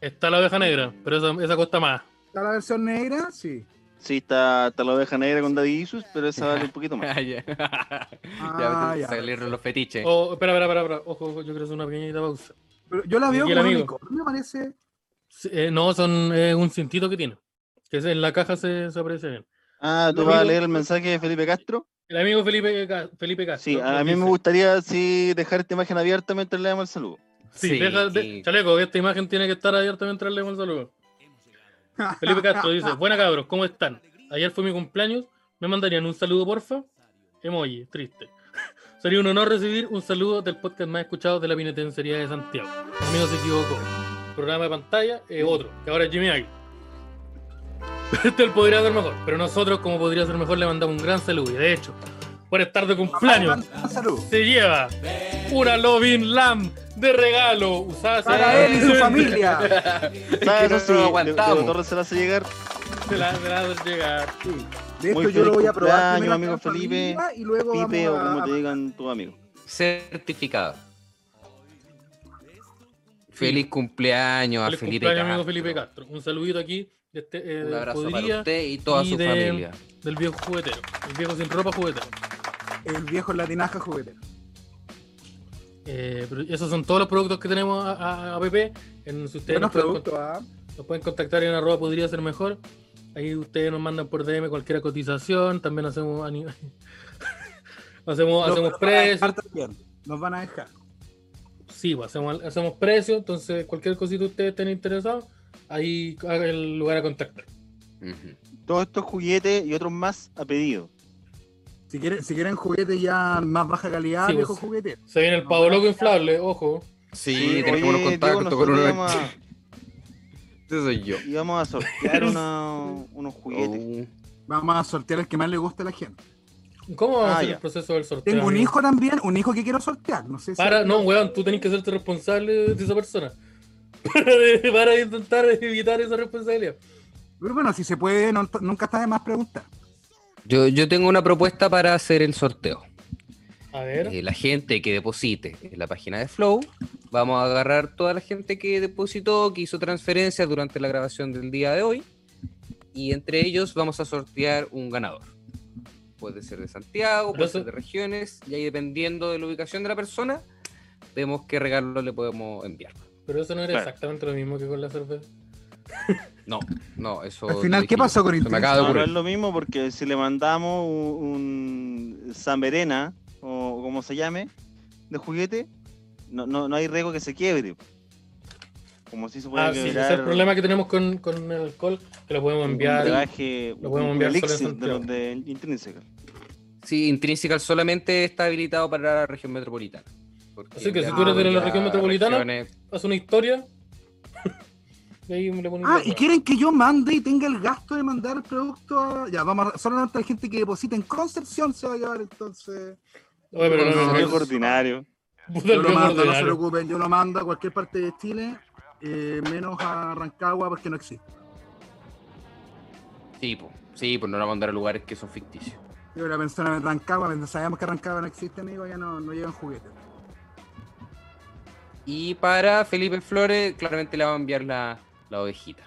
está la oveja negra, pero esa, esa cuesta más. Está la versión negra, sí. Sí, está, está la oveja negra con Daddy Issues, pero esa vale un poquito más. Ah, ya. Ah, ya, pues, ya. salieron los fetiches. Oh, espera, espera, espera, espera. Ojo, ojo, yo quiero hacer una pequeñita pausa. Pero yo la veo Miguel como un Amigo. unicornio, parece. Sí, eh, no, son eh, un cintito que tiene. Que es- en la caja se, se aprecia bien. Ah, ¿tú Lo vas a digo- leer el mensaje de Felipe Castro? El amigo Felipe, Ca- Felipe Castro. Sí, a nos mí me dice- gustaría sí, dejar esta imagen abierta mientras le damos el saludo. Sí, deja de- chaleco, que esta imagen tiene que estar abierta mientras leemos el saludo. Felipe Castro dice, buena cabros, ¿cómo están? Ayer fue mi cumpleaños, ¿me mandarían un saludo, porfa? Emoji, triste. Sería un honor recibir un saludo del podcast más escuchado de la Pinetencería de Santiago. Amigo se equivocó. Programa de pantalla es otro, que ahora es Jimmy Águila. Este él podría ser mejor, pero nosotros, como podría ser mejor, le mandamos un gran saludo. Y de hecho, por estar de cumpleaños, Un saludo. se lleva una Lovin Lamb de regalo usada Para él y su familia. ¿Sabes? no Eso lo sí, aguantamos. Torres se la hace llegar. Se la, se la hace llegar. De hecho, Muy yo lo feliz voy a probar. cumpleaños, primero amigo acá en Felipe. familia Y luego Pipe o vamos a- como te digan tus amigos. Certificado. Feliz cumpleaños a Feliz Felipe cumpleaños, amigo Castro. Felipe Castro. Un saludito aquí de este, eh, Un abrazo para Podría, usted y toda y su de- familia. del viejo juguetero. El viejo sin ropa juguetero. el viejo latinaja juguete. Eh, pero esos son todos los productos que tenemos a, a- a APP. En, si ustedes Buenos nos pueden productos, ¿ah? Nos pueden contactar en arroba podría ser mejor. Ahí ustedes nos mandan por DM cualquier cotización. También hacemos ani- hacemos, hacemos Nos- nos van a precios. dejar también, Nos van a dejar. Sí, pues, hacemos, hacemos precios. Entonces, cualquier cosita que ustedes estén interesados, ahí haga el lugar a contactar. Ujú. Todos estos juguetes y otros más a pedido. Si quieren, si quieren juguetes ya más baja calidad, Sí, viejo pues. juguete. Se viene el pavo loco inflable, ojo. Sí, Oye, tenemos unos Diego, contactos con nosotros uno. íbamos a- Este soy yo. íbamos a sortear una- unos juguetes. Oh, Vamos a sortear el que más le gusta a la gente. ¿Cómo va a Ah, hacer ya. el proceso del sorteo? Tengo un amigo? hijo también, un hijo que quiero sortear. No sé si. Para, no, weón, tú tenés que hacerte responsable de esa persona. Para, de- para intentar evitar esa responsabilidad. Pero bueno, si se puede, no- nunca está de más preguntar. Yo, yo tengo una propuesta para hacer el sorteo. A ver, Eh, la gente que deposite en la página de Flow, vamos a agarrar toda la gente que depositó, que hizo transferencias durante la grabación del día de hoy, y entre ellos vamos a sortear un ganador. Puede ser de Santiago, puede eso- ser de regiones, y ahí dependiendo de la ubicación de la persona, vemos qué regalo le podemos enviar. pero eso no era Claro. exactamente lo mismo que con la cerveza. No, no, eso. Al lo final, dije ¿qué yo. pasó con Se me Intenso? acaba de No, no es ocurrir. lo mismo porque si le mandamos un, un San Verena, o como se llame, de juguete, no, no, no hay riesgo que se quiebre. Como si se puede Ah, sí, ese es quebrar el problema que tenemos con, con el alcohol, que lo podemos un enviar. brebaje, lo podemos un enviar solo en elixir de Santiago. los de Intrínseca. Sí, Intrinsical solamente está habilitado para la región metropolitana. porque Así que si ya tú eres de la ya región metropolitana, regiones- Haz una historia. Y ahí me le ponen Ah, la y weá. quieren que yo mande y tenga el gasto de mandar el producto a. Ya, vamos a. Solamente la gente que deposita en Concepción se va a llevar entonces. Oye, pero no, No, no, Es no, no, algo ordinario. puta, Yo el lo mando, no se ordinario. preocupen, yo lo mando a cualquier parte de Chile, eh, menos a Rancagua porque no existe. Sí, pues, sí, pues no la mandar a lugares que son ficticios. Yo la persona en Rancagua, cuando sabemos que Rancagua no existe, amigo, ya no, no llegan juguetes. Y para Felipe Flores, claramente le va a enviar la, la ovejita.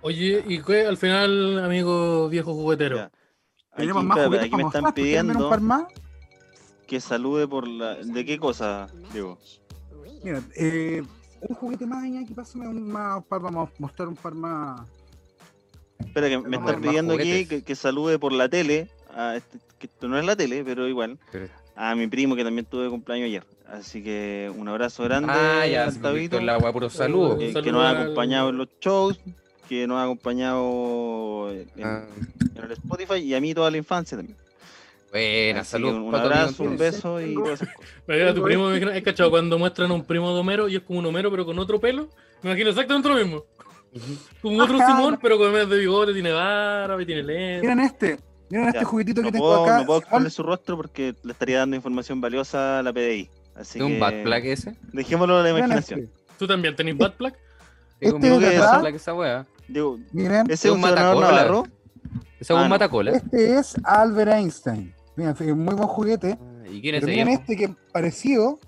Oye, ¿y qué? Al final, amigo viejo juguetero. Ya. Aquí, Tenemos más espera, juguetes aquí me para mostrar, están ¿por qué no vieron un pidiendo par más? que salude por la... ¿De qué cosa, Diego? Mira, eh, un juguete más, Iñaki, pásame un más, un par, vamos a mostrar un par más. Espera, que me Vamos a están ver más pidiendo aquí juguetes. que, que salude por la tele. a este- que esto no es la tele, pero igual. Pero- A mi primo que también tuve cumpleaños ayer. Así que un abrazo grande. Ah, ya, se Gustavito, convirtió en la agua, puro saludo. Eh, que, Un que saludo nos ha al- acompañado en los shows, que nos ha acompañado en, Ah, en el Spotify y a mí toda la infancia también. buena, Así que saludos. Un, un para todos abrazo, un amigos. beso y todas esas cosas. Me imagino a tu primo, me imagino- es cachado, cuando muestran a un primo de Homero y es como un Homero pero con otro pelo, me imagino exactamente lo mismo. Como otro Ajá. Simón, pero con en vez de bigote, tiene barba y tiene lentes. Miren este, miren este Ya, juguetito No que puedo, tengo acá. no puedo Igual, exponer su rostro porque le estaría dando información valiosa a la PDI. Así ¿Es un que bad plug ese? dejémoslo a la miren imaginación. este, ¿Tú también tenés Bad Black? ¿Es Este un de bad acá. plug esa wea? este. Digo, miren, ese es un un senador matacola. navarro. Esa es Ah, un no. matacola. este es Albert Einstein. Miren, fue un muy buen juguete. Ah, ¿Y quién es Pero ese miren viejo? este que parecido,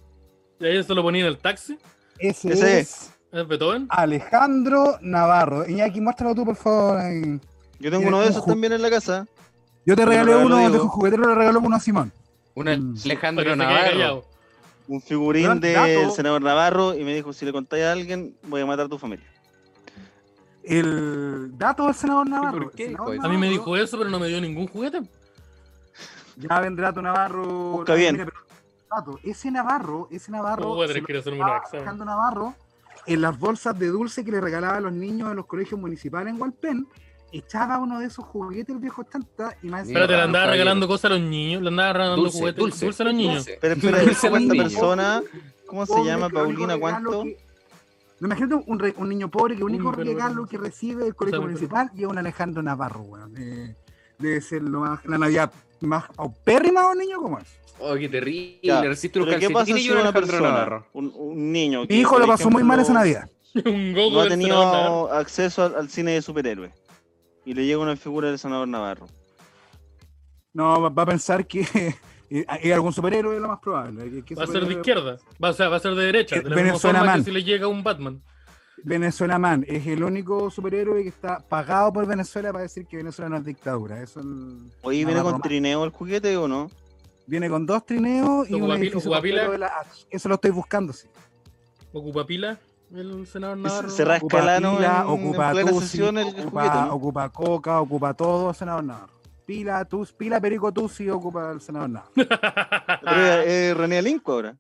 Y ahí se lo ponía en el taxi. ese, Ese es Es Beethoven. Ah, Alejandro Navarro. Iñaki, muéstralo tú, por favor. ahí. Yo tengo uno de un esos ju- también en la casa. Yo te Pero regalé regalo, uno, Diego. de un juguetero le regaló uno a Simón. Un Mm. Para que Alejandro se quede Navarro. callado. Un figurín Gran del dato. senador Navarro y me dijo, si le contáis a alguien, voy a matar a tu familia. El dato del senador Navarro. por qué El dijo senador eso? A mí me Navarro- dijo eso, pero no me dio ningún juguete. Ya vendrá tu Navarro. Busca Ah, bien. mira, pero- Dato, ese Navarro, ese Navarro, Oh, voy a se tener lo que ir a hacerme un estaba examen. Alejandro Navarro, en las bolsas de dulce que le regalaba a los niños de los colegios municipales en Hualpén, echaba uno de esos juguetes el viejo chanta y más Espérate, le Mira, andaba caballero. regalando cosas a los niños, le andaba regalando Dulce, juguetes dulce, dulce, a los niños. Dulce. Pero espera, Dulce ¿cómo esta niño. persona, cómo se Pobre, llama? que el único Paulina, regalo ¿cuánto? que- No, Imagínate un, re- un niño pobre que el único Un verbo. regalo que recibe del colegio Sabe, municipal y es un Alejandro Navarro, weón. Eh, debe ser lo más, la Navidad más paupérrima de un niño como es. Oh, qué terrible. Ya, Recibiste unos ¿Pero qué pasa calcetines y si un una Alejandro persona, Navarro. un, un niño... Mi hijo por lo pasó muy mal esa ejemplo, Navidad. un Goku No ha del senador Navarro. tenido acceso al, al cine de superhéroes y le llega una figura del senador Navarro. No, va- va a pensar que eh, hay algún superhéroe, lo más probable. que- que Va a ser de superhéroe- izquierda. Va, o sea, va a ser de derecha. De la misma Venezuela forma que Man. si le llega un Batman. Venezuela Man es el único superhéroe que está pagado por Venezuela para decir que Venezuela no es dictadura. Eso el- Hoy no, viene no, con no. trineo el juguete o no? viene con dos trineos y Los un guapi- edificio guapila. completo de la ACH. Eso lo estoy buscando, sí. Ocupa pila el senador Se, Navarro. se rasca Ocupa el ano pila, en, en ocupa plena tusi, sesión el ocupa, juguete, ¿no? ocupa coca, ocupa todo, senador Navarro. Pila, tus, pila, perico, tusi, ocupa el senador Navarro. Pero, eh, René Alinco ahora.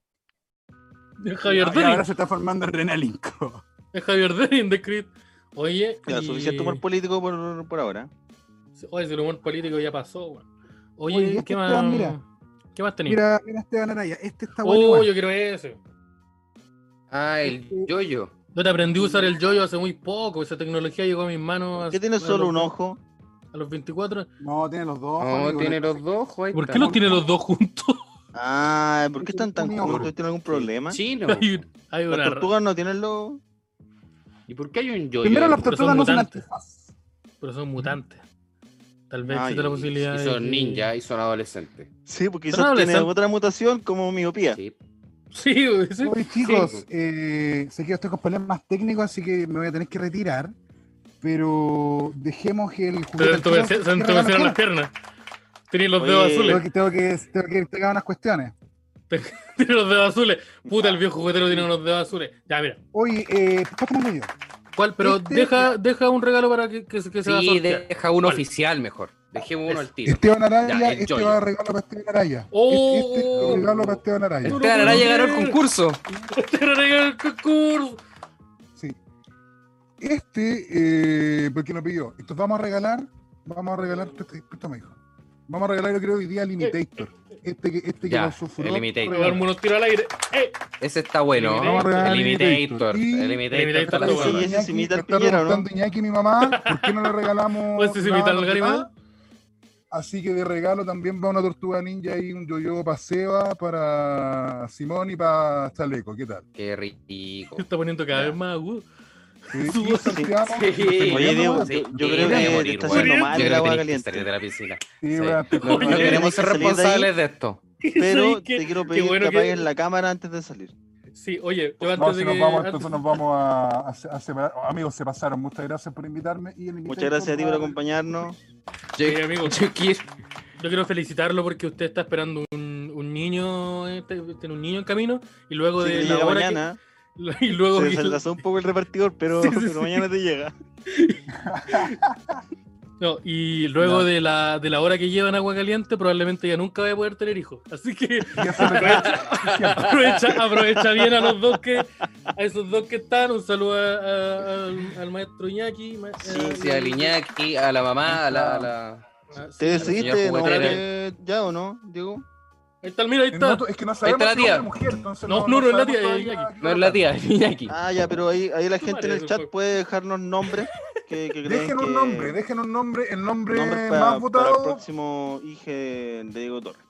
Javier Y Ah, ahora Derin. se está formando en Renalinco. Es Javier Derin de Creed. Oye, Ya, y- suficiente humor político por, por ahora. Oye, si el humor político ya pasó, weón. Oye, Oye, ¿y este ¿qué más? Esteban, mira? ¿Qué más tenía? Mira, mira Esteban Araya, este está bueno. oh, igual. yo quiero ese. Ah, el yoyo. Yo te aprendí a usar el yoyo hace muy poco. Esa tecnología llegó a mis manos. ¿Qué tiene a solo los- un ojo? A los 24. No, tiene los dos. No, amigo, tiene no- los dos. jo, ahí ¿Por está. qué los tiene los dos juntos? Ah, ¿por qué están tan Tiene un ojo. juntos? ¿Tienen algún problema? Chino. Hay, un- hay Las una. tortugas no tienen los... ¿Y por qué hay un yoyo? Primero las Pero son tortugas no son mutantes. antifaz. Pero son mutantes. Tal vez Ah, existe la y- posibilidad. Y de son que- ninjas y son adolescentes. Sí, porque Son quizás tiene adolescentes. otra mutación como miopía. Sí. Sí, güey, sí. Oye, chicos, eh, sé que estoy con problemas técnicos, así que me voy a tener que retirar. Pero dejemos que el Se juguete. al tiro, entumecieron, se que regala entumecieron las mejor. piernas. Tenía los Oye, dedos Tengo azules. que, tengo que, tengo que pegar unas cuestiones. Tiene los dedos azules. Puta, el viejo juguetero tiene unos dedos azules. Ya, mira. Oye, eh, pásamelo yo. ¿Cuál? Pero Este- deja, deja un regalo para que, que, se- que se va a Sí, sortear. deja uno Vale. oficial mejor. Dejemos uno Eso. al tiro. Esteban Araya, Ya, el este yoyo. va a regalo para Esteban Araya. Oh. Este, este es regalo para Esteban Araya. Esteban Araya ganó el Bien. concurso. Te regalé el concurso. Sí. Este, eh, porque lo pidió. Entonces vamos a regalar, vamos a regalar, préstame, hijo. Vamos a regalar, yo creo, hoy día Limitator. Este que, este que Ya, lo sufrió. el Limitator. Regalarme unos tiros al aire. ¡Eh! Ese está bueno. Vamos a regalar El Imitator. Imitator. Y- El Imitator. Imitator está está bueno. bueno. Iñaki, ese se imita al está Piñera, ¿no? preguntando Iñaki, mi mamá, ¿por qué no le regalamos? Pues si se nada imita a al los demás? Garibaldi. Así que de regalo también va una tortuga ninja y un yo-yo para Seba, para Simón y para Chaleco. ¿Qué tal? Qué rico. Se está poniendo cada vez más agudo. Sí, Sí, y sorteamos- sí. Oye, Diego, Sí, yo, yo Sí, creo voy a que te morir, está weón. haciendo Yo mal Yo el creo que tenés agua que salir de caliente. la piscina. sí, Sí. weón, pero- No, Oye, queremos ser salir de ahí. responsables de, esto. Pero Sí, que- te quiero qué pedir bueno que que- apagues la cámara antes de salir. Sí, oye, yo No, antes si de nos que- vamos, antes- entonces nos vamos a, a se- a separar. Oh, amigos, se pasaron. Muchas gracias por invitarme. Y el Muchas gracias a ti por acompañarnos. Sí, amigo. Yo quiero- Yo quiero felicitarlo porque usted está esperando un, un niño, este, tiene un niño en camino y luego Sí, de te la llega hora que- mañana. y luego Se que- deslazó un poco el repartidor, pero, Sí, sí, pero sí. mañana te llega. no, y luego No. de la de la hora que llevan agua caliente probablemente ya nunca vaya a poder tener hijos. Así que Y eso me trae- aprovecha, aprovecha bien a los dos que a esos dos que están. Un saludo a- a- al, al maestro Iñaki. ma- Sí, eh, Sí, al Iñaki, a la mamá, a la. a la- Ah, sí, ¿Te al- decidiste señor no, juguetero. eh, ya o no, Diego? Ahí está, mira, ahí en está. otro- es que no está sabemos la si es tía. hombre o mujer, entonces No, no, no es la sabemos tía, todavía Iñaki. qué No es va la a tía, es Iñaki. Ah, ya, pero ahí, ahí la gente en el Madre, chat por- puede dejarnos nombres. Que, que pasar. creen Dejen que- un nombre, dejen un nombre, el nombre nombres para, más para el votado. próximo hijo de Diego Torres.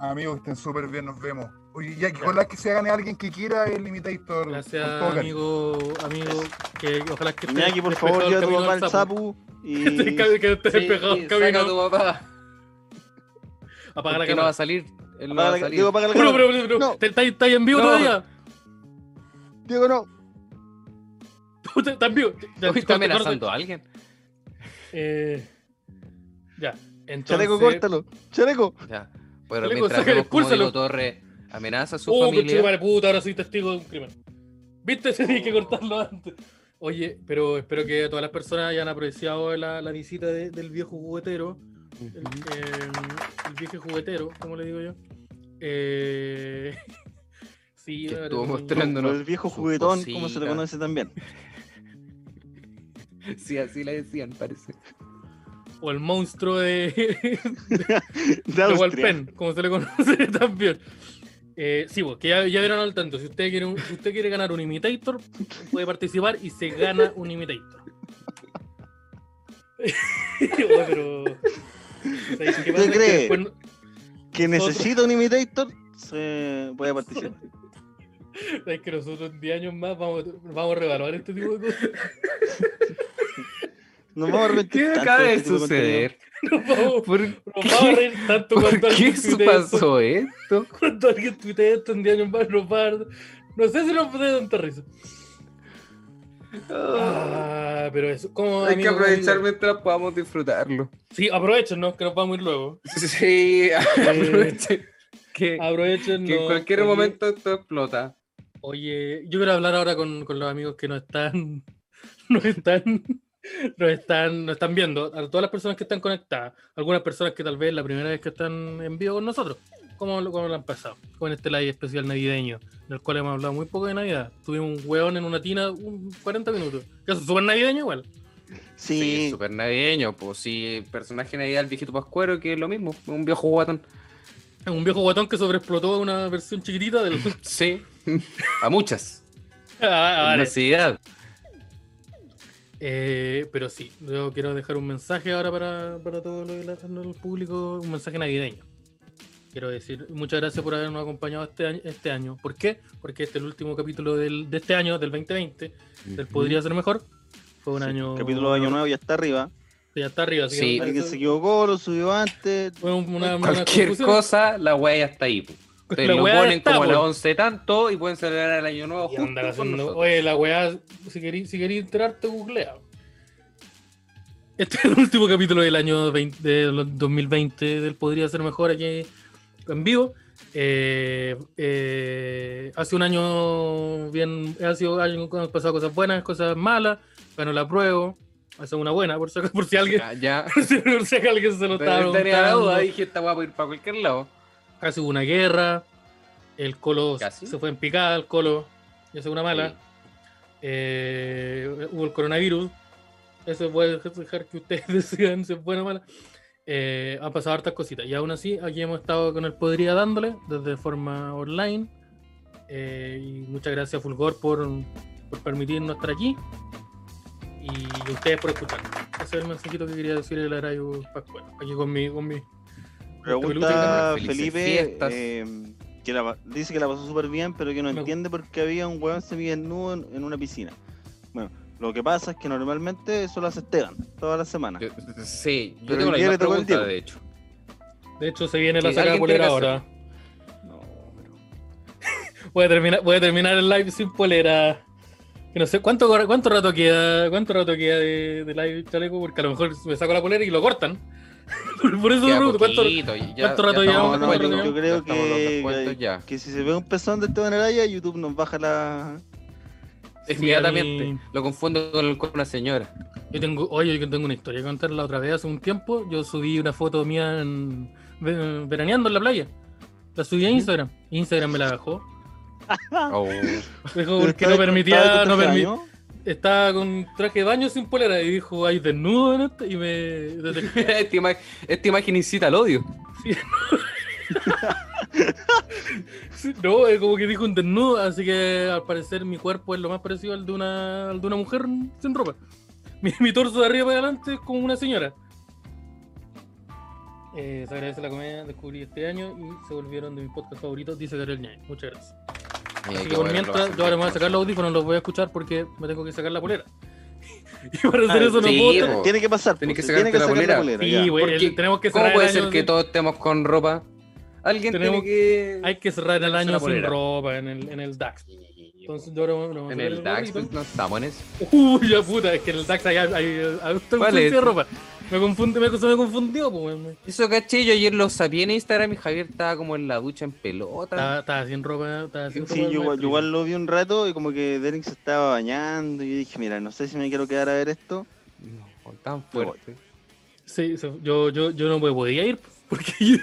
Amigos, que estén súper bien, nos vemos. Oye, ya que con la que se gane alguien que quiera el Limitator. Gracias, con todo cariño. amigo, amigo, que ojalá que estés Iñaki, por despejado favor, el Este lleva a tu camino papá al al sapu y Que- que estés Sí, despejado el sí, saca camino. a tu papá. Apaga la Porque no va cámara. a salir. Él no va Apaga a la- salir. Diego, apaga la Pero, cámara. pero, pero, pero, No. ¿te- ¿estáis estáis en vivo No. todavía? Diego, no. Puta, ¿Estás en vivo? Ya, Uy, Está corte, corte. amenazando a alguien. Eh, ya, entonces... Chaleco, córtalo. Chaleco. Ya. Pero mientras Chaleco, sácale, vemos cómo Diego expúlsalo. Torres amenaza a su Oh, familia. coche, puta, ahora soy testigo de un crimen. ¿Viste? Se tenía que cortarlo antes. Oye, pero espero que todas las personas hayan apreciado la, la visita de- del viejo juguetero. El, Ujú. eh, el viejo juguetero, como le digo yo. Eh, sí, Que estuvo me parece muy- mostrando. O el viejo Su juguetón, como se cosita. le conoce también. Sí, así le decían, parece. O el monstruo de, De de Austria. Walpen, como se le conoce también. Eh, sí, pues, que ya, ya vieron al tanto. Si usted, quiere un- si usted quiere ganar un imitator, puede participar y se gana un imitator. Oye, pero. ¿sabes qué pasa? ¿Usted cree? Que después- Que necesita un imitator, se puede participar. ¿sabes que nosotros en 10 años más vamos, vamos a revaluar este tipo de cosas. Nos vamos a arrepentir ¿Qué tanto acaba de de este tipo de suceder? No vamos, ¿Por no vamos a qué, reír tanto ¿por cuando qué alguien eso tuitee esto. pasó esto? Cuando alguien tuitee esto en Diario Bar, nos va a dar- No sé si nos pone tanta risa. Ah, pero eso. ¿cómo, Hay que amigo? aprovechar mientras podamos disfrutarlo. Sí, aprovechen, ¿no? Que nos vamos a ir luego. Eh, Sí, aprovechen. Eh, Que, Aprovechen. que en cualquier momento esto explota. Oye, yo quiero hablar ahora con, con los amigos que nos están, nos están, nos están, nos están viendo, a todas las personas que están conectadas, algunas personas que tal vez la primera vez que están en vivo con nosotros, como lo, cómo lo han pasado, con este live especial navideño, del cual hemos hablado muy poco de Navidad. Tuvimos un hueón en una tina un 40 minutos, que es súper navideño igual. Sí, Sí, súper navideño, pues sí, personaje navideño el viejito pascuero, que es lo mismo, un viejo guatón. Es Un viejo guatón que sobreexplotó una versión chiquitita del... Sí, a muchas. Ah, en vale. necesidad. Eh, pero sí, yo quiero dejar un mensaje ahora para, para todo lo- la- el público, un mensaje navideño. Quiero decir, muchas gracias por habernos acompañado este año. Este año. ¿Por qué? Porque este es el último capítulo del, de este año, del 2020, del Podría Ser Mejor. Fue un Sí, año... Capítulo de Año Nuevo ya está arriba. Ya está arriba, así Sí. que... Alguien se equivocó, lo subió antes. Fue un- una, una Cualquier confusión. cosa, la wea ya está ahí. po. Ustedes La lo wea ya ponen está, como a las po. 11 tanto y pueden celebrar el año nuevo Y andar junto con haciendo- nosotros. Oye, la weá, si querís si querí enterarte, googlea. Este es el último capítulo del año 20 del 2020 del Podría Ser Mejor aquí en vivo. Eh, eh, hace un año bien, ha sido algo han pasado cosas buenas, cosas malas, ganó la prueba, hace una buena, por si, por si alguien, Ah, Ya, por si, por si alguien se lo estaba Tenía- tenía la duda, preguntando. dije, esta wea puede ir para cualquier lado. Hace una guerra, el Colo Casi. se fue en picada, el Colo, y hace una mala. Sí. eh, hubo el coronavirus. Eso puede dejar que ustedes decidan si es buena o mala. Eh, han pasado hartas cositas. Y aún así, aquí hemos estado con el Podría dándole desde forma online. Eh, y muchas gracias, Fulgor, por, por permitirnos estar aquí. Y ustedes por escuchar. Ese es el mensajito que quería decirle a Arayu Pascual. Aquí con mi. Con mi Pregunta Felices Felipe, fiestas. eh, que la pa- dice que la pasó súper bien, pero que no Me- entiende por qué había un hueón semidesnudo en, en una piscina. Bueno, lo que pasa es que normalmente eso lo hace Esteban, todas las semanas. Yo- sí, yo Pero tengo la hoy día misma le tocó el pregunta, Diego. de hecho. De hecho, se viene la Sí, sacada de alguien tiene polera que ahora. No, pero- Voy a terminar, voy a terminar el live sin polera. Que no sé cuánto cuánto rato queda, cuánto rato queda de, de live chaleco, porque a lo mejor me saco la polera y lo cortan. por, por eso me Queda pregunto, ¿cuánto? poquito, ya- cuánto rato ya llevamos? estamos No, no, descuentos, yo- yo ya creo estamos en los que- descuentos ya. Que si se ve un pezón de Esteban Araya, YouTube nos baja la. Inmediatamente. Sí, a mí- Lo confundo con, el- con una señora. Yo tengo, oye, yo tengo una historia que contarla otra vez hace un tiempo. Yo subí una foto mía en- ve- veraneando en la playa. La subí a Instagram. Instagram me la bajó. Ah. Oh. Dijo porque no ¿Estaba- estaba permitía, de no permitía. cumpleaños? Estaba con traje de baño sin polera y dijo, hay desnudo en este", y me detectó. esta, ima- esta imagen incita al odio. Sí, No, es como que dijo un desnudo, así que al parecer mi cuerpo es lo más parecido al de una, al de una mujer sin ropa. Mi, mi torso de arriba para adelante es como una señora. Eh, se agradece la comedia, descubrí este año y se volvieron de mis podcasts favoritos, dice Gabriel Ñañez. Muchas gracias. Mira, Eh, qué Así que por bueno, lo mientras, hacen yo ahora me voy bien, a sacar los audífonos, los voy a escuchar porque me tengo que sacar la polera. Y para hacer Ah, eso no sí, puedo... po. estar- Tiene que pasar. Tenés pues, que se sacarte la polera. Sí, ya. güey, Porque, el- tenemos que cerrar ¿Cómo puede el año ser que sin- todos estemos con ropa? Alguien Tenemos- tiene que. Hay que cerrar el Una año sin polera. ropa en el, en el DAX. Entonces yo ahora me voy a en sacar el DAX, gorrito. pues, no estamos en eso. Uy, ya puta, es que en el DAX hay, hay, hay- hay un ¿Cuál de es? ropa. Me confundí, me, se me confundió, pues. weón. Eso caché, yo ayer lo sabía en Instagram y Javier estaba como en la ducha en pelota. Estaba, estaba sin ropa, estaba sin Sí, ropa. yo, igual- maestro. yo igual lo vi un rato y como que Derek se estaba bañando y yo dije, mira, no sé si me quiero quedar a ver esto. No, tan fuerte. Sí, sí, yo, yo, yo no me podía ir, porque yo,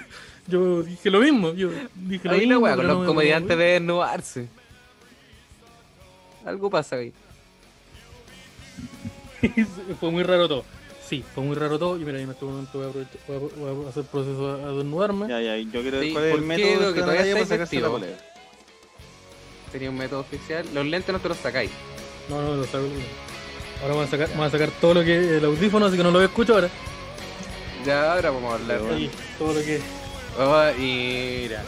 yo dije lo mismo. Yo dije lo Ahí la mismo, weá, pero con no los me- comediantes de desnudarse. Algo pasa ahí. fue muy raro todo. Sí, fue muy raro todo. Y mira, yo en este momento voy a, aprovechar- voy a- voy a hacer proceso a, a desnudarme. Ya, ya, yo quiero Sí, ver cuál es el ¿por qué método lo de que Esteban todavía Araya para estáis sacarse la vestido? polera. Tenía un método oficial. Los lentes no te los sacáis. No, no, lo saco. Ahora vamos a sacar, vamos a sacar todo lo que el audífono, así que no lo escucho ahora. Ya, ahora vamos a hablar. Pero- Oye, todo lo que. Oh, mira.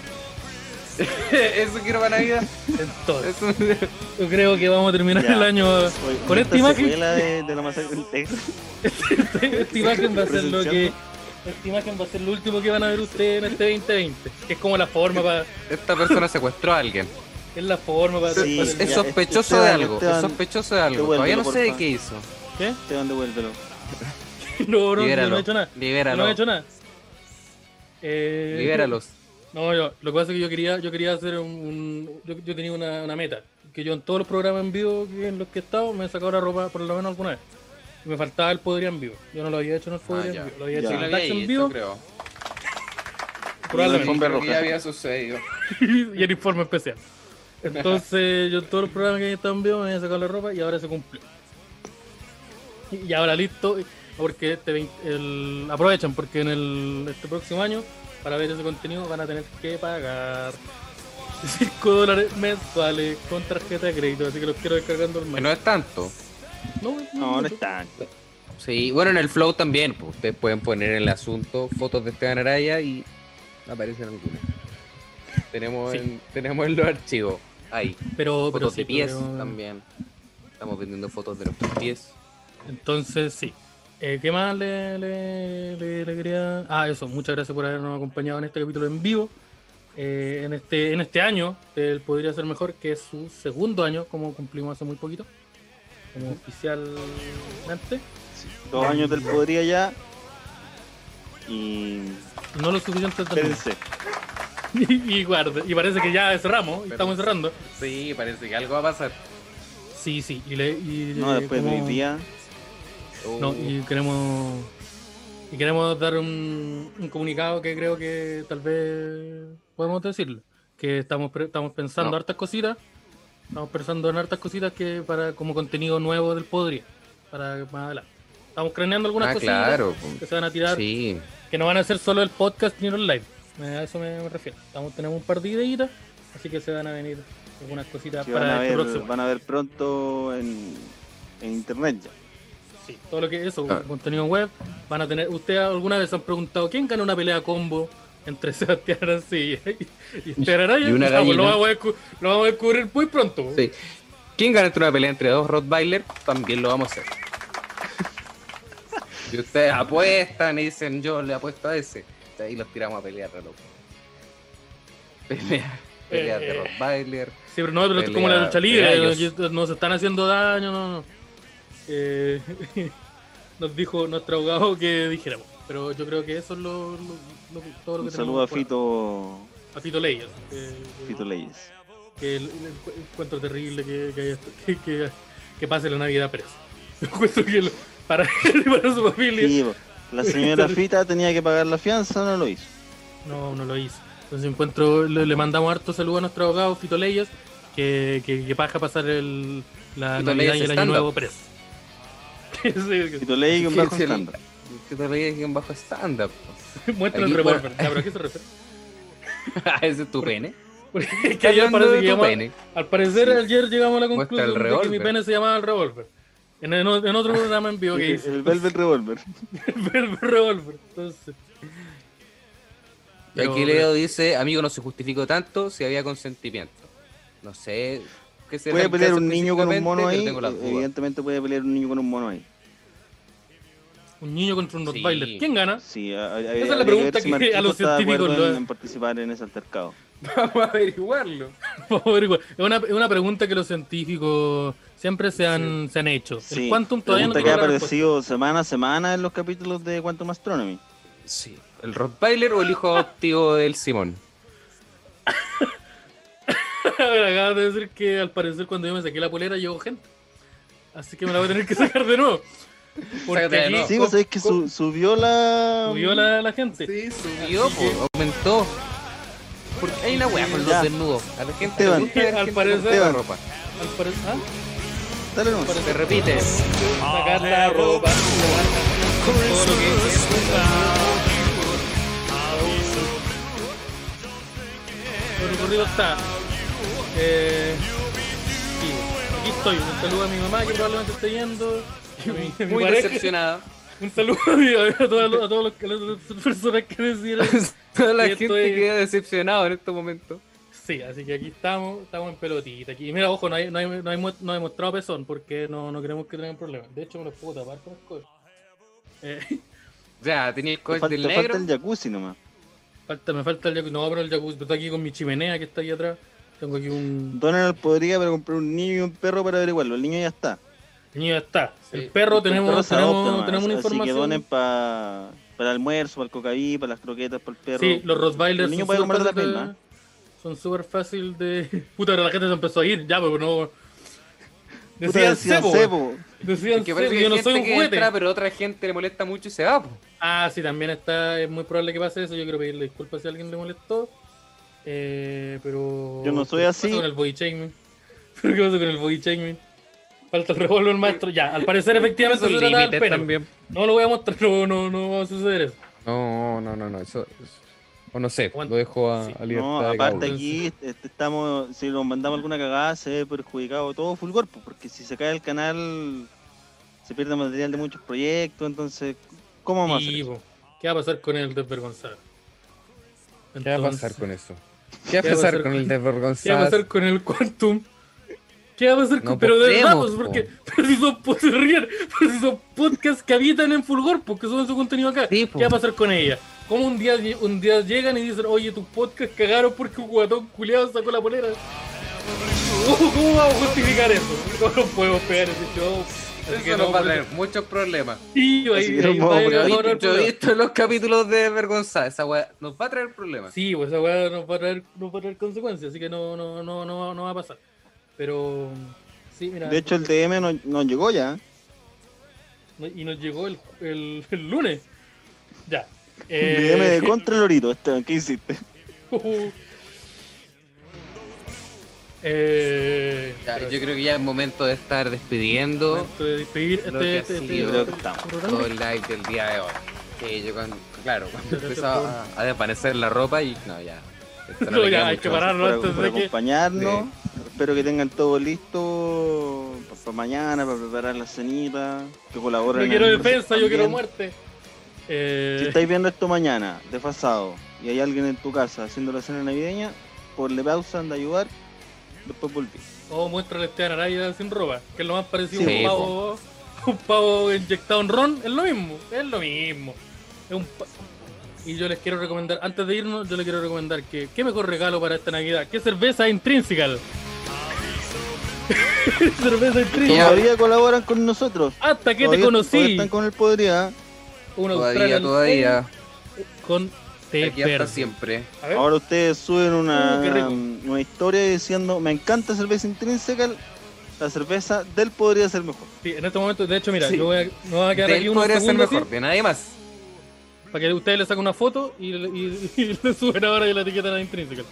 Eso quiero para Navidad. Entonces, Eso- yo creo que vamos a terminar Ya. el año. Oye, Con y esta imagen- secuela de, de la masacre en Texas. Esta imagen va a ser lo que, Esta imagen va a ser lo último que van a ver ustedes en este 2020. Que es como la forma para. Esta persona secuestró a alguien. Es la forma para. Sí, para- Es ya, sospechoso de Esteban, algo. Es Esteban, sospechoso de algo. devuélvelo, Todavía no sé de porfa. qué hizo. ¿Qué? Esteban, devuélvelo. No, no, yo no he Libéralo. hecho nada. Yo no he Libéralo. hecho nada. Eh, Libéralos. No, yo, lo que pasa es que yo quería, yo quería hacer un, un- yo, yo tenía una, una meta, que yo en todos los programas en vivo que- en los que he estado me he sacado la ropa por lo menos alguna vez. Y me faltaba el podría en vivo. Yo no lo había hecho en el podría Ah, ya. en vivo. Lo había Ya. hecho Sí, en lo el había taxi en visto, vivo, creo. probablemente, alfombra Creo que roja. Ya había sucedido. y el informe especial. Entonces, yo en todos los programas que he estado en vivo me había sacado la ropa y ahora se cumplió. Y y ahora listo, porque este 20 el- aprovechan, porque en el, este próximo año, para ver ese contenido, van a tener que pagar 5 dólares mensuales con tarjeta de crédito. Así que los quiero descargando al Que mes. no es tanto. No, No, no es tanto. Sí, bueno, en el flow también. pues, ustedes pueden poner en el asunto fotos de Esteban Araya y aparecen algunas. Tenemos, Sí. en, tenemos en los archivos. Ahí. pero, pero Fotos sí, de pies pero- también. Estamos vendiendo fotos de nuestros pies. Entonces, sí. Eh, ¿Qué más le, le- le- le quería...? Ah, eso. Muchas gracias por habernos acompañado en este capítulo en vivo. Eh, en, este, en este año, él podría ser mejor, que es su segundo año, como cumplimos hace muy poquito. Como oficialmente. Dos años del podría ya. Y. No lo suficiente también. Espérense. y, guarde. y parece que ya cerramos. y Estamos cerrando. Sí, parece que algo va a pasar. Sí, sí. Y, le, y No, eh, después de hoy como- día. Uh. No, y queremos y queremos dar un, un comunicado que creo que tal vez podemos decirlo. Que estamos, pre- estamos pensando No. hartas cositas. Estamos pensando en hartas cositas que para como contenido nuevo del Podría. Para más adelante. Estamos craneando algunas ah, cositas claro. que se van a tirar. Sí. Que no van a ser solo el podcast ni los live. Me- A eso me, me refiero. Estamos, tenemos un par de ideitas. Así que se van a venir algunas cositas que van, a para este ver, próximo. van a ver pronto en, en internet ya. Sí, todo lo que es eso, Claro. contenido web, van a tener. Ustedes alguna vez se han preguntado quién gana una pelea combo entre Sebastián Arancilla y, y Esteban Araya? Y una Ah, pues gallina. lo, vamos a descu- lo vamos a descubrir muy pronto. Sí. ¿Quién gana entre una pelea entre dos Rottweiler? También lo vamos a hacer. Y ustedes apuestan y dicen, yo le apuesto a ese. Y ahí los tiramos a pelear, re loco. Pelea, pelea de Eh. Rottweiler. Sí, pero no, pero esto es como la Pelea- lucha libre, pelea no, ellos. aquí no se están haciendo daño, no, no. Eh, nos dijo nuestro abogado que dijéramos. Pero yo creo que eso es lo, lo- lo- todo lo que tenemos Un saludo a por ahora. Fito, A Fito Leyes. eh, que- Fito Leyes. que el, el encu- encuentro terrible que, que, haya- que, que- que pase la Navidad preso. Encuentro que lo- para, para su familia Sí, la señora Fita tenía que pagar la fianza, no lo hizo. no, no lo hizo. Entonces encuentro, le, le mandamos harto saludo a nuestro abogado Fito Leyes que, que, que baja a pasar el, la Fito Navidad Leyes y el Año stand-up. Nuevo preso. Sí, sí, Fito Leyes con bajo Sí, sí, estándar. Que te ríes en bajo stand-up. sí. Muestra el Aquí, bueno. revólver. Ya, pero ¿a qué se refiere? Ese es tu pene. Porque es que ¿Qué ayer hablando parece de que tu llamaba- pene? Al parecer ayer llegamos a la Muestra el conclusión de que mi revólver. pene se llamaba el revólver. En, en o- en otro programa en vivo que hice. El Velvet Revolver. Ver revólver. Entonces. Y aquí Pero- Leo dice, amigo, no se justificó tanto si había consentimiento. No sé. ¿qué será Puede el pelear caso un niño con un mono ahí. específicamente, pero eh, tengo las dudas. Evidentemente puede pelear un niño con un mono ahí. Un niño contra un Sí. Rottweiler. ¿Quién gana? Sí, a- a- es la habría pregunta ver si que a Marquito los está de acuerdo científicos lo- en, en participar en ese altercado. Vamos a averiguarlo. Por favor, igual. Es una, es una pregunta que los científicos siempre se han, se han hecho. Sí, el Quantum todavía no pregunta tiene que ha la respuesta. aparecido semana a semana en los capítulos de Quantum Astronomy. Sí. ¿El Rottweiler o el hijo adoptivo del Simón? A ver, Acabas de decir que al parecer cuando yo me saqué la polera llegó gente. Así que me la voy a tener que sacar de nuevo. Porque Sácatela de aquí nuevo. Sí, pues, vos sabés que su- subió la... Ah, subió la, la gente. Sí, subió, po, aumentó. Porque hay una weá con los Ya. desnudos. A la gente Esteban. le gusta ver Al gente parecer- con toda la ropa. Al parecer. ah, Dale nomás. Se repite. Sacar la ropa. Todo lo que es. Lo recorrido está. Eh, sí, aquí estoy. Un saludo a mi mamá que probablemente esté viendo. a mi- a mi Muy pareja. decepcionada. Un saludo a, mi- a todas las- a todas las- a las personas que decidieron. Toda la Sí, gente estoy- queda decepcionada en este momento. Sí, así que aquí estamos, estamos en pelotita. Aquí. Y mira, ojo, no, hay, no, hay, no, hay mu- no he mostrado pezón porque no, no queremos que tengan problemas. De hecho, me los puedo tapar con el coche. Eh, O sea, tenía el Te cohete falta, del te negro. falta el jacuzzi nomás. Falta, me falta el jacuzzi. No, pero el jacuzzi está aquí con mi chimenea que está aquí atrás. Tengo aquí un. Donald podría para comprar un niño y un perro para averiguarlo. El niño ya está. El niño ya está. Sí. El perro tenemos, Los perros se tenemos, adoptan nomás, tenemos una Así que donen información. pa- para el almuerzo, para el cocaí, para las croquetas, para el perro. Sí, los Rottweilers El niño son puede súper comer de fácil las de- son súper fácil de. Puta, ahora la gente se empezó a ir. Ya, pero no. Puta, Decían decían cebo. cebo. Decían Es que parece que cebo. Yo hay no gente soy un que juguete. entra, pero otra gente le molesta mucho y se va. po. Ah, sí, también está. Es muy probable que pase eso. Yo quiero pedirle disculpas si a alguien le molestó. Eh, pero. Yo no soy ¿Qué así. pasa con el body shaming? ¿Pero qué pasa con el body shaming? Falta el revólver maestro. Ya, al parecer, efectivamente, Esos se trataba del límites pene. también. No lo voy a mostrar, no, no, no va a suceder eso. No, no, no, no. Eso, eso- o no sé, Aguanta. lo dejo a, Sí. a libertad No, de cada aparte uno. aquí este, estamos, si nos mandamos alguna cagada se ve perjudicado todo Fulgor, pues, porque si se cae el canal se pierde material de muchos proyectos, entonces ¿cómo vamos a hacer? Y, eso? po, ¿Qué va a pasar con el desvergonzado? ¿Qué va a pasar con eso? ¿Qué va a pasar con el ¿Qué va a desvergonzado? pasar con el Quantum? ¿Qué va a pasar con.? No pero de verdad, podemos, pues, po. porque. Pero si son, pod- se ríen, pero si son podcasts que habitan en Fulgor, porque suben su contenido acá. Sí, po. ¿Qué va a pasar con ella? ¿Cómo un día, lle- un día llegan y dicen, oye, tus podcasts cagaron porque un guatón culiado sacó la polera? ¿Cómo, cómo vamos a justificar eso? No nos podemos pegar ese show. Así Eso que nos no, va a por- traer muchos problemas. Sí, ahí, Así que no ahí puedo va a opinar. llegar Yo he- a otro yo he problema. visto los capítulos de Vergonzada. Esa weá nos va a traer problemas. Sí, pues esa weá nos va a traer, nos va a traer consecuencias, así que no, no, no, no, no va a pasar. Pero sí, mira. De hecho el DM no- nos llegó ya. no- y nos llegó el, el, el lunes. Ya. El Eh, DM de Contralorito, Esteban, ¿qué hiciste? eh, Ya, pero- yo creo que ya es momento de estar despidiendo momento de despedir Lo que este, este, ha este- sido. Creo que estamos. todo el live del día de hoy. Sí, yo cuando- claro, cuando Gracias empezaba a, a desvanecer la ropa y no, ya. Esto no No, le ya, queda hay mucho que más. parar. Ah, no, por, antes por de que- acompañarnos. Espero que tengan todo listo para mañana, para preparar la cenita, que colaboren. Yo en quiero el- defensa, yo quiero también. muerte. Si Eh, estáis viendo esto mañana, desfasado, y hay alguien en tu casa haciendo la cena navideña, ponle pausa, anda a ayudar, después volví. o muestra a Esteban Araya sin ropa, que es lo más parecido a Sí, un pavo, un pavo inyectado en ron, es lo mismo, es lo mismo. Es un pa- y yo les quiero recomendar, antes de irnos, yo les quiero recomendar que, ¿qué mejor regalo para esta Navidad? ¿Qué cerveza intrínseca? cerveza intrínseca. Todavía colaboran con nosotros. Hasta que te Todavía- todavía conocí, Están con el ¿ah? podría. un Todavía, Australian todavía. Ale con te Aquí hasta perdí. siempre. A ver, Ahora ustedes suben una, Uh, ¿Eh? qué rico. una historia diciendo, me encanta cerveza intrínseca, la cerveza del podría ser mejor. sí, en este momento, de hecho, mira, Sí. yo voy a, me voy a quedar De aquí él unos podría ser segundos así, mejor, de nadie más. Para que ustedes le saquen una foto y, y- y le suben ahora la etiqueta a la intrínseca.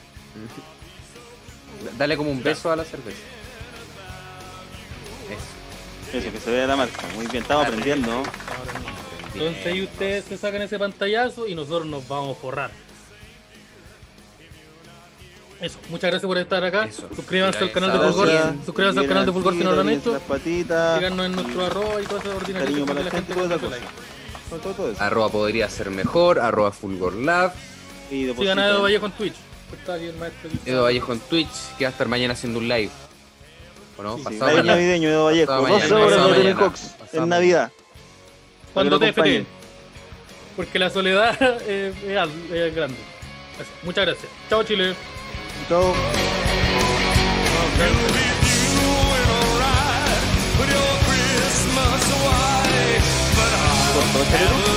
Dale como un beso a la cerveza. Eso. Eso, que se vea la marca. Muy bien, Ah, estamos aprendiendo. ¿no? Entonces ahí ustedes pues. se sacan ese pantallazo y nosotros nos vamos a forrar. Eso, muchas gracias por estar acá. Eso. Suscríbanse al Mira, canal de esa- Fulgor. ¿eh? Gracias. Suscríbanse al canal de Fulgor si no lo han Miren hecho. Las patitas. Síganos en nuestro y arroba y todas esas ordinarias Cariño para que la gente, le toda esa saque cosa. like. Todo- todo Ah. eso. Arroba podría ser mejor, arroba Fulgor Lab, Y Sigan a depositen. Edo Vallejo en Twitch. Está aquí el maestro. Edo Vallejo en Twitch, que va a estar mañana haciendo un live. ¿O no? Sí, sí, Pasado Live mañana. navideño de Vallejo. Pasado mañana, 12 horas pasado de Tony mañana, Cox pasado en Navidad. Cuando Para te que lo FT. Porque la soledad eh, es, al- es grande. Eso, Muchas gracias. Chao Chile. acompañen. Chao. Christmas away, but I Corto, chao.